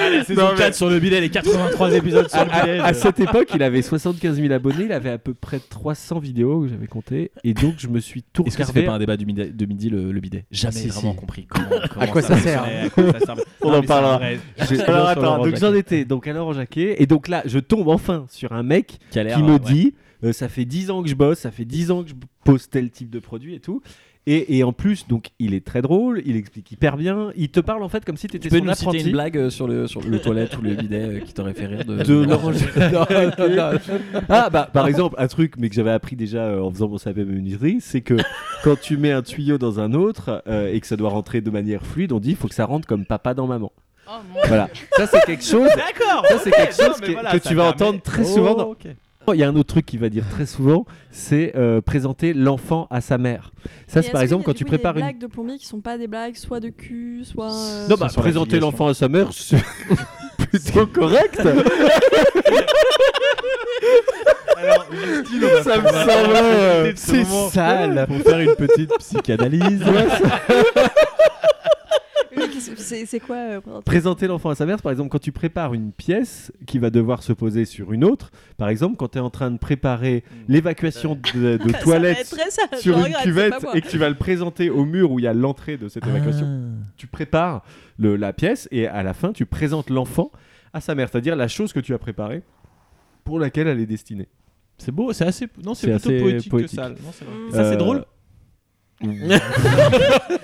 Speaker 1: Ah, la saison
Speaker 3: Non, mais-
Speaker 1: 4 sur le bidet, les 83 épisodes sur le
Speaker 3: À-
Speaker 1: bidet.
Speaker 3: À, à cette époque, il avait 75 000 abonnés, il avait à peu près 300 vidéos que j'avais comptées, et donc je me suis tout
Speaker 1: Est-ce que ça
Speaker 3: regardé.
Speaker 1: fait pas un débat du midi, de midi, le, le bidet Jamais
Speaker 3: Si,
Speaker 1: vraiment
Speaker 3: si.
Speaker 1: compris
Speaker 3: *laughs*
Speaker 1: *laughs* comment, comment
Speaker 3: à quoi ça, sert
Speaker 1: fonctionnait, à quoi ça sert. hein
Speaker 3: *laughs* On
Speaker 1: Non,
Speaker 3: en
Speaker 1: mais
Speaker 3: parlera.
Speaker 1: c'est
Speaker 3: J'ai-
Speaker 1: vrai.
Speaker 3: Alors attends, donc j'en étais donc à Laurent Jacquet et donc là je tombe enfin sur un mec
Speaker 1: Qui
Speaker 3: qui,
Speaker 1: a l'air,
Speaker 3: me
Speaker 1: ouais.
Speaker 3: dit euh, ça fait 10 ans que je bosse, ça fait 10 ans que je pose tel type de produit et tout. Et, et en plus, donc il est très drôle, il explique hyper bien, il te parle en fait comme si t'étais
Speaker 1: Tu peux
Speaker 3: son
Speaker 1: nous
Speaker 3: apprenti.
Speaker 1: citer une blague euh, sur le, sur le toilette ou le bidet euh, qui t'aurait fait rire de,
Speaker 3: de *laughs* Laurent
Speaker 1: Non, non, non.
Speaker 3: Ah bah par exemple un truc mais que j'avais appris déjà euh, en faisant mon sapé menuiserie,
Speaker 6: *laughs*
Speaker 3: c'est que quand tu mets un tuyau dans un autre euh, et que ça doit rentrer de manière fluide, on dit il faut que ça rentre comme papa dans maman.
Speaker 4: Oh,
Speaker 3: voilà, ça c'est quelque
Speaker 6: *laughs*
Speaker 3: chose.
Speaker 6: D'accord,
Speaker 3: Ça c'est
Speaker 6: ok,
Speaker 3: quelque
Speaker 6: non,
Speaker 3: chose
Speaker 6: mais
Speaker 3: que,
Speaker 6: voilà,
Speaker 3: que
Speaker 6: ça
Speaker 3: tu vas
Speaker 6: permet-
Speaker 3: entendre très
Speaker 6: Oh,
Speaker 3: souvent. dans-
Speaker 6: ok.
Speaker 3: Il y a un autre truc qu'il va dire très souvent, c'est euh, présenter l'enfant à sa mère. Ça c'est par exemple quand tu prépares
Speaker 4: des
Speaker 3: une
Speaker 4: blagues de plombier qui sont pas des blagues soit de cul, soit. euh,
Speaker 3: non, bah, présenter l'enfant à sa mère, c'est
Speaker 6: *laughs*
Speaker 3: plutôt correct.
Speaker 13: Ça me
Speaker 3: semblait, euh,
Speaker 13: C'est sale
Speaker 2: Pour faire une petite
Speaker 3: *laughs*
Speaker 2: psychanalyse.
Speaker 4: *laughs* Oui, qu'est-ce- C'est c'est quoi euh, présenter-
Speaker 3: Présenter l'enfant à sa mère, par exemple, quand tu prépares une pièce qui va devoir se poser sur une autre, par exemple, quand tu es en train de préparer l'évacuation de, de
Speaker 4: Mm. *laughs* Ça va
Speaker 3: toilettes
Speaker 4: être très sale,
Speaker 3: sur
Speaker 4: je
Speaker 3: une
Speaker 4: regrette, c'est
Speaker 3: cuvette
Speaker 4: pas moi.
Speaker 3: et que tu vas le présenter au mur où il y a l'entrée de cette évacuation,
Speaker 4: Ah.
Speaker 3: tu prépares le- la pièce et à la fin, tu présentes l'enfant à sa mère, c'est-à-dire la chose que tu as préparée pour laquelle elle est destinée.
Speaker 2: C'est beau, c'est assez. Non, c'est
Speaker 3: C'est
Speaker 2: plutôt
Speaker 3: assez
Speaker 2: poétique,
Speaker 3: poétique.
Speaker 2: que sale. Non, c'est vrai.
Speaker 3: Mm.
Speaker 2: Et Ça, c'est
Speaker 3: Euh, *laughs*
Speaker 2: drôle.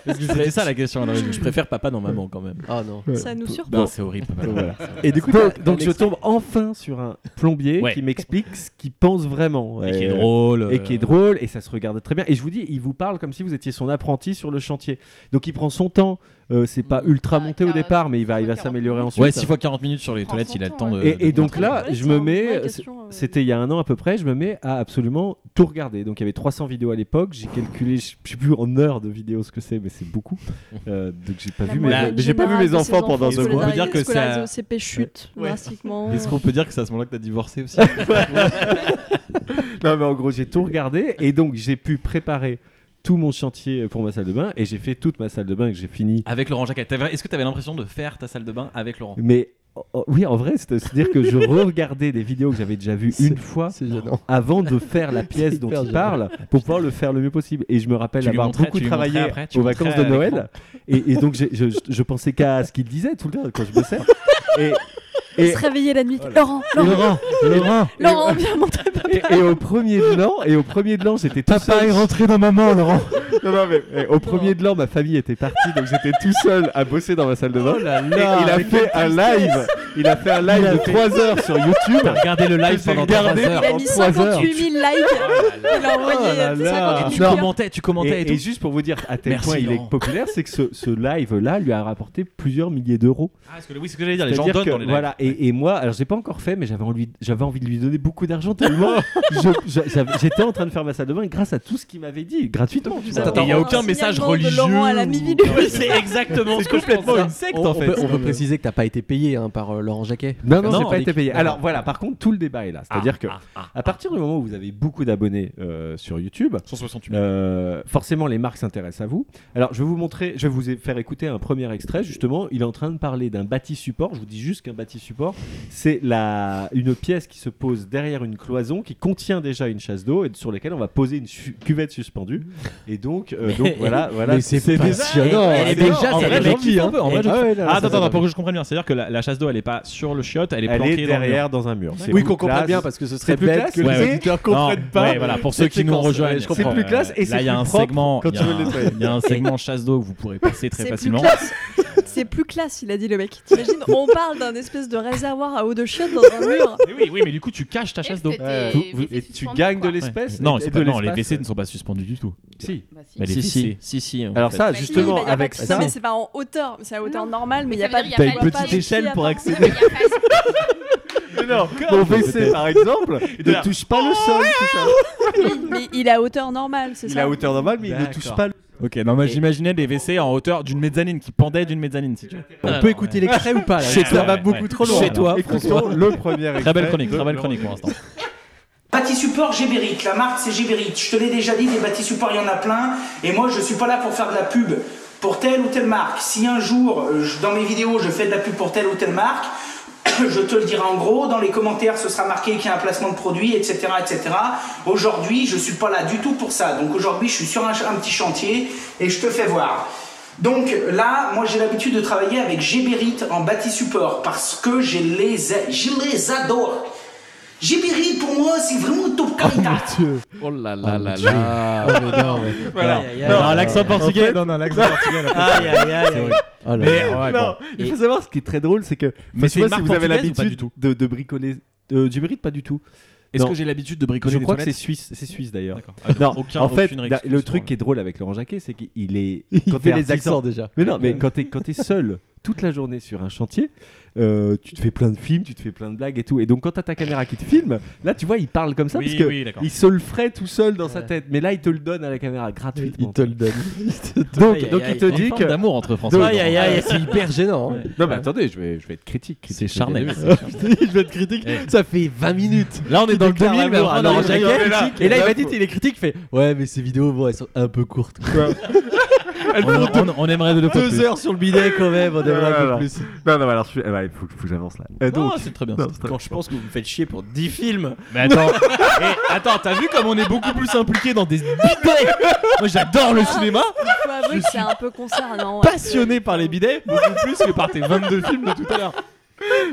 Speaker 1: Parce que c'était ça la question. à l'origine. je préfère papa dans maman quand même.
Speaker 7: Ah non.
Speaker 4: Ça nous surprend.
Speaker 1: Non, c'est horrible. papa dans
Speaker 3: Voilà.
Speaker 1: maman.
Speaker 3: Et du coup,
Speaker 1: Donc-
Speaker 3: donc, donc je tombe enfin sur un plombier
Speaker 1: Ouais.
Speaker 3: qui m'explique ce qu'il pense vraiment.
Speaker 1: Et qui est
Speaker 3: Euh,
Speaker 1: drôle,
Speaker 3: Et qui
Speaker 1: euh.
Speaker 3: est drôle, et ça se regarde très bien. Et je vous dis, il vous parle comme si vous étiez son apprenti sur le chantier. Donc il prend son temps. Euh,
Speaker 4: Mm.
Speaker 3: c'est pas ultra monté
Speaker 4: Ah,
Speaker 3: au départ, mais il va, il va s'améliorer ensuite.
Speaker 1: Ouais, 6 fois 40 minutes sur les toilettes, il a le temps de.
Speaker 2: euh,
Speaker 3: Et, et
Speaker 1: de-
Speaker 3: donc là, je me mets,
Speaker 1: vraie
Speaker 3: c'est- c'était il y a un an à peu près, je me mets à absolument tout regarder. Donc il y avait 300 vidéos à l'époque, j'ai calculé, je je sais plus en heures de vidéos ce que c'est, mais c'est
Speaker 2: *laughs*
Speaker 3: beaucoup. Euh, donc j'ai pas
Speaker 4: La
Speaker 3: vu mes,
Speaker 4: moyenne
Speaker 3: mais j'ai pas vu
Speaker 4: générale
Speaker 3: mes
Speaker 4: de ces
Speaker 3: enfants pendant
Speaker 4: enfants
Speaker 3: deux
Speaker 4: scolarisés-
Speaker 3: mois.
Speaker 2: On peut dire que
Speaker 4: scolarisés
Speaker 2: ça-
Speaker 4: au CP chute
Speaker 3: *laughs*
Speaker 2: Ouais.
Speaker 4: drastiquement. euh,
Speaker 2: Est-ce qu'on peut dire que c'est à ce moment-là que t'as divorcé *laughs* aussi
Speaker 3: non mais en gros j'ai tout regardé et donc j'ai pu préparer tout mon chantier pour ma salle de bain et j'ai fait toute ma salle de bain que j'ai fini
Speaker 1: Avec Laurent Jacquet. T'avais- Est-ce que t'avais l'impression de faire ta salle de bain avec Laurent
Speaker 3: mais oh, oh, oui en vrai c'est- c'est-à-dire que
Speaker 1: *laughs*
Speaker 3: je re-regardais des vidéos que j'avais déjà vues une fois avant de faire
Speaker 1: *laughs*
Speaker 3: la pièce dont
Speaker 1: hyper
Speaker 3: il
Speaker 1: gênant.
Speaker 3: parle pour pouvoir le faire le mieux possible et je me rappelle
Speaker 1: Tu lui
Speaker 3: avoir
Speaker 1: montrais-
Speaker 3: beaucoup
Speaker 1: tu lui
Speaker 3: travaillé
Speaker 1: montrais après, tu
Speaker 3: aux
Speaker 1: lui
Speaker 3: vacances de
Speaker 1: montrais à
Speaker 3: Noël et, et donc j'ai- je, je- je pensais qu'à ce qu'il disait tout le temps quand je bossais et,
Speaker 4: Et...
Speaker 3: et,
Speaker 4: Se réveiller la nuit. Laurent, Laurent,
Speaker 3: Laurent, Laurent,
Speaker 4: Laurent, viens montrer
Speaker 3: et, et au premier de l'an, et au premier de l'an, j'étais tout seul.
Speaker 13: Papa est rentré dans maman, Laurent.
Speaker 3: *laughs* Non, non, mais, eh, au premier de l'an, ma famille était partie, donc j'étais tout seul à bosser dans ma salle de bain.
Speaker 13: là,
Speaker 3: et il a
Speaker 13: mais
Speaker 3: fait
Speaker 13: quelle
Speaker 3: un
Speaker 13: tristesse.
Speaker 3: live. Il a fait un
Speaker 13: Il
Speaker 3: live
Speaker 13: a
Speaker 3: de
Speaker 13: fait-
Speaker 3: 3 heures sur YouTube.
Speaker 1: T'as regardé le live
Speaker 3: J'ai
Speaker 1: pendant
Speaker 3: regardé
Speaker 1: 3 heures. Oh
Speaker 4: Il a mis
Speaker 3: en trois heures.
Speaker 4: 58 000 likes. Il a envoyé
Speaker 3: Oh là
Speaker 4: euh,
Speaker 3: là.
Speaker 4: 58
Speaker 1: Tu commentais, tu commentais
Speaker 3: Et,
Speaker 1: et, tout.
Speaker 3: et juste pour vous dire à tel
Speaker 1: Merci,
Speaker 3: point il
Speaker 1: Laurent.
Speaker 3: est populaire, c'est que ce, ce live-là lui a rapporté plusieurs milliers d'euros.
Speaker 1: Ah, parce que oui, c'est ce que j'allais dire. Les gens
Speaker 3: C'est-à-dire
Speaker 1: donnent
Speaker 3: que,
Speaker 1: dans les lives.
Speaker 3: voilà, et, et moi, alors j'ai pas encore fait, mais j'avais envie, j'avais envie de lui donner beaucoup d'argent
Speaker 1: *laughs*
Speaker 3: tellement je- je- j'avais- j'étais en train de faire ma salle de bain grâce à tout ce qu'il m'avait dit gratuitement. tu vois.
Speaker 1: Attends, il n'y a aucun
Speaker 4: signalement
Speaker 1: message
Speaker 4: de
Speaker 1: religieux.
Speaker 4: Laurent à la mi-ville.
Speaker 1: Oui, c'est exactement ce que je pense.
Speaker 7: on, on peut, on peut
Speaker 3: Non, mais-
Speaker 7: préciser que t'as pas été payé hein, par euh, Laurent Jacquet.
Speaker 3: Non, non,
Speaker 7: Comme
Speaker 3: j'ai
Speaker 7: ça,
Speaker 3: pas été
Speaker 7: Eric.
Speaker 3: payé.
Speaker 7: D'accord.
Speaker 3: Alors voilà, par contre, tout le débat est là. C'est-à-dire
Speaker 1: Ah,
Speaker 3: que
Speaker 1: ah, ah.
Speaker 3: à partir du moment où vous avez beaucoup d'abonnés euh, sur YouTube,
Speaker 1: 168
Speaker 3: euh, forcément les marques s'intéressent à vous. Alors je vais vous montrer, je vais vous faire écouter un premier extrait. Justement, il est en train de parler d'un bâti support. Je vous dis juste qu'un bâti support, c'est la une pièce qui se pose derrière une cloison qui contient déjà une chasse d'eau et sur laquelle on va poser une su- cuvette suspendue. Et donc, euh, donc
Speaker 2: *laughs*
Speaker 3: voilà, voilà.
Speaker 7: Mais c'est passionnant.
Speaker 3: déjà-
Speaker 7: Et
Speaker 3: Et
Speaker 7: déjà,
Speaker 3: déjà,
Speaker 2: en
Speaker 7: ça
Speaker 2: vrai,
Speaker 7: donne
Speaker 2: je
Speaker 7: envie,
Speaker 2: kiffe un
Speaker 7: hein.
Speaker 2: peu. En vrai, je
Speaker 3: Ah
Speaker 2: kiffe.
Speaker 3: ouais, là, ça,
Speaker 2: Ah, attends,
Speaker 3: ça
Speaker 2: attends,
Speaker 3: donne
Speaker 2: pour que je comprenne bien, c'est-à-dire que la, la chasse d'eau, elle est pas sur le chiotte, elle est
Speaker 3: elle
Speaker 2: planquée
Speaker 3: est
Speaker 2: dans le mur.
Speaker 3: derrière dans un mur. C'est
Speaker 7: Oui,
Speaker 3: plus
Speaker 7: qu'on comprenne
Speaker 3: classe.
Speaker 7: bien parce que ce
Speaker 3: C'est
Speaker 7: serait
Speaker 3: plus
Speaker 7: bête
Speaker 3: classe
Speaker 7: que
Speaker 3: que
Speaker 2: ouais,
Speaker 3: les
Speaker 2: ouais.
Speaker 3: auditeurs
Speaker 2: Non,
Speaker 3: comprennent pas.
Speaker 2: ouais, voilà, pour ceux
Speaker 3: cette
Speaker 2: qui nous
Speaker 3: séquence.
Speaker 2: rejoignent, je
Speaker 3: c'est
Speaker 2: comprends.
Speaker 3: plus classe et
Speaker 2: Là,
Speaker 3: c'est
Speaker 2: il y a
Speaker 3: plus
Speaker 2: un
Speaker 3: propre
Speaker 2: segment,
Speaker 3: quand
Speaker 2: il y
Speaker 3: tu
Speaker 2: a
Speaker 3: veux le
Speaker 2: un-
Speaker 3: nettoyer.
Speaker 2: il y a un segment chasse d'eau que vous pourrez passer très
Speaker 4: C'est plus
Speaker 2: facilement.
Speaker 4: classe. C'est plus classe, il a dit le mec. T'imagines, on parle d'un espèce de réservoir à eau de chiotte dans un mur.
Speaker 2: Mais oui, oui, mais du coup, tu caches ta chasse d'eau.
Speaker 5: c'était-
Speaker 3: Vous-
Speaker 5: les
Speaker 3: vous-
Speaker 5: WC
Speaker 3: et tu
Speaker 5: suspendus,
Speaker 3: gagnes de
Speaker 5: quoi.
Speaker 3: l'espace
Speaker 2: Non,
Speaker 3: et
Speaker 2: c'est
Speaker 3: de
Speaker 2: pas- non, les
Speaker 3: l'espace.
Speaker 2: WC ne sont pas suspendus du tout.
Speaker 3: Si.
Speaker 5: Bah, si.
Speaker 2: Mais les
Speaker 6: Si, si,
Speaker 2: WC.
Speaker 6: si, si. en
Speaker 3: Alors
Speaker 6: fait.
Speaker 3: ça,
Speaker 5: si,
Speaker 3: justement,
Speaker 4: Oui, Bah, mais
Speaker 3: avec
Speaker 4: d'accord,
Speaker 3: ça,
Speaker 4: Non,
Speaker 2: Ah,
Speaker 4: mais c'est pas en hauteur, c'est à hauteur
Speaker 5: Non.
Speaker 4: normale, mais il n'y a
Speaker 5: Ça
Speaker 4: pas
Speaker 5: veut
Speaker 4: de.
Speaker 5: dire qu'il y a
Speaker 4: il
Speaker 5: pas
Speaker 4: y a
Speaker 5: une
Speaker 4: pas
Speaker 3: petite
Speaker 4: de-
Speaker 3: échelle pour
Speaker 4: il y a
Speaker 3: accéder.
Speaker 4: pas-
Speaker 3: mon WC par exemple,
Speaker 2: de
Speaker 3: ne
Speaker 2: là.
Speaker 3: touche pas le sol. tout ça.
Speaker 4: Oui, mais il est à hauteur normale, c'est
Speaker 3: Il
Speaker 4: ça.
Speaker 3: est à hauteur normale, mais il ne
Speaker 2: D'accord.
Speaker 3: touche pas le
Speaker 2: Ok, non, moi j'imaginais des WC en hauteur d'une mezzanine qui pendaient d'une mezzanine, si tu veux.
Speaker 1: Ah
Speaker 7: On peut écouter l'extrait ou pas là
Speaker 2: Chez
Speaker 7: Ça
Speaker 2: toi,
Speaker 7: va
Speaker 2: ouais,
Speaker 7: beaucoup
Speaker 2: ouais.
Speaker 7: trop loin.
Speaker 2: Chez toi,
Speaker 3: Écoutons
Speaker 7: *laughs*
Speaker 3: le premier
Speaker 2: Très belle
Speaker 3: extrait
Speaker 2: chronique,
Speaker 3: de
Speaker 2: très belle
Speaker 3: Laurent
Speaker 2: chronique pour l'instant.
Speaker 12: Bâti support Gébérite, la marque c'est Gébérite. Je te l'ai déjà dit, des bâtis supports il y en a plein. Et moi je suis pas là pour faire de la pub. pour telle ou telle marque. Si un jour, euh, je- dans mes vidéos, je fais de la pub pour telle ou telle marque, *coughs* je te le dirai en gros. Dans les commentaires, ce sera marqué qu'il y a un placement de produit, etc. etc. Aujourd'hui, je suis pas là du tout pour ça. Donc aujourd'hui, je suis sur un, ch- un petit chantier et je te fais voir. Donc là, moi j'ai l'habitude de travailler avec Géberit en bâti support parce que je les, a- je les adore. Géberit pour moi c'est vraiment top qualité.
Speaker 1: Oh là là là
Speaker 13: Dieu.
Speaker 1: là.
Speaker 13: Oh, mais non, mais- Voilà. Aïe, aïe, aïe. Non, l'accent portugais.
Speaker 3: Non, non, l'accent portugais, là, parce que-
Speaker 13: Aïe, aïe, aïe,
Speaker 3: c'est
Speaker 13: aïe.
Speaker 3: horrible.
Speaker 13: Oh
Speaker 1: Ah
Speaker 13: là
Speaker 3: Mais
Speaker 13: là.
Speaker 3: ouais,
Speaker 13: Non,
Speaker 3: bon. il faut savoir ce qui est très drôle, c'est que. Mais tu
Speaker 1: c'est une
Speaker 3: vois, si
Speaker 1: marque
Speaker 3: vous avez
Speaker 1: portugaise ou pas
Speaker 3: l'habitude
Speaker 1: du tout
Speaker 3: de, de bricoler. euh, du bride, pas du tout.
Speaker 1: Est-ce
Speaker 3: Non.
Speaker 1: que j'ai l'habitude de bricoler
Speaker 3: Je
Speaker 1: des
Speaker 3: crois que
Speaker 1: toilettes
Speaker 3: c'est suisse, c'est suisse d'ailleurs.
Speaker 1: D'accord. Ah, donc
Speaker 3: Non,
Speaker 1: aucun-
Speaker 3: en fait,
Speaker 1: aucune hein.
Speaker 3: da-
Speaker 1: excuse
Speaker 3: le
Speaker 1: pour
Speaker 3: truc qui est drôle avec Laurent Jacquet, c'est qu'il
Speaker 1: *laughs*
Speaker 3: est
Speaker 7: Il
Speaker 3: quand
Speaker 7: fait
Speaker 3: t'es
Speaker 7: les
Speaker 3: artisan-
Speaker 7: accents, déjà.
Speaker 3: Mais non, mais
Speaker 7: Ouais.
Speaker 3: quand t'es quand t'es seul toute la journée sur un chantier, euh, tu te fais plein de films, tu te fais plein de blagues et tout. Et donc quand t'as ta caméra qui te filme, là tu vois, il parle comme ça
Speaker 7: Oui,
Speaker 3: parce que
Speaker 7: oui, d'accord.
Speaker 3: il se le ferait tout seul dans sa tête. Mais là, il te le donne à la caméra gratuitement. Il te le
Speaker 7: donne.
Speaker 3: *laughs* donc,
Speaker 7: Aïe,
Speaker 3: donc
Speaker 7: aïe,
Speaker 3: il te
Speaker 7: aïe.
Speaker 3: dit
Speaker 7: Une forme
Speaker 3: que
Speaker 7: d'amour entre François et
Speaker 3: Donc-
Speaker 7: Laurent. Aïe, aïe, aïe,
Speaker 3: *laughs*
Speaker 7: c'est hyper gênant, hein.
Speaker 3: Non mais attendez, je vais je vais être critique. C'est
Speaker 7: charnel, c'est charnel.
Speaker 3: *laughs* je vais être critique.
Speaker 7: Ça fait 20 minutes. Là, on est
Speaker 3: dans le
Speaker 7: 2000, mais alors, Laurent Jacquet, critique. et là, il va dire,
Speaker 3: dit
Speaker 7: il est critique, il fait Ouais, mais ces vidéos, bon, elles sont un peu courtes.
Speaker 2: on, on- on aimerait de le
Speaker 7: Deux heures sur le bidet, quand même, on aimerait un peu plus.
Speaker 3: Non, non, mais alors, je suis- eh ben, il faut, faut que j'avance là. Euh, donc-
Speaker 7: Non, c'est très bien, Bah,
Speaker 3: Non,
Speaker 7: c'est
Speaker 3: c'est
Speaker 7: très
Speaker 3: très
Speaker 6: Quand je pense que vous me faites chier pour 10 films.
Speaker 2: Mais attends, eh, attends, t'as vu comme on est beaucoup plus impliqué dans des bidets Moi j'adore le cinéma,
Speaker 4: Il Ah, faut avouer
Speaker 2: Je
Speaker 4: que
Speaker 2: suis
Speaker 4: c'est un peu concernant. ouais.
Speaker 2: passionné par les bidets, beaucoup plus que par tes 22 films de tout à l'heure.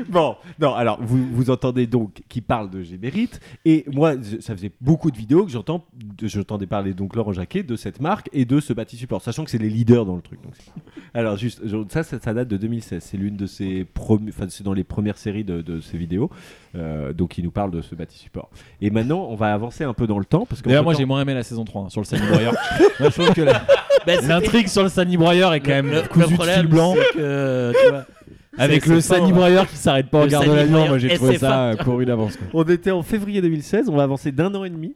Speaker 3: Bon, non, alors vous, vous entendez donc qui parle de Gémérite, et moi je- ça faisait beaucoup de vidéos que j'entends, de- j'entendais parler donc Laurent Jacquet de cette marque et de ce bâti support, sachant que c'est les leaders dans le truc. donc c'est- Alors juste, je- ça, ça, ça date de 2016, c'est l'une de ses premi- enfin c'est dans les premières séries de, de ces vidéos, Euh, donc il nous parle de ce bâti support. Et maintenant on va avancer un peu dans le temps parce que
Speaker 2: D'ailleurs, moi j'ai moins aimé la saison 3 hein, sur le Sunny Broyer. *laughs* Moi, je trouve que la-
Speaker 6: Ben, c'était-
Speaker 2: l'intrigue sur Bah, le Sunny Broyer est quand même
Speaker 6: Le- le
Speaker 2: cousue de
Speaker 6: problème,
Speaker 2: fil blanc.
Speaker 6: c'est que, tu vois,
Speaker 2: Avec
Speaker 6: c'est-
Speaker 2: le
Speaker 6: c'est fort,
Speaker 2: Sunny
Speaker 6: hein.
Speaker 2: Broyer qui s'arrête pas en
Speaker 6: Le
Speaker 2: gare de
Speaker 6: Sunny
Speaker 2: l'avion,
Speaker 6: Broyer
Speaker 2: moi j'ai trouvé
Speaker 6: SFA.
Speaker 2: ça euh, couru d'avance. quoi.
Speaker 3: *laughs* On était en février 2016, on va avancer d'un an et demi.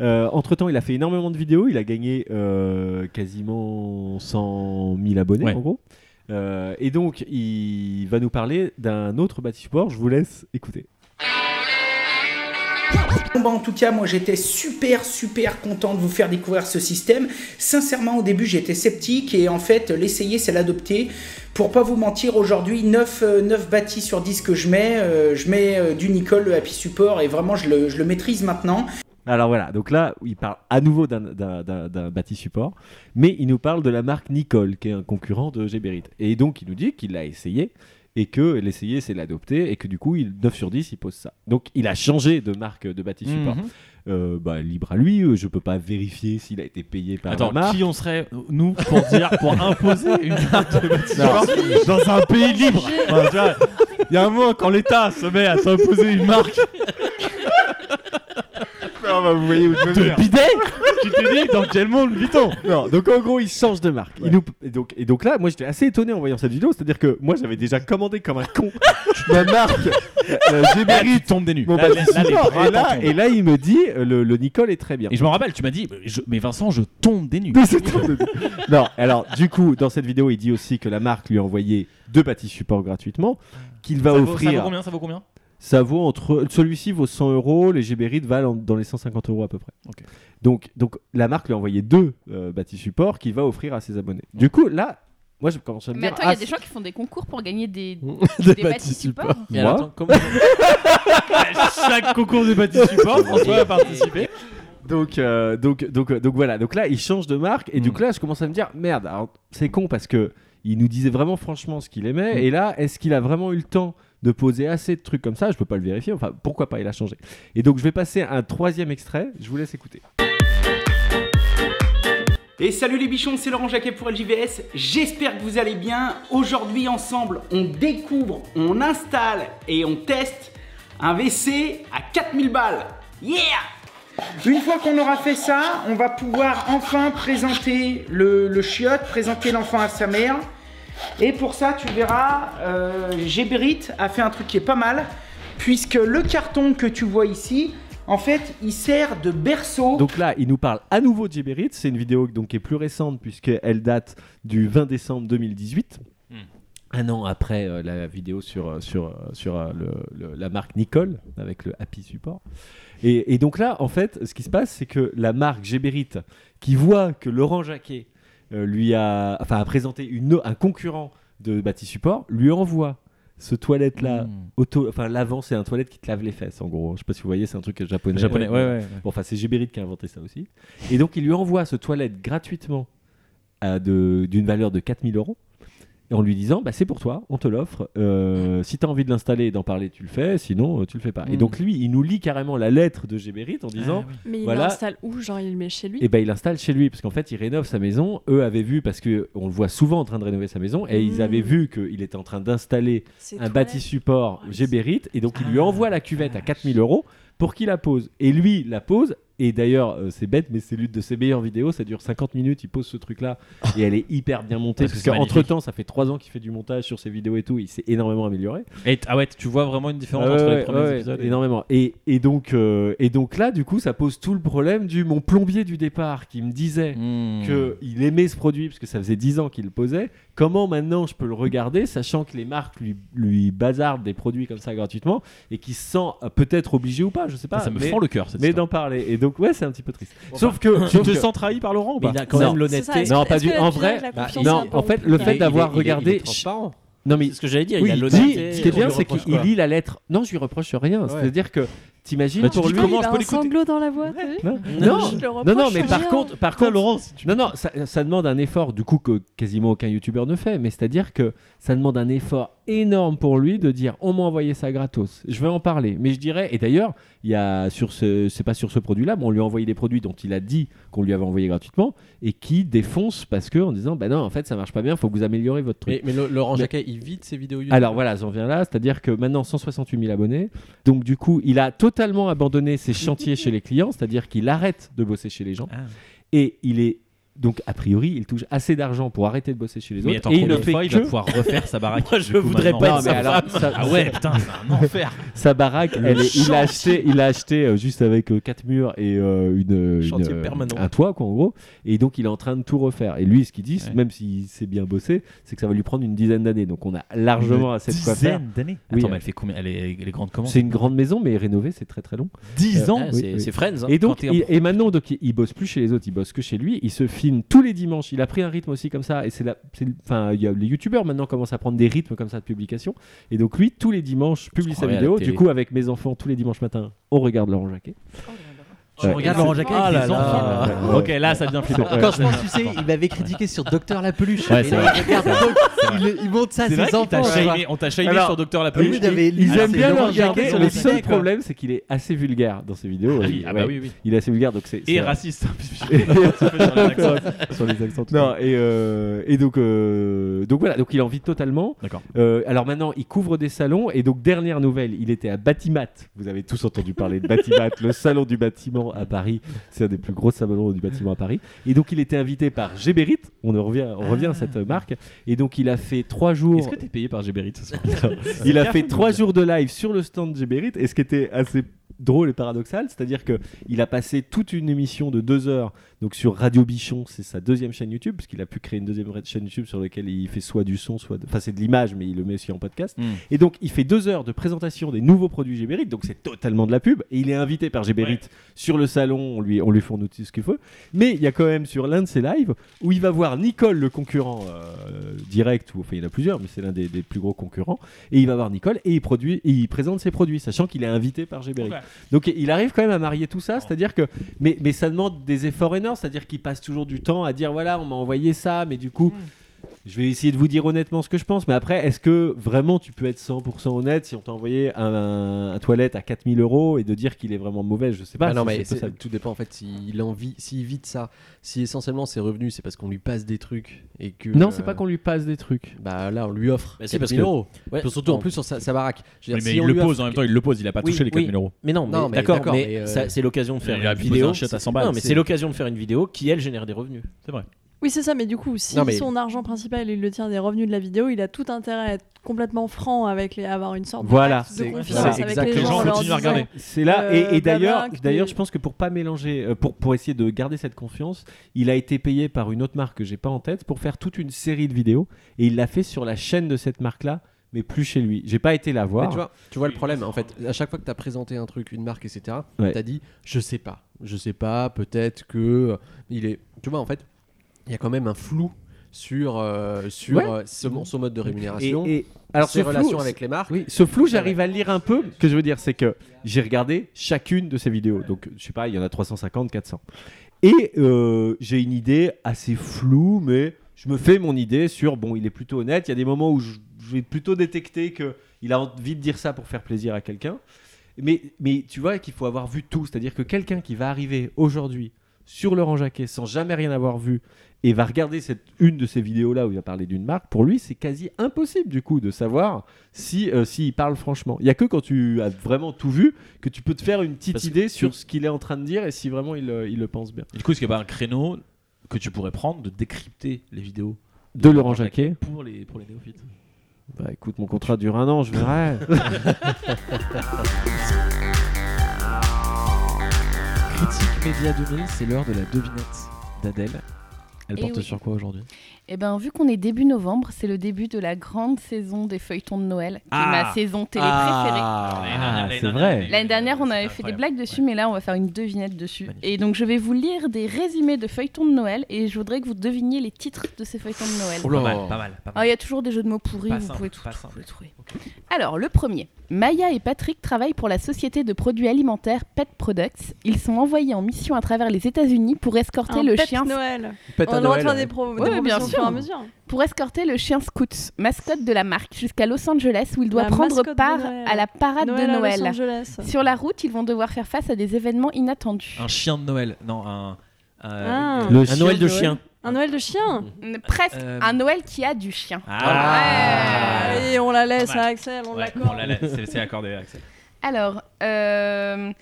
Speaker 3: entre temps, il a fait énormément de vidéos, il a gagné euh, quasiment 100 000 abonnés
Speaker 2: Ouais.
Speaker 3: en gros. Euh, et donc, il va nous parler d'un autre bâti support. Je vous laisse écouter.
Speaker 12: Bon, bah, en tout cas, moi j'étais super super content de vous faire découvrir ce système. Sincèrement, au début j'étais sceptique et en fait l'essayer c'est l'adopter. Pour pas vous mentir, aujourd'hui 9, euh, 9 bâtis sur 10 que je mets, euh, je mets euh, du Nicole, le Happy Support et vraiment je le, je le maîtrise maintenant.
Speaker 3: Alors voilà, donc là, il parle à nouveau d'un- d'un d'un- d'un bâti support, mais il nous parle de la marque Nicole, qui est un concurrent de Géberit. Et donc, il nous dit qu'il l'a essayé. Et que l'essayer, c'est l'adopter, et que du coup, il, 9 sur 10, il pose ça. Donc, il a changé de marque de bâti support.
Speaker 2: Mhm.
Speaker 3: Euh, bah, libre à lui, euh, je peux pas vérifier s'il a été payé par
Speaker 2: Attends,
Speaker 3: la marque.
Speaker 2: qui on serait, nous, pour dire,
Speaker 3: *laughs*
Speaker 2: pour imposer une marque de bâtiment
Speaker 3: Non.
Speaker 2: dans un pays libre Enfin, tu vois, Il y a un moment quand l'État se met à s'imposer une marque
Speaker 3: Non, bah, vous voyez où je veux
Speaker 2: de
Speaker 3: venir.
Speaker 2: bidet Tu te dis, dans quel monde vit-on
Speaker 3: Non, donc en gros, il change de marque. Il nous... et, donc, et donc là, moi j'étais assez étonné en voyant cette vidéo, c'est-à-dire que moi j'avais déjà commandé comme un con *laughs* ma marque, *laughs* euh,
Speaker 2: Là, tu
Speaker 3: Géberit,
Speaker 2: tombes des nues.
Speaker 3: mon
Speaker 2: Là,
Speaker 3: bâti
Speaker 2: là, là, les
Speaker 3: support.
Speaker 2: bras
Speaker 3: bah, et, là,
Speaker 2: t'en
Speaker 3: et
Speaker 2: tombent.
Speaker 3: là, il me dit euh, le, le Nicole est très bien.
Speaker 2: Et je me rappelle, tu m'as dit, mais je- mais Vincent, je tombe des nues.
Speaker 3: Mais c'est tout. non, alors du coup, dans cette vidéo, il dit aussi que la marque lui a envoyé deux bâtis supports gratuitement, qu'il va
Speaker 2: Ça vaut-
Speaker 3: offrir.
Speaker 2: Ça vaut combien Ça vaut combien
Speaker 3: Ça vaut entre. Celui-ci vaut 100 euros, les Gébérides valent en- dans les 150 euros à peu près.
Speaker 2: Ok.
Speaker 3: Donc, donc la marque lui a envoyé deux euh, bâtis supports qu'il va offrir à ses abonnés. Du coup, là, moi je commence à me
Speaker 5: Mais
Speaker 3: dire.
Speaker 5: attends, il y
Speaker 3: ah,
Speaker 5: a des gens qui font des concours pour gagner *laughs* des,
Speaker 7: Des
Speaker 5: des,
Speaker 7: bâtis
Speaker 5: bâtis
Speaker 7: supports.
Speaker 5: supports.
Speaker 6: Mais alors,
Speaker 3: Moi
Speaker 6: attends, comment-
Speaker 2: *laughs* Chaque concours de bâtis support, François a participé.
Speaker 3: Donc, euh, donc, donc, euh, donc voilà. Donc là, il change de marque et du coup là, je commence à me dire merde. alors, C'est con parce que il nous disait vraiment franchement ce qu'il aimait. Et là, est-ce qu'il a vraiment eu le temps de poser assez de trucs comme ça Je peux pas le vérifier. Enfin, pourquoi pas Il a changé. Et donc, je vais passer à un troisième extrait. Je vous laisse écouter.
Speaker 12: Et salut les bichons, c'est Laurent Jacquet pour LJVS. J'espère que vous allez bien. Aujourd'hui, ensemble, on découvre, on installe et on teste un WC à 4000 balles. Yeah Une fois qu'on aura fait ça, on va pouvoir enfin présenter le, le chiotte, présenter l'enfant à sa mère. Et pour ça, tu verras, euh, Géberit a fait un truc qui est pas mal, puisque le carton que tu vois ici, en fait, il sert de berceau.
Speaker 3: Donc là, il nous parle à nouveau de Géberit. C'est une vidéo donc, qui est plus récente puisqu'elle date du 20 décembre 2018. Un an après euh, la vidéo sur, euh, sur, euh, sur euh, le- le- la marque Nicole avec le Happy Support. Et, et donc là, en fait, ce qui se passe, c'est que la marque Géberit, qui voit que Laurent Jacquet euh, lui a, enfin, a présenté une, o- un concurrent de Bati Support, lui envoie ce toilette là, auto, enfin l'avant c'est un toilette qui te lave les fesses en gros. Je sais pas si vous voyez, c'est un truc japonais.
Speaker 2: Japonais, ouais, ouais, ouais.
Speaker 3: Bon, enfin c'est Gébéride qui a inventé ça aussi. Et donc il lui envoie ce toilette gratuitement à de- d'une valeur de 4000 euros. Et en lui disant, bah, c'est pour toi, on te l'offre. Euh, Si tu as envie de l'installer et d'en parler, tu le fais, sinon euh, tu le fais pas. Et
Speaker 4: Mm.
Speaker 3: donc lui, il nous lit carrément la lettre de Gébérite en disant,
Speaker 2: Ah
Speaker 4: Ah, Mais il
Speaker 3: Ah, voilà,
Speaker 4: l'installe où Genre, il le met chez lui
Speaker 3: et ben il l'installe chez lui parce qu'en fait il rénove sa maison. Eux avaient vu parce que on le voit souvent en train de rénover sa maison et ils
Speaker 4: Mm.
Speaker 3: avaient vu qu'il était en train d'installer
Speaker 4: Ses
Speaker 3: un
Speaker 4: toilettes.
Speaker 3: bâti support
Speaker 4: Ah,
Speaker 3: Gébérite et donc il lui envoie la cuvette à 4000 euros pour qu'il la pose. Et lui la pose. Et d'ailleurs, euh, c'est bête, mais c'est l'une de ses meilleures vidéos. Ça dure 50 minutes. Il pose ce truc-là et elle est hyper bien montée.
Speaker 2: Parce que
Speaker 3: parce
Speaker 2: c'est
Speaker 3: qu'entre
Speaker 2: magnifique.
Speaker 3: temps, ça fait 3 ans qu'il fait du montage sur ses vidéos et tout. Il s'est énormément amélioré.
Speaker 2: Et t- ah ouais, tu vois vraiment une différence
Speaker 3: Ah
Speaker 2: entre
Speaker 3: ouais,
Speaker 2: les premiers
Speaker 3: ouais, ouais,
Speaker 2: épisodes. et-
Speaker 3: énormément. Et, et donc, euh, et donc là, du coup, ça pose tout le problème du mon plombier du départ qui me disait
Speaker 2: Hmm.
Speaker 3: que qu'il aimait ce produit parce que ça faisait 10 ans qu'il le posait. Comment maintenant je peux le regarder, sachant que les marques lui, lui bazardent des produits comme ça gratuitement et qu'il se sent euh, peut-être obligé ou pas, je sais pas.
Speaker 2: Ça me
Speaker 3: mais-
Speaker 2: fend le cœur, cette
Speaker 3: Mais
Speaker 2: histoire.
Speaker 3: d'en parler. Et donc, ouais, c'est un petit peu triste.
Speaker 2: Bon,
Speaker 3: sauf
Speaker 2: bah,
Speaker 3: que.
Speaker 2: tu
Speaker 3: sauf
Speaker 2: te
Speaker 3: que-
Speaker 2: sens trahi par Laurent ou
Speaker 3: Mais
Speaker 2: pas
Speaker 3: il a quand
Speaker 2: Non.
Speaker 3: même
Speaker 2: l'honnêteté. C'est ça, est-ce-
Speaker 3: Non, pas
Speaker 2: est-ce
Speaker 3: du.
Speaker 2: que la
Speaker 3: En
Speaker 2: puissance
Speaker 3: vrai,
Speaker 2: de la
Speaker 3: bah,
Speaker 2: confiance
Speaker 3: non,
Speaker 2: est un
Speaker 3: en
Speaker 2: peu
Speaker 3: fait, le
Speaker 2: compliquée
Speaker 3: fait d'avoir
Speaker 2: Il est- il est- il est
Speaker 3: regardé.
Speaker 2: transparent.
Speaker 3: Non, mais
Speaker 6: C'est ce que j'allais dire,
Speaker 3: Oui,
Speaker 6: il a
Speaker 3: dit-
Speaker 6: l'honnêteté.
Speaker 3: Ce qui est
Speaker 6: On lui
Speaker 3: bien, c'est
Speaker 6: reproche
Speaker 3: qu'il
Speaker 6: quoi
Speaker 3: lit la lettre. Non, je lui reproche rien. C'est-à-dire que t'imagines
Speaker 4: Bah, tu
Speaker 3: pour
Speaker 4: dis
Speaker 3: lui.
Speaker 4: comment je peux l'écouter sanglot dans la voix, t'as vu
Speaker 3: Non,
Speaker 4: Je le
Speaker 3: non,
Speaker 4: reproche hein.
Speaker 3: non, non, mais
Speaker 4: rien.
Speaker 3: par contre, par contre, non, non, ça, ça demande un effort du coup que quasiment aucun youtubeur ne fait. Mais c'est-à-dire que ça demande un effort énorme pour lui de dire on m'a envoyé ça gratos, je vais en parler. Mais je dirais, et d'ailleurs, il y a sur ce, c'est pas sur ce produit-là, mais on lui a envoyé des produits dont il a dit qu'on lui avait envoyé gratuitement et qui défonce parce que en disant bah non, en fait ça marche pas bien, faut que vous améliorez votre truc.
Speaker 7: Mais, mais le- Laurent
Speaker 3: Mais-
Speaker 7: Jacquet, il vide ses vidéos YouTube.
Speaker 3: alors voilà, j'en viens là, c'est-à-dire que maintenant 168 000 abonnés, donc du coup il a totalement abandonné ses chantiers chez les clients, c'est-à-dire qu'il arrête de bosser chez les gens,
Speaker 2: Ah.
Speaker 3: et il est donc a priori il touche assez d'argent pour arrêter de bosser chez les
Speaker 2: Mais
Speaker 3: autres.
Speaker 2: attends,
Speaker 3: et il
Speaker 2: combien
Speaker 3: ne
Speaker 2: de
Speaker 3: fait
Speaker 2: fois
Speaker 3: que...
Speaker 2: il va *laughs* pouvoir refaire sa baraque, Moi, je du coup, voudrais maintenant pas
Speaker 3: Non,
Speaker 2: être
Speaker 3: mais
Speaker 2: sa
Speaker 3: alors,
Speaker 2: femme.
Speaker 3: ça-
Speaker 2: Ah ouais, putain, c'est un enfer.
Speaker 3: *laughs* Sa baraque,
Speaker 2: Le
Speaker 3: elle est- il
Speaker 2: chantier.
Speaker 3: a acheté, il a acheté euh, juste avec euh, quatre murs et euh, une, une,
Speaker 2: Chantier
Speaker 3: euh,
Speaker 2: permanent.
Speaker 3: un toit quoi en gros. Et donc il est en train de tout refaire. Et lui, ce qu'il dit, c'est- même s'il s'est bien bossé, c'est que ça va lui prendre une dizaine d'années. Donc on a largement
Speaker 2: Une
Speaker 3: assez de quoi
Speaker 2: dizaine
Speaker 3: faire.
Speaker 2: d'années
Speaker 3: Oui,
Speaker 2: Attends, mais elle fait combien Elle est, elle est grande comment
Speaker 3: C'est une grande maison, mais rénovée, c'est très très long.
Speaker 2: 10 ans
Speaker 3: oui,
Speaker 2: c'est-
Speaker 3: oui.
Speaker 2: c'est Friends, hein,
Speaker 3: et
Speaker 2: quand
Speaker 3: donc,
Speaker 2: t'es un
Speaker 3: il-
Speaker 2: pro.
Speaker 3: et maintenant, donc, il, il bosse plus chez les autres, il bosse que chez lui. Il se filme tous les dimanches. Il a pris un rythme aussi comme ça. Et c'est la, c'est le- enfin, il y a les youtubeurs maintenant commencent à prendre des rythmes comme ça de publication. Et donc, lui, tous les dimanches, publie sa
Speaker 2: croirais à la
Speaker 3: vidéo.
Speaker 2: télé.
Speaker 3: Du coup, avec mes enfants, tous les dimanches matin, on regarde Laurent Jacquet. Ah
Speaker 2: Tu regardes Laurent Jacquet avec tes enfants. Ok, là, ça devient flippant.
Speaker 14: Quand je pense,
Speaker 2: Ouais.
Speaker 14: tu sais, il m'avait critiqué sur Docteur La Peluche.
Speaker 2: Ouais,
Speaker 14: et
Speaker 2: c'est
Speaker 14: là,
Speaker 2: vrai.
Speaker 14: il, regarde,
Speaker 2: C'est vrai.
Speaker 14: il, il montre ça à
Speaker 2: C'est
Speaker 14: ses
Speaker 2: vrai qu'il
Speaker 14: enfants.
Speaker 2: t'a
Speaker 14: tu vois.
Speaker 2: shamé, on t'a shamé sur Dr. La
Speaker 14: Ah oui,
Speaker 2: Peluche.
Speaker 14: il avait-
Speaker 2: Ils
Speaker 14: il
Speaker 3: Ils
Speaker 2: Ah,
Speaker 3: aiment
Speaker 2: c'est
Speaker 3: bien le
Speaker 2: Laurent
Speaker 3: regarder.
Speaker 2: Jacquet, on
Speaker 3: Le
Speaker 2: le sait,
Speaker 3: seul
Speaker 2: quoi.
Speaker 3: problème, c'est qu'il est assez vulgaire dans ses vidéos.
Speaker 2: Ah oui, ah bah oui, oui.
Speaker 3: Il est assez vulgaire, donc c'est
Speaker 2: Et
Speaker 3: c'est-
Speaker 2: raciste, un
Speaker 3: *laughs*
Speaker 2: petit peu, un petit peu sur les accents.
Speaker 3: Sur les accents, tout Non, et, euh, et donc, euh, donc voilà, donc il en vit totalement.
Speaker 2: D'accord.
Speaker 3: Euh, alors maintenant, il couvre des salons. Et donc, dernière nouvelle, il était à Batimat. Vous avez tous entendu parler de *laughs* Batimat, le salon du bâtiment à Paris. C'est un des plus gros salons du bâtiment à Paris. Et donc, il était invité par Géberit. On en revient, on revient à cette euh, marque. Et donc, il a fait trois jours.
Speaker 2: Est-ce que t'es payé par Géberit
Speaker 3: *laughs* Il a fait trois jours de live sur le stand de Géberit. Et ce qui était assez drôle et paradoxal, c'est-à-dire que il a passé toute une émission de deux heures donc sur Radio Bichon, c'est sa deuxième chaîne YouTube, parce qu'il a pu créer une deuxième ra- chaîne YouTube sur laquelle il fait soit du son, soit de... enfin c'est de l'image, mais il le met aussi en podcast.
Speaker 2: Mm.
Speaker 3: Et donc il fait deux heures de présentation des nouveaux produits Géberit, donc c'est totalement de la pub. Et il est invité par Géberit sur le salon, on lui on lui fournit tout ce qu'il faut. Mais il y a quand même sur l'un de ses lives où il va voir Nicole, le concurrent euh, direct, ou enfin il y en a plusieurs, mais c'est l'un des, des plus gros concurrents, et il va voir Nicole et il produit et il présente ses produits, sachant qu'il est invité par Géberit.
Speaker 2: Ouais.
Speaker 3: Donc il arrive quand même à marier tout ça, c'est-à-dire que mais, mais ça demande des efforts énormes, c'est-à-dire qu'il passe toujours du temps à dire voilà, on m'a envoyé ça, mais du coup je vais essayer de vous dire honnêtement ce que je pense, mais après, est-ce que vraiment tu peux être 100% honnête si on t'a envoyé un, un- un toilette à 4000 euros et de dire qu'il est vraiment mauvais Je sais pas.
Speaker 7: Ah non,
Speaker 3: si
Speaker 7: mais
Speaker 3: c'est
Speaker 7: c'est-
Speaker 3: possible.
Speaker 7: tout dépend en fait s'il en vit, s'il vit de ça. Si essentiellement ses revenus, c'est parce qu'on lui passe des trucs et que.
Speaker 3: Non, c'est pas
Speaker 7: qu'on
Speaker 3: lui passe des trucs.
Speaker 7: Bah là, on lui offre.
Speaker 6: Bah,
Speaker 7: c'est
Speaker 6: si, parce que-
Speaker 7: euros.
Speaker 6: Ouais.
Speaker 7: Puis Surtout en plus sur sa, sa baraque. Je veux
Speaker 6: Oui,
Speaker 7: dire,
Speaker 6: mais
Speaker 7: si
Speaker 6: il
Speaker 7: on
Speaker 6: le
Speaker 7: lui offre-
Speaker 6: pose, en même temps,
Speaker 2: il le pose, il a pas touché les 4000 euros.
Speaker 6: Mais non, mais
Speaker 7: Non, mais
Speaker 6: d'accord,
Speaker 7: d'accord,
Speaker 6: mais,
Speaker 7: mais, euh,
Speaker 6: ça, c'est l'occasion de faire
Speaker 2: Il aurait
Speaker 6: une
Speaker 2: pu
Speaker 6: vidéo.
Speaker 2: poser un shot à 100 balles,
Speaker 6: Non, mais
Speaker 2: c'est-
Speaker 6: c'est l'occasion de faire une vidéo qui, elle, génère des revenus.
Speaker 2: C'est vrai.
Speaker 4: Oui, c'est ça, mais du coup, si
Speaker 6: Non, mais-
Speaker 4: son argent principal, il le tient des revenus de la vidéo, il a tout intérêt à être complètement franc avec les. à avoir une sorte
Speaker 3: Voilà,
Speaker 4: de, pacte de confiance
Speaker 3: voilà,
Speaker 4: avec les
Speaker 3: exactement.
Speaker 4: gens. en leur disant,
Speaker 3: C'est là, et-
Speaker 4: euh, Blablabla,
Speaker 3: et, d'ailleurs,
Speaker 4: que
Speaker 3: d'ailleurs,
Speaker 4: t'es-
Speaker 3: je pense que pour pas mélanger, euh, pour pour essayer de garder cette confiance, il a été payé par une autre marque que j'ai pas en tête pour faire toute une série de vidéos et il l'a fait sur la chaîne de cette marque-là, mais plus chez lui. J'ai pas été la voir.
Speaker 7: Mais tu vois, tu vois le problème en fait. À chaque fois que tu as présenté un truc, une marque, etc.,
Speaker 3: Ouais.
Speaker 7: tu as dit je sais pas, je sais pas, peut-être que il est. Tu vois en fait, il y a quand même un flou sur, euh, sur
Speaker 3: Ouais.
Speaker 7: euh, ce- son mode de rémunération,
Speaker 3: Et- et- alors,
Speaker 7: ses
Speaker 3: ce flou,
Speaker 7: relations avec les marques.
Speaker 3: oui, ce flou, j'arrive à le lire un peu. Ce que je veux dire, c'est que j'ai regardé chacune de ces vidéos. Donc, je sais pas, il y en a 350, 400. Et euh, j'ai une idée assez floue, mais je me fais mon idée sur bon, il est plutôt honnête. Il y a des moments où je, je vais plutôt détecter que il a envie de dire ça pour faire plaisir à quelqu'un. Mais, mais tu vois qu'il faut avoir vu tout. C'est-à-dire que quelqu'un qui va arriver aujourd'hui sur Laurent Jacquet sans jamais rien avoir vu et va regarder cette, une de ces vidéos-là où il va parler d'une marque, pour lui, c'est quasi impossible du coup de savoir si euh, s'il parle franchement. Il n'y a que quand tu as vraiment tout vu que tu peux te faire une petite idée sur ce qu'il est en train de dire et si vraiment il, euh, il le pense bien.
Speaker 2: Du coup, est-ce qu'il n'y a pas un créneau que tu pourrais prendre de décrypter les vidéos
Speaker 3: De Laurent Jacquet
Speaker 2: pour les, pour les néophytes
Speaker 3: Bah écoute, mon contrat dure un an, je
Speaker 1: *laughs*
Speaker 2: *laughs*
Speaker 3: verrai.
Speaker 2: Critique Média 2000, c'est l'heure de la devinette d'Adèle. Elle
Speaker 5: Eh
Speaker 2: porte
Speaker 5: oui.
Speaker 2: sur quoi aujourd'hui
Speaker 5: Eh ben, vu qu'on est début novembre, c'est le début de la grande saison des feuilletons de Noël, qui
Speaker 2: Ah.
Speaker 5: est ma saison télé préférée.
Speaker 3: Ah, c'est vrai.
Speaker 5: L'année dernière, on avait fait des blagues dessus, mais là, on va faire une devinette dessus. Et donc, je vais vous lire des résumés de feuilletons de Noël, et je voudrais que vous deviniez les titres de ces feuilletons de Noël.
Speaker 15: Oh là. Pas mal, pas mal, pas mal.
Speaker 5: Ah, Il y a toujours des jeux de mots pourris,
Speaker 15: Pas
Speaker 5: vous
Speaker 15: simple,
Speaker 5: pouvez tout,
Speaker 15: pas
Speaker 5: tout-
Speaker 15: simple.
Speaker 5: le trouver. Alors, le premier. Maya et Patrick travaillent pour la société de produits alimentaires Pet Products. Ils sont envoyés en mission à travers les États-Unis pour escorter
Speaker 4: Un
Speaker 5: le
Speaker 4: pet
Speaker 5: chien.
Speaker 4: Noël. Pet à On est en Noël, train de ouais. pro- de
Speaker 5: Ouais, bien
Speaker 4: promotion au
Speaker 5: sûr.
Speaker 4: fur et à mesure.
Speaker 5: Pour escorter le chien Scoots, mascotte de la marque, jusqu'à Los Angeles où il doit
Speaker 4: La
Speaker 5: prendre
Speaker 4: mascotte de
Speaker 5: part
Speaker 4: Noël.
Speaker 5: à la parade
Speaker 4: Noël
Speaker 5: de
Speaker 4: à Los
Speaker 5: Noël.
Speaker 4: Angeles.
Speaker 5: Sur la route, ils vont devoir faire face à des événements inattendus.
Speaker 2: Un chien de Noël Non, un. euh,
Speaker 5: Ah.
Speaker 15: Le Un Noël de chien.
Speaker 5: Un Noël de chien Presque.
Speaker 2: Euh.
Speaker 5: Un Noël qui a du chien.
Speaker 2: Ah.
Speaker 5: Ouais.
Speaker 4: Allez, on la laisse à Axel, on
Speaker 2: Ouais,
Speaker 4: l'accorde.
Speaker 2: on la laisse, c'est- c'est accordé, Axel.
Speaker 5: Alors, euh,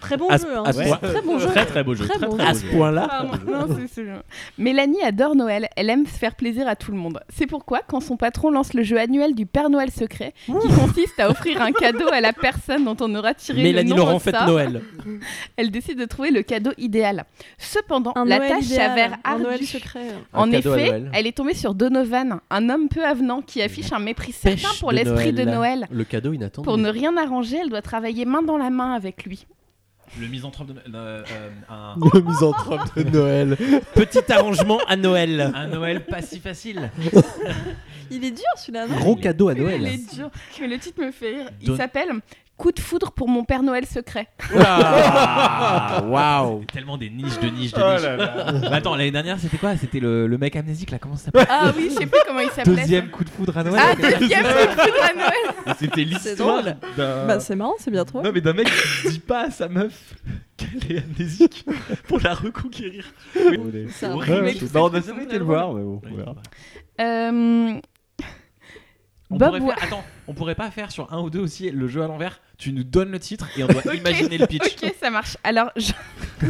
Speaker 4: Très bon
Speaker 2: À ce-
Speaker 4: jeu, hein.
Speaker 2: à ce
Speaker 4: c'est
Speaker 2: point-
Speaker 4: très bon jeu.
Speaker 2: Très, très beau jeu, très,
Speaker 4: bon
Speaker 2: très beau À ce jeu. point-là.
Speaker 5: Pardon, non, c'est ce jeu. Mélanie adore Noël, elle aime se faire plaisir à tout le monde. C'est pourquoi, quand son patron lance le jeu annuel du Père Noël secret, qui consiste à offrir un cadeau à la personne dont on aura tiré
Speaker 15: Mélanie
Speaker 5: le nom
Speaker 15: Laurent
Speaker 5: au
Speaker 15: fête
Speaker 5: sort,
Speaker 15: Noël.
Speaker 5: *laughs* elle décide de trouver le cadeau idéal. Cependant,
Speaker 4: Un
Speaker 5: la
Speaker 4: Noël
Speaker 5: tâche
Speaker 4: idéal,
Speaker 5: s'avère
Speaker 4: un
Speaker 5: ardue.
Speaker 4: Noël secret.
Speaker 15: Un
Speaker 5: En
Speaker 15: cadeau à
Speaker 5: effet,
Speaker 15: Noël.
Speaker 5: elle est tombée sur Donovan, un homme peu avenant qui affiche un mépris certain
Speaker 7: Pêche
Speaker 5: pour l'esprit de Noël.
Speaker 7: Le cadeau inattendu.
Speaker 5: Pour ne rien arranger, elle doit travailler main dans la main avec lui.
Speaker 2: Le misanthrope de. euh, euh,
Speaker 15: *laughs*
Speaker 2: un...
Speaker 7: Le misanthrope de Noël.
Speaker 15: Petit arrangement à Noël.
Speaker 2: Un Noël pas si
Speaker 5: *laughs*
Speaker 4: *laughs*
Speaker 2: facile. Ah,
Speaker 5: Il est dur celui-là,
Speaker 15: non Gros cadeau à Noël.
Speaker 5: Il est dur. Mais le titre me fait rire. Il
Speaker 15: Don-
Speaker 5: s'appelle Coup de foudre pour mon Père Noël secret. *laughs*
Speaker 2: Ah,
Speaker 15: *laughs* Waouh.
Speaker 2: C'est Tellement des niches de niches de
Speaker 15: Oh
Speaker 2: niches.
Speaker 15: là là.
Speaker 2: Mais attends, l'année dernière, c'était quoi C'était le, le mec amnésique là, comment ça s'appelle
Speaker 5: Ah oui, je sais plus comment il s'appelait.
Speaker 2: Deuxième coup de foudre à Noël.
Speaker 5: Ah, deuxième coup de foudre à Noël.
Speaker 2: Mais C'était l'histoire
Speaker 4: drôle.
Speaker 2: d'un.
Speaker 4: Bah, c'est marrant, c'est bien trouvé.
Speaker 2: Non, mais d'un mec qui dit pas à sa meuf qu'elle est amnésique pour la reconquérir.
Speaker 5: C'est Bah, un
Speaker 2: horrible.
Speaker 5: remake.
Speaker 3: Bah, on a jamais été le voir, mais bon. on verra.
Speaker 5: Euh,
Speaker 2: On
Speaker 5: Bob
Speaker 2: pourrait
Speaker 5: Wa-
Speaker 2: faire- Attends, on pourrait pas faire sur un ou deux aussi le jeu à l'envers Tu nous donnes le titre et
Speaker 5: *laughs*
Speaker 2: on doit imaginer le pitch.
Speaker 5: *laughs* Ok, ça marche. Alors, je-
Speaker 4: *laughs*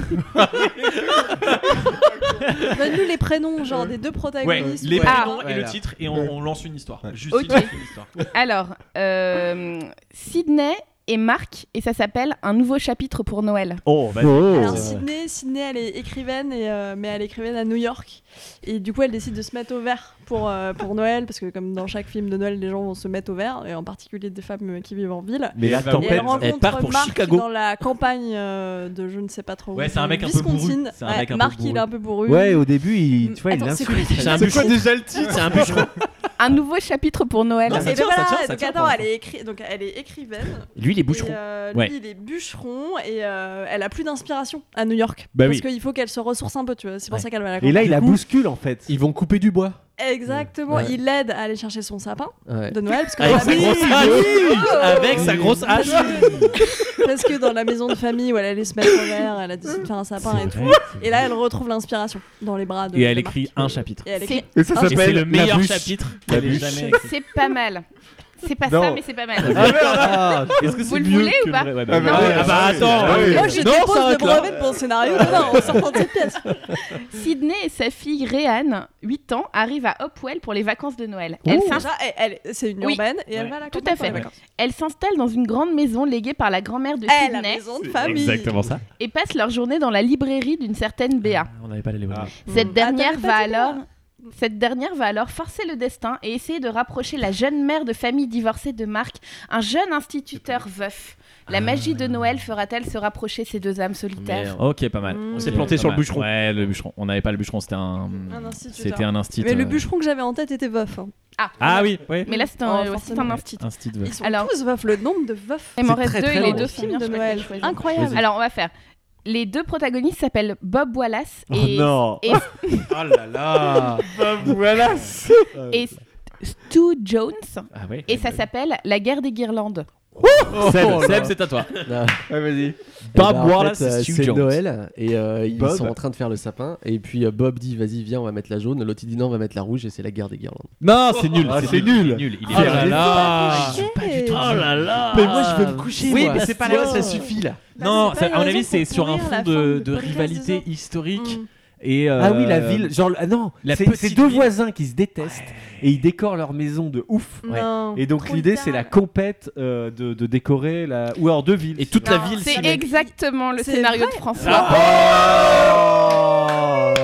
Speaker 4: Donne-nous les prénoms, genre des deux
Speaker 2: Ouais,
Speaker 4: protagonistes.
Speaker 2: les
Speaker 4: ouais.
Speaker 2: prénoms
Speaker 4: Ah.
Speaker 2: et le titre et on, on lance une histoire. Juste
Speaker 5: Ok.
Speaker 2: une- juste une histoire.
Speaker 5: Alors, euh, Sydney et Marc, et ça s'appelle Un nouveau chapitre pour Noël.
Speaker 2: Oh,
Speaker 15: vas-y. Oh.
Speaker 4: Alors, Sydney, Sydney, elle est écrivaine, et, euh, mais elle est écrivaine à New York. Et du coup, elle décide de se mettre au vert pour, euh, pour Noël, parce que comme dans chaque film de Noël, les gens vont se mettre au vert, et en particulier des femmes euh, qui vivent en ville.
Speaker 15: Mais la
Speaker 4: Et
Speaker 15: tempête,
Speaker 4: elle,
Speaker 15: elle
Speaker 4: rencontre
Speaker 15: part pour
Speaker 4: Marc
Speaker 15: Chicago.
Speaker 4: dans la campagne euh, de je ne sais pas trop où.
Speaker 2: Ouais, c'est un mec un peu
Speaker 4: Wisconsin.
Speaker 2: bourru. C'est un
Speaker 4: Ouais,
Speaker 2: mec un peu
Speaker 4: Marc, il est
Speaker 2: bourru.
Speaker 4: un peu bourru.
Speaker 3: Ouais, au début, il, tu vois, il
Speaker 4: Mm. Attends, c'est
Speaker 3: l'insulte.
Speaker 4: quoi le titre
Speaker 15: C'est quoi déjà
Speaker 2: le titre
Speaker 15: C'est un bûcheron.
Speaker 5: Un nouveau chapitre pour Noël.
Speaker 15: Non, ça
Speaker 4: et
Speaker 15: tient,
Speaker 4: ben voilà,
Speaker 15: ça tient, ça
Speaker 4: donc,
Speaker 15: tient,
Speaker 4: attends,
Speaker 15: par
Speaker 4: elle est, écri- donc elle est écrivaine.
Speaker 15: Lui, il est
Speaker 4: Et,
Speaker 15: bûcheron.
Speaker 4: euh,
Speaker 15: Ouais.
Speaker 4: Lui, il est bûcheron et euh, elle a plus d'inspiration à New York.
Speaker 3: Bah
Speaker 4: parce
Speaker 3: oui.
Speaker 4: qu'il faut qu'elle se ressource un peu, tu vois. C'est pour ça qu'elle va à la
Speaker 3: Et là,
Speaker 4: campagne.
Speaker 3: il a bouscule en fait.
Speaker 7: Ils vont couper du bois.
Speaker 4: Exactement,
Speaker 7: Ouais.
Speaker 4: il l'aide à aller chercher son sapin
Speaker 7: Ouais.
Speaker 4: de Noël. Parce que
Speaker 7: Avec
Speaker 4: dans
Speaker 7: sa
Speaker 4: la maison-
Speaker 7: grosse hache.
Speaker 4: Oui.
Speaker 15: Avec sa grosse hache.
Speaker 4: Parce que dans la maison de famille où elle allait se mettre en verre, elle a décidé de faire un sapin et tout. Et là, elle retrouve l'inspiration dans les bras de.
Speaker 2: Et elle
Speaker 4: de
Speaker 2: écrit
Speaker 4: Marc.
Speaker 2: un chapitre.
Speaker 4: Et elle écrit-
Speaker 5: C'est- Et
Speaker 2: ça s'appelle
Speaker 15: c'est le
Speaker 2: La
Speaker 15: meilleur
Speaker 2: bûche.
Speaker 15: chapitre.
Speaker 2: La
Speaker 15: qu'elle ait
Speaker 2: bûche.
Speaker 15: jamais écrit.
Speaker 5: C'est pas mal. C'est pas ça,
Speaker 15: Non.
Speaker 5: mais c'est pas mal.
Speaker 15: Ah,
Speaker 2: Est-ce que
Speaker 5: Vous
Speaker 2: c'est
Speaker 5: le
Speaker 2: mieux
Speaker 5: voulez
Speaker 2: que
Speaker 5: ou pas
Speaker 2: le vrai- ouais,
Speaker 15: Ah,
Speaker 2: bah,
Speaker 15: bah,
Speaker 2: ouais,
Speaker 15: ouais,
Speaker 2: ah, bah,
Speaker 15: ouais.
Speaker 2: attends.
Speaker 15: Ah, oui.
Speaker 4: Moi, je
Speaker 15: Non,
Speaker 4: dépose le
Speaker 15: s'arrête là.
Speaker 4: brevet de mon scénario demain en sortant de cette pièce.
Speaker 5: Sydney et sa fille Réanne, 8 ans, arrivent à Hopewell pour les vacances de Noël.
Speaker 4: Ouh.
Speaker 5: s'ins-
Speaker 4: Déjà, elle- elle- c'est une
Speaker 5: Oui,
Speaker 4: urbaine et elle va à la
Speaker 5: Tout
Speaker 4: campagne
Speaker 5: à
Speaker 4: pour les
Speaker 5: fait.
Speaker 4: vacances.
Speaker 5: Elle s'installe dans une grande maison léguée par la grand-mère de
Speaker 4: Eh, la
Speaker 5: Sydney
Speaker 4: maison de famille.
Speaker 2: ça.
Speaker 5: et passent leur journée dans la librairie d'une certaine Béa.
Speaker 1: Ah.
Speaker 2: On n'avait pas les
Speaker 5: Cette dernière va alors Cette dernière va alors forcer le destin et essayer de rapprocher la jeune mère de famille divorcée de Marc, un jeune instituteur veuf. La magie de Noël fera-t-elle se rapprocher ces deux âmes solitaires
Speaker 1: Ok, pas mal.
Speaker 5: Mmh.
Speaker 1: Ok,
Speaker 6: s'est planté
Speaker 1: pas
Speaker 6: sur le
Speaker 1: mal.
Speaker 6: bûcheron.
Speaker 1: Ouais, le bûcheron. On n'avait pas le bûcheron, c'était un.
Speaker 4: Un instituteur.
Speaker 1: C'était un instit.
Speaker 4: Mais le
Speaker 1: euh,
Speaker 4: bûcheron que j'avais en tête était veuf. hein. Oh,
Speaker 1: Ah oui, oui.
Speaker 5: Mais là, c'est un, ouais, c'est un instit.
Speaker 1: Instit. ouais.
Speaker 4: Ils sont tous veufs, le nombre de veufs.
Speaker 5: Il m'en reste deux et les deux sont
Speaker 4: films
Speaker 5: bien
Speaker 4: de
Speaker 5: choisis,
Speaker 4: Noël.
Speaker 5: je crois, je-
Speaker 4: Incroyable.
Speaker 5: Alors, on va faire. Les deux protagonistes s'appellent Bob Wallace
Speaker 2: Oh
Speaker 5: et,
Speaker 2: non. *laughs*
Speaker 1: *laughs*
Speaker 5: et,
Speaker 2: Oh là là Bob Wallace
Speaker 5: et Stu Jones.
Speaker 1: Ah ouais.
Speaker 5: Et ça s'appelle La guerre des guirlandes.
Speaker 1: Seb,
Speaker 7: Oh là.
Speaker 1: Seb, c'est à toi.
Speaker 3: vas-y.
Speaker 7: Eh
Speaker 1: Bob
Speaker 7: ben, en
Speaker 1: Wallace
Speaker 7: fait,
Speaker 1: et
Speaker 7: euh,
Speaker 1: Stu
Speaker 7: c'est
Speaker 1: Jones.
Speaker 7: Noël et euh, ils
Speaker 1: Bob.
Speaker 7: sont en train de faire le sapin. Et puis euh, Bob dit Vas-y, viens, on va mettre la jaune. L'autre il dit Non, on va mettre la rouge et c'est la guerre des guirlandes.
Speaker 1: Non, c'est nul.
Speaker 7: Ah,
Speaker 1: c'est
Speaker 7: c'est
Speaker 1: nul.
Speaker 7: nul.
Speaker 1: nul. Il est
Speaker 7: Ah,
Speaker 1: nul.
Speaker 7: là là.
Speaker 1: Je suis pas
Speaker 7: du tout
Speaker 2: Oh là là
Speaker 7: Mais moi, je vais me coucher,
Speaker 2: Oui,
Speaker 7: moi.
Speaker 2: mais c'est pas là, ça suffit là
Speaker 1: Non,
Speaker 2: c'est
Speaker 1: ça-
Speaker 2: pas
Speaker 1: à
Speaker 2: une
Speaker 1: mon avis,
Speaker 2: raison
Speaker 1: c'est
Speaker 2: pour
Speaker 1: sur un
Speaker 2: pourrir la
Speaker 1: fond
Speaker 2: fin
Speaker 1: de,
Speaker 2: du
Speaker 1: de
Speaker 2: podcast
Speaker 1: rivalité
Speaker 3: Mm.
Speaker 1: historique. Et,
Speaker 3: Ah oui, la
Speaker 1: euh,
Speaker 3: ville. Genre, ah non,
Speaker 1: la
Speaker 3: c'est
Speaker 1: petite
Speaker 3: c'est deux
Speaker 1: ville.
Speaker 3: voisins qui se détestent et ils décorent leur maison de ouf.
Speaker 5: Ouais. Non,
Speaker 3: Et donc
Speaker 5: trop
Speaker 3: l'idée,
Speaker 5: bizarre.
Speaker 3: c'est la compète euh, de, de décorer la. Ou alors deux villes. Et
Speaker 6: toute
Speaker 5: Non, C'est exactement le
Speaker 4: C'est
Speaker 5: scénario
Speaker 4: vrai
Speaker 5: de François.
Speaker 3: Oh Ah,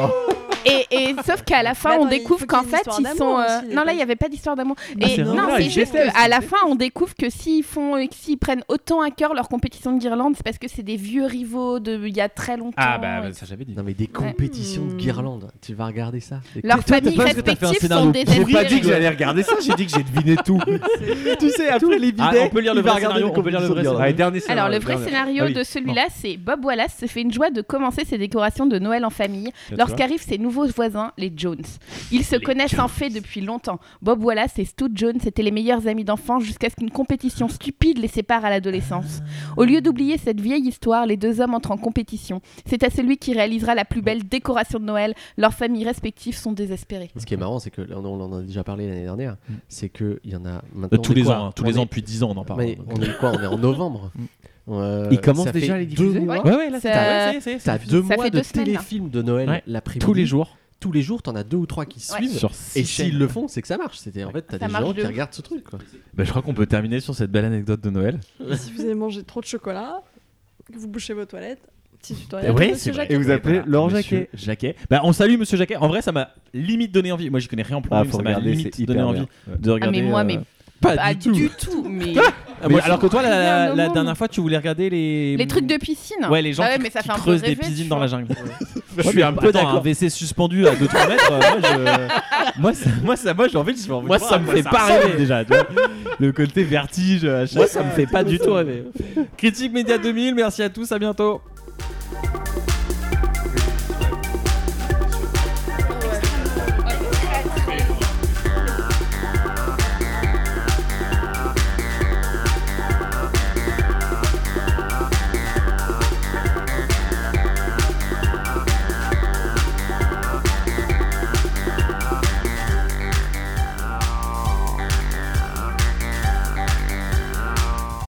Speaker 5: et, et sauf qu'à la fin,
Speaker 4: Mais
Speaker 5: on
Speaker 4: Bah, attends, il
Speaker 5: découvre
Speaker 4: faut
Speaker 5: qu'en
Speaker 4: qu'il y ait une
Speaker 5: fait,
Speaker 4: histoire
Speaker 5: ils
Speaker 4: d'amour
Speaker 5: sont. euh,
Speaker 4: aussi, il y
Speaker 5: Non,
Speaker 4: a pas-
Speaker 5: là, il n'y avait pas d'histoire d'amour.
Speaker 4: Ah,
Speaker 5: Et
Speaker 4: c'est
Speaker 5: non,
Speaker 4: vrai,
Speaker 5: c'est
Speaker 4: ils
Speaker 5: juste
Speaker 4: détestent,
Speaker 5: qu'à la fin, on découvre que s'ils font, et que s'ils prennent autant à cœur leur compétition de guirlande, c'est parce que c'est des vieux rivaux de il y a très longtemps.
Speaker 1: Ah bah ouais, ça j'avais dit.
Speaker 7: Non, mais des compétitions de guirlandes. Tu vas regarder ça. Des
Speaker 5: Leur
Speaker 7: compétitions-
Speaker 5: famille
Speaker 7: Parce que t'as fait un
Speaker 5: respective
Speaker 7: scénario
Speaker 5: sont
Speaker 7: pourri.
Speaker 5: détestées.
Speaker 7: J'ai pas dit que j'allais-
Speaker 3: J'allais regarder ça, j'ai dit que j'ai deviné tout. tu sais, après les
Speaker 1: Ah,
Speaker 3: bidets.
Speaker 1: on peut lire le
Speaker 3: il va
Speaker 1: vrai
Speaker 3: regarder les
Speaker 1: scénario, on peut lire le
Speaker 3: compétitions
Speaker 1: vrai
Speaker 3: de guirlandes.
Speaker 1: scénario.
Speaker 3: Allez, dernier scénario.
Speaker 5: Alors, le vrai
Speaker 3: dernier.
Speaker 5: scénario
Speaker 3: Ah oui.
Speaker 5: de celui-là, c'est Bob Wallace se fait une joie de commencer ses décorations de Noël en famille
Speaker 3: tu
Speaker 5: lorsqu'arrivent ses nouveaux voisins, les Jones. Ils se connaissent en fait depuis longtemps. Bob Wallace et Stu Jones étaient les meilleurs amis d'enfance jusqu'à ce qu'une compétition stupide les sépare à l'adolescence.
Speaker 1: Ah.
Speaker 5: Au lieu d'oublier cette vieille histoire, les deux hommes entrent en compétition. C'est à celui qui réalisera la plus belle décoration de Noël. Leurs familles respectives sont désespérées. Ah,
Speaker 7: Ce qui est marrant, c'est que là, on en a déjà parlé l'année dernière. C'est qu'il y en a
Speaker 1: Euh,
Speaker 7: maintenant.
Speaker 1: Mm. tous
Speaker 7: on est
Speaker 1: les
Speaker 7: quoi
Speaker 1: ans, hein, tous
Speaker 7: On
Speaker 1: les
Speaker 7: est-
Speaker 1: ans depuis 10 ans, on en parle.
Speaker 7: Mais
Speaker 1: donc.
Speaker 7: on est quoi On est en novembre. Euh,
Speaker 1: Ils commencent
Speaker 7: ça fait
Speaker 1: déjà à les
Speaker 7: deux
Speaker 1: diffuser
Speaker 7: mois.
Speaker 1: Ouais, ouais, là,
Speaker 5: c'est- Ça- ouais, c'est- c'est-
Speaker 7: T'as
Speaker 5: c'est-
Speaker 7: deux
Speaker 5: ça
Speaker 7: mois
Speaker 5: fait
Speaker 7: de
Speaker 5: deux semaines, hein. là.
Speaker 7: téléfilms de Noël
Speaker 1: Ouais.
Speaker 7: l'après-midi.
Speaker 1: Tous les jours.
Speaker 7: Tous les jours, t'en as deux ou trois qui
Speaker 5: Ouais.
Speaker 7: suivent.
Speaker 1: Sur
Speaker 7: et
Speaker 1: six
Speaker 7: s'ils
Speaker 1: chaînes.
Speaker 7: le font, c'est que ça marche. C'est-à-dire, en fait, t'as
Speaker 5: Ça
Speaker 7: des
Speaker 5: marche
Speaker 7: gens
Speaker 5: de
Speaker 7: qui
Speaker 5: ouf.
Speaker 7: regardent ce truc. Quoi.
Speaker 1: Bah, je crois qu'on peut terminer sur cette belle anecdote de Noël.
Speaker 4: Et Ah, si vous avez mangé trop de chocolat, que vous bouchez vos toilettes, petit tutoriel. de
Speaker 1: Eh Oui,
Speaker 4: Monsieur
Speaker 1: c'est vrai.
Speaker 4: Jacques.
Speaker 3: Et vous appelez Laurent
Speaker 1: Monsieur Jacquet. Bah, on salue Monsieur Jacquet. En vrai, ça m'a limite donné envie. Moi, j'y connais rien en plan.
Speaker 3: Ah,
Speaker 1: mais
Speaker 3: faut
Speaker 1: ça m'a
Speaker 3: regarder,
Speaker 1: limite
Speaker 3: c'est
Speaker 1: donné
Speaker 3: hyper
Speaker 1: envie de
Speaker 5: Ah,
Speaker 1: regarder.
Speaker 5: mais moi,
Speaker 1: euh,
Speaker 5: mais
Speaker 1: pas
Speaker 5: du
Speaker 1: du tout.
Speaker 5: tout, mais
Speaker 1: Ah, moi, alors que toi, la, la-
Speaker 5: rien au
Speaker 1: la
Speaker 5: monde.
Speaker 1: dernière fois, tu voulais regarder les.
Speaker 5: les trucs de piscine.
Speaker 1: Ouais, les gens
Speaker 5: Ah ouais,
Speaker 1: qui,
Speaker 5: mais ça
Speaker 1: qui
Speaker 5: fait un peu
Speaker 1: creusent des
Speaker 5: rêver, tu
Speaker 1: piscines dans
Speaker 5: vois.
Speaker 1: la
Speaker 6: *laughs*
Speaker 1: jungle. je suis un peu d'accord. Un WC suspendu à 2-3 mètres. euh,
Speaker 6: *laughs*
Speaker 1: moi, je- moi, ça, moi, ça, moi, j'ai envie, j'ai envie de
Speaker 6: Moi,
Speaker 1: voir
Speaker 6: ça
Speaker 1: à
Speaker 6: me
Speaker 1: quoi
Speaker 6: fait pas
Speaker 1: ressemble
Speaker 6: rêver.
Speaker 1: déjà. tu vois. Le côté vertige. à chaque-
Speaker 6: Moi, ça me fait pas du tout rêver.
Speaker 1: Critique Média 2000, merci à tous, à bientôt.